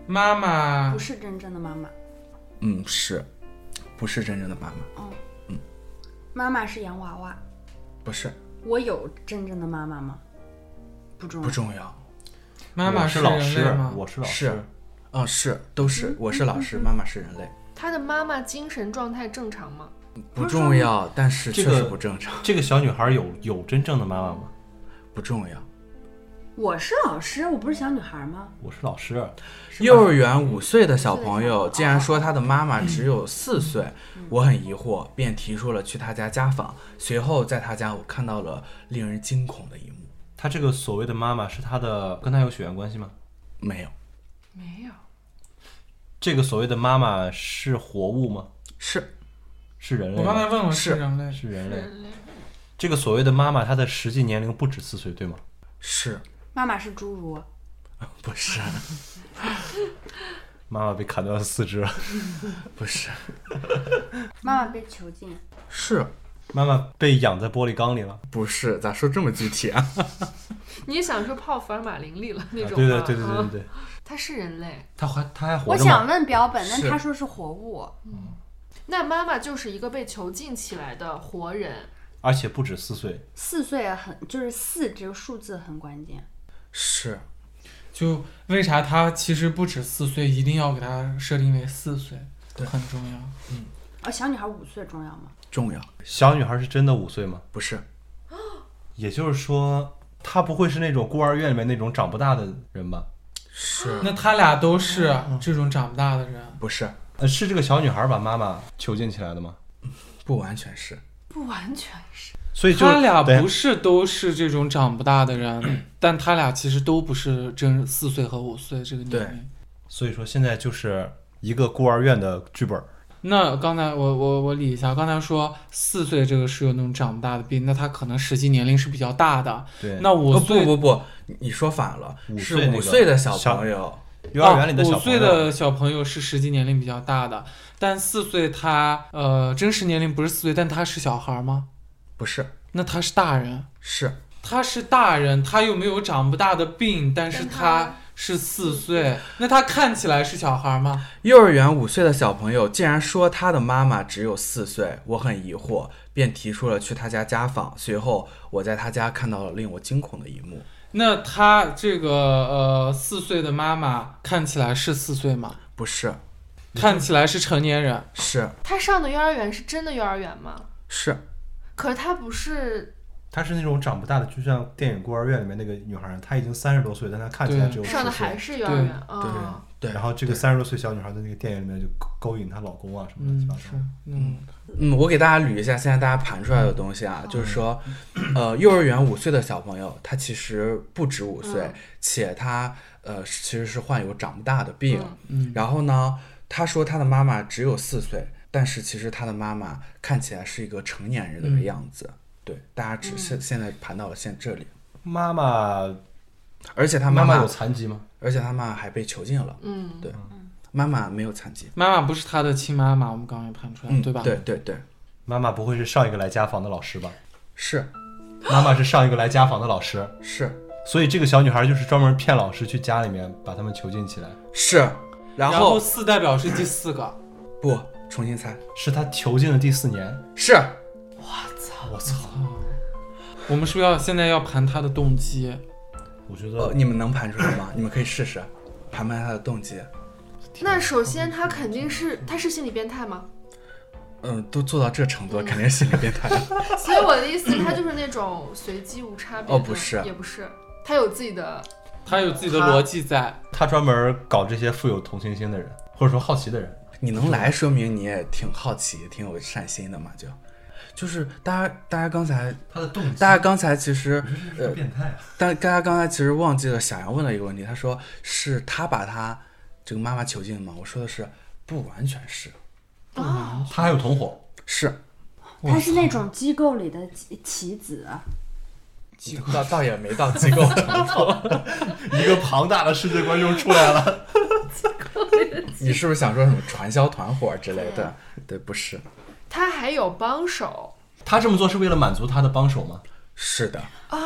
Speaker 4: 妈妈
Speaker 3: 不是真正的妈妈，
Speaker 5: 嗯，是，不是真正的妈妈？
Speaker 3: 妈妈是洋娃娃。
Speaker 5: 不是，
Speaker 3: 我有真正的妈妈吗？不重要。
Speaker 5: 不重要。
Speaker 4: 妈妈
Speaker 6: 我是老
Speaker 4: 人类
Speaker 6: 师
Speaker 4: 吗，？
Speaker 6: 我是老
Speaker 5: 是
Speaker 6: 师，
Speaker 5: 啊、是，都
Speaker 3: 嗯
Speaker 5: 是。我是老师，妈妈是人类。
Speaker 1: 他的妈妈精神状态正常吗？
Speaker 5: 不重要，但是
Speaker 6: 这
Speaker 5: 确
Speaker 6: 个
Speaker 5: 实不正常，
Speaker 6: 这个小女孩有有真正的妈妈吗？
Speaker 5: 不重要。
Speaker 3: 我是老师，我不是小女孩吗？
Speaker 6: 我是老师，
Speaker 5: 幼儿园五岁的小朋
Speaker 3: 五岁的小朋友
Speaker 5: 友竟然说他的妈妈只有四岁，我很疑惑，便提出了去他家家访。随后在他家，我看到了令人惊恐的一幕。
Speaker 6: 她这个所谓的妈妈是她的跟她有血缘关系吗？
Speaker 5: 没有，
Speaker 1: 没有。
Speaker 6: 这个所谓的妈妈是活物吗？
Speaker 5: 是
Speaker 6: 是人类
Speaker 4: 我刚才
Speaker 6: 吗？
Speaker 4: 问我是
Speaker 5: 是
Speaker 4: 人类，
Speaker 6: 是人类。这个所谓的妈妈，她的实际年龄不止四岁，对吗？
Speaker 5: 是，
Speaker 3: 妈妈是侏儒，
Speaker 5: 不 是
Speaker 6: 妈妈被砍断了四肢了，
Speaker 5: 不是
Speaker 3: 妈妈被囚禁。
Speaker 5: 是
Speaker 6: 妈妈被养在玻璃缸里了。
Speaker 5: 不是？咋说这么具体啊？
Speaker 1: 你也想说泡福尔马林里了那
Speaker 6: 啊
Speaker 1: 种
Speaker 6: 对对
Speaker 1: 吗
Speaker 6: 对对对对
Speaker 1: 嗯
Speaker 6: 对，
Speaker 1: 他是人类，
Speaker 6: 她还她还活
Speaker 3: 我
Speaker 6: 着吗
Speaker 3: 想？问标本，但
Speaker 5: 是
Speaker 3: 他说是活物。
Speaker 1: 那妈妈就是一个被囚禁起来的活人。
Speaker 6: 而且不止四岁，
Speaker 3: 四岁很就是四这个数字很关键。
Speaker 5: 是
Speaker 4: 就为啥他其实不止四岁，一定要给他设定为四岁，
Speaker 5: 对
Speaker 4: 很重要。
Speaker 3: 哦，小女孩五岁重要吗？
Speaker 5: 重要？
Speaker 6: 小女孩是真的五岁吗？
Speaker 5: 不是
Speaker 6: 也就是说，她不会是那种孤儿院里面那种长不大的人吧？
Speaker 5: 是
Speaker 4: 那他俩都是
Speaker 6: 嗯
Speaker 4: 这种长不大的人，
Speaker 5: 不是？
Speaker 6: 呃，是这个小女孩把妈妈囚禁起来的吗？
Speaker 5: 不完全是，
Speaker 1: 不完全是，
Speaker 6: 所以就
Speaker 4: 他俩
Speaker 6: 等一
Speaker 4: 不是都是这种长不大的人，但他俩其实都不是真四岁和五岁这个年
Speaker 5: 对
Speaker 4: 龄。
Speaker 6: 所以说现在就是一个孤儿院的剧本。
Speaker 4: 那刚才我我我理一下，刚才说四岁这个是有那种长不大的病，那他可能实际年龄是比较大的。
Speaker 6: 对，
Speaker 4: 那五
Speaker 5: 哦
Speaker 4: 岁、
Speaker 5: 不不不，你说反了，
Speaker 6: 五
Speaker 5: 是
Speaker 6: 岁那
Speaker 5: 五
Speaker 6: 个
Speaker 5: 岁的小
Speaker 6: 小
Speaker 5: 朋友，
Speaker 6: 幼儿园哦里的小
Speaker 4: 啊五
Speaker 6: 朋
Speaker 4: 岁
Speaker 6: 友，
Speaker 4: 的小朋友是实际年龄比较大的，但四岁他呃真实年龄不是四岁，但他是小孩吗？
Speaker 5: 不是
Speaker 4: 那他是大人，
Speaker 5: 是
Speaker 4: 他是大人，他又没有长不大的病，但是
Speaker 3: 但他
Speaker 4: 他嗯是四岁，那他看起来是小孩吗？
Speaker 5: 幼儿园五岁的小朋友竟然说他的妈妈只有四岁，我很疑惑，便提出了去他家家访。随后我在他家看到了令我惊恐的一幕，
Speaker 4: 那他这个呃四岁的妈妈看起来是四岁吗？
Speaker 5: 不是
Speaker 4: 看起来是成年人，
Speaker 5: 是
Speaker 1: 他上的幼儿园是真的幼儿园吗？
Speaker 5: 是
Speaker 1: 可是他不是
Speaker 6: 她是那种长不大的，就像电影《孤儿院》里面那个女孩，她已经三十多岁，但她看起来
Speaker 4: 对
Speaker 6: 只有
Speaker 1: 上的
Speaker 6: 10岁
Speaker 1: 还是幼儿园啊、哦
Speaker 5: 对，
Speaker 6: 然后这个三十多岁小女孩在那个电影里面就勾勾引她老公啊什么乱七
Speaker 4: 嗯
Speaker 6: 八，糟
Speaker 4: 是。，嗯，
Speaker 5: 嗯，我给大家捋一下现在大家盘出来的东西啊，就是说，呃，幼儿园五岁的小朋友，他其实不止五岁，
Speaker 1: 嗯
Speaker 5: 且他呃其实是患有长不大的病。
Speaker 4: 嗯
Speaker 5: 然后呢，他说他的妈妈只有四岁，但是其实他的妈妈看起来是一个成年人的
Speaker 4: 嗯
Speaker 5: 样子。对，大家
Speaker 1: 嗯
Speaker 5: 只现、现在盘到了现这里，
Speaker 6: 妈妈，
Speaker 5: 而且他
Speaker 6: 妈
Speaker 5: 妈
Speaker 6: 有残疾吗？
Speaker 5: 而且他妈妈还被囚禁了，
Speaker 1: 嗯，
Speaker 5: 妈妈没有残疾。
Speaker 4: 妈妈不是他的亲妈妈，我们刚刚也盘出来，
Speaker 5: 嗯，
Speaker 4: 对吧？
Speaker 5: 对对对，
Speaker 6: 妈妈不会是上一个来家访的老师吧？
Speaker 5: 是
Speaker 6: 妈妈是上一个来家访的老师，
Speaker 5: 是
Speaker 6: 所以这个小女孩就是专门骗老师去家里面把他们囚禁起来，
Speaker 5: 是，然
Speaker 4: 然
Speaker 5: 后
Speaker 4: 四代表是第四个，
Speaker 5: 不重新猜
Speaker 6: 是她囚禁的第四年。
Speaker 5: 是。
Speaker 6: 我操！
Speaker 4: 我们是不是要现在要盘他的动机？
Speaker 6: 我觉
Speaker 5: 呃，
Speaker 6: 得
Speaker 5: 你们能盘出来吗？你们可以试试，盘盘他的动机。
Speaker 1: 那首先他肯定是他是心理变态吗？
Speaker 5: 嗯，都做到这程度，肯定是心理变态了。
Speaker 1: 所以我的意思，他就是那种随机无差别的，
Speaker 5: 哦不是
Speaker 1: 也不是，他有自己的，
Speaker 4: 他有自己的逻辑在，
Speaker 6: 她专门搞这些富有同情心的人，或者说好奇的人。
Speaker 5: 你能来，说明你也挺好奇，挺有善心的嘛，就。就是大家，大家刚才，
Speaker 6: 她的动机
Speaker 5: 大家刚才其实，呃，
Speaker 6: 变态啊！
Speaker 5: 但大家刚才其实忘记了小杨问了一个问题，他说是他把他这个妈妈囚禁的吗？我说的是不完全是，
Speaker 6: 她还有同伙，
Speaker 5: 是
Speaker 4: 我操
Speaker 3: 他是那种机构里的棋棋子，
Speaker 5: 倒倒也没到机构程度。
Speaker 6: 一个庞大的世界观又出来了。
Speaker 5: 你是不是想说什么传销团伙之类的？对，不是，
Speaker 1: 他还有帮手，
Speaker 6: 她这么做是为了满足她的帮手吗？
Speaker 5: 是的啊。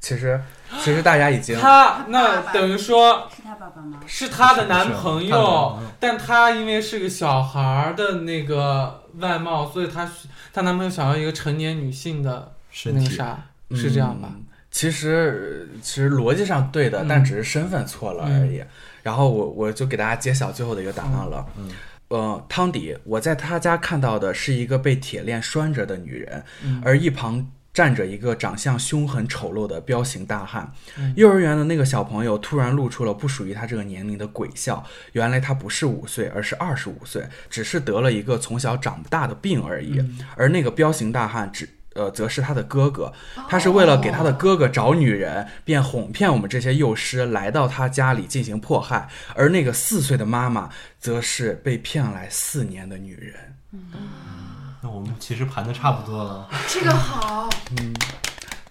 Speaker 5: 其实，其实大家已经
Speaker 4: 他那等于说
Speaker 3: 是他爸爸吗？
Speaker 4: 是他的男朋
Speaker 6: 是她的男朋
Speaker 4: 友
Speaker 6: 友，
Speaker 4: 但他因为是个小孩儿的那个外貌，所以他他男朋友想要一个成年女性的
Speaker 6: 身
Speaker 4: 那个
Speaker 6: 体
Speaker 4: 啥，是这样吧？
Speaker 5: 嗯其实呃其实逻辑上对的，
Speaker 4: 嗯
Speaker 5: 但只是身份错了而已。然后我我就给大家揭晓最后的一个答案了。嗯，呃，汤底，我在他家看到的是一个被铁链拴着的女人，而一旁。站着一个长相凶狠丑陋的彪形大汉，幼儿园的那个小朋友突然露出了不属于他这个年龄的鬼笑。原来他不是五岁，而是二十五岁，只是得了一个从小长不大的病而已。而那个彪形大汉只呃，则是他的哥哥，他是为了给他的哥哥找女人，便哄骗我们这些幼师来到他家里进行迫害，而那个四岁的妈妈，则是被骗来四年的女人。
Speaker 6: 那我们其实盘的差不多了。
Speaker 1: 这个好，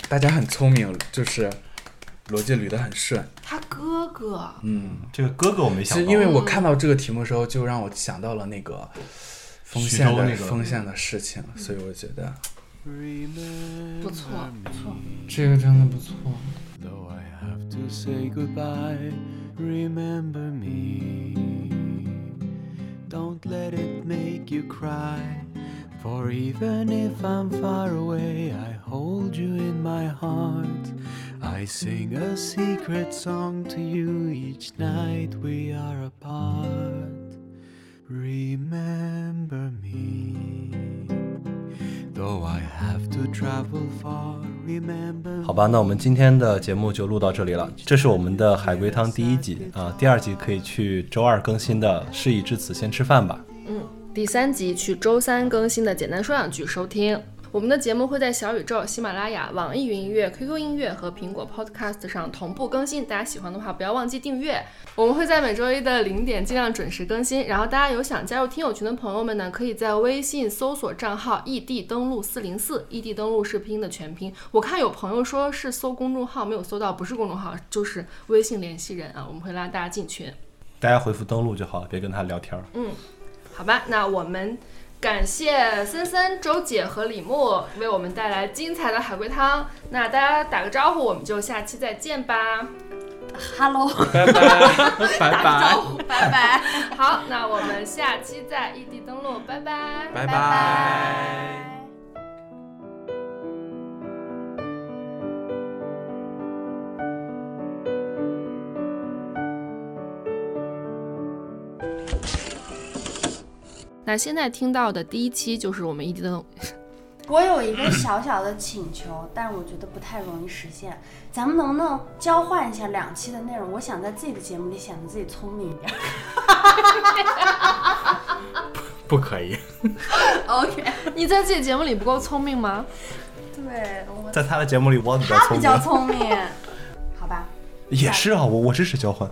Speaker 5: 大家很聪明，就是逻辑捋得很顺。
Speaker 1: 他哥哥，
Speaker 5: 嗯，
Speaker 6: 这个哥哥我没
Speaker 5: 其
Speaker 6: 想
Speaker 5: 实
Speaker 6: 到，
Speaker 5: 因为我看到这个题目的时候，就让我想到了那个丰
Speaker 6: 徐
Speaker 5: 县
Speaker 6: 州
Speaker 5: 的、
Speaker 6: 那个
Speaker 5: 丰县的事情，所以我觉得
Speaker 1: 不错，
Speaker 4: 这个真的不错。
Speaker 7: Though I have to say goodbye, remember me. Don't let it make you cry. For even if I'm far away, I hold you in my heart. I sing a secret song to you each night we are apart. Remember me. Though I have to travel far, remember
Speaker 6: 好吧，那我们今天的节目就录到这里了。这是我们的海龟汤第一集啊，第二集可以去周二更新的。事已至此，先吃饭吧。
Speaker 1: 第三集去周三更新的，简单说两句收听。我们的节目会在小宇宙、喜马拉雅、网易云音乐、QQ 音乐和苹果 Podcast 上同步更新。大家喜欢的话，不要忘记订阅。我们会在每周一的零点尽量准时更新。然后大家有想加入听友群的朋友们呢，可以在微信搜索账号 “ed 登录四零四 ”，“ed 登录”是拼音的全拼。我看有朋友说是搜公众号，没有搜到，不是公众号，就是微信联系人啊。我们会拉大家进群。
Speaker 6: 大家回复登录就好了，别跟他聊天儿。
Speaker 1: 好吧，那我们感谢森森、周姐和李默为我们带来精彩的海龟汤。那大家打个招呼，我们就下期再见吧。
Speaker 3: Hello，
Speaker 4: 拜拜。
Speaker 3: 打
Speaker 8: 拜
Speaker 3: 个
Speaker 8: 拜
Speaker 3: 招。呼， 拜拜。
Speaker 1: 好，那我们下期再异地登录，拜拜。
Speaker 8: 拜
Speaker 3: 拜
Speaker 8: 拜。
Speaker 1: 那现在听到的第一期就是我们异地登录，
Speaker 3: 我有一个小小的请求，但我觉得不太容易实现。咱们能不能交换一下两期的内容？我想在自己的节目里显得自己聪明一点。
Speaker 8: 不可 以，
Speaker 3: OK，
Speaker 1: 你在自己节目里不够聪明吗？
Speaker 3: 对我
Speaker 6: 在他的节目里，我比较
Speaker 3: 他
Speaker 6: 聪
Speaker 3: 比
Speaker 6: 明，
Speaker 3: 较聪明，好 吧？
Speaker 6: 也是啊，我我支持交换。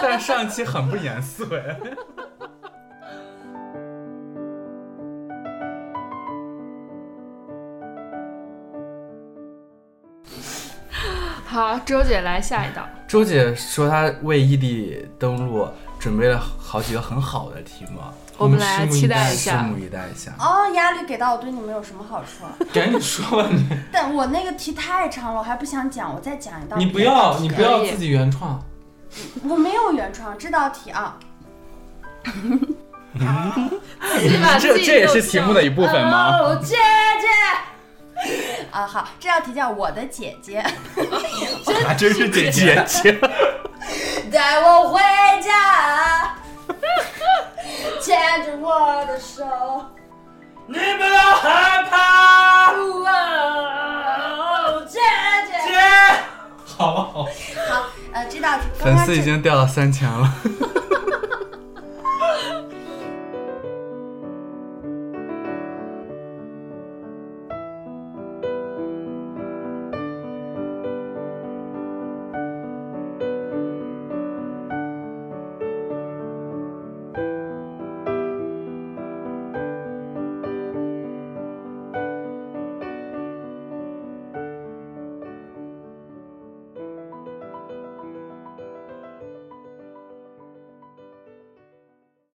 Speaker 8: 但上期很不严肃哎。
Speaker 1: 好，周姐来下一道。
Speaker 8: 周姐说她为异地登陆准备了好几个很好的题目，
Speaker 1: 我们来
Speaker 8: 拭目
Speaker 1: 期待
Speaker 8: 以
Speaker 1: 一下
Speaker 8: 拭目以待一下。
Speaker 3: 哦，压力给到我对你们有什么好处啊？
Speaker 4: 赶紧说吧你，
Speaker 3: 但我那个题太长了，我还不想讲，我再讲一道。
Speaker 4: 你不要
Speaker 3: 啊
Speaker 4: 你不要
Speaker 1: 可以
Speaker 4: 自己原创。
Speaker 3: 我没有原创这道题啊。
Speaker 8: 这这也是题目的一部分吗？
Speaker 3: 哦，姐 姐。啊，好，这道题叫我的姐 姐，
Speaker 6: 啊，真是姐姐，
Speaker 3: 带我回家， 牵着我的 手。哦
Speaker 4: 你不要害怕，
Speaker 3: 哦，姐姐。
Speaker 4: 好不好？
Speaker 3: 好，呃，这道题刚
Speaker 8: 粉
Speaker 3: 刚
Speaker 8: 丝已
Speaker 3: 这
Speaker 8: 经掉到三千了。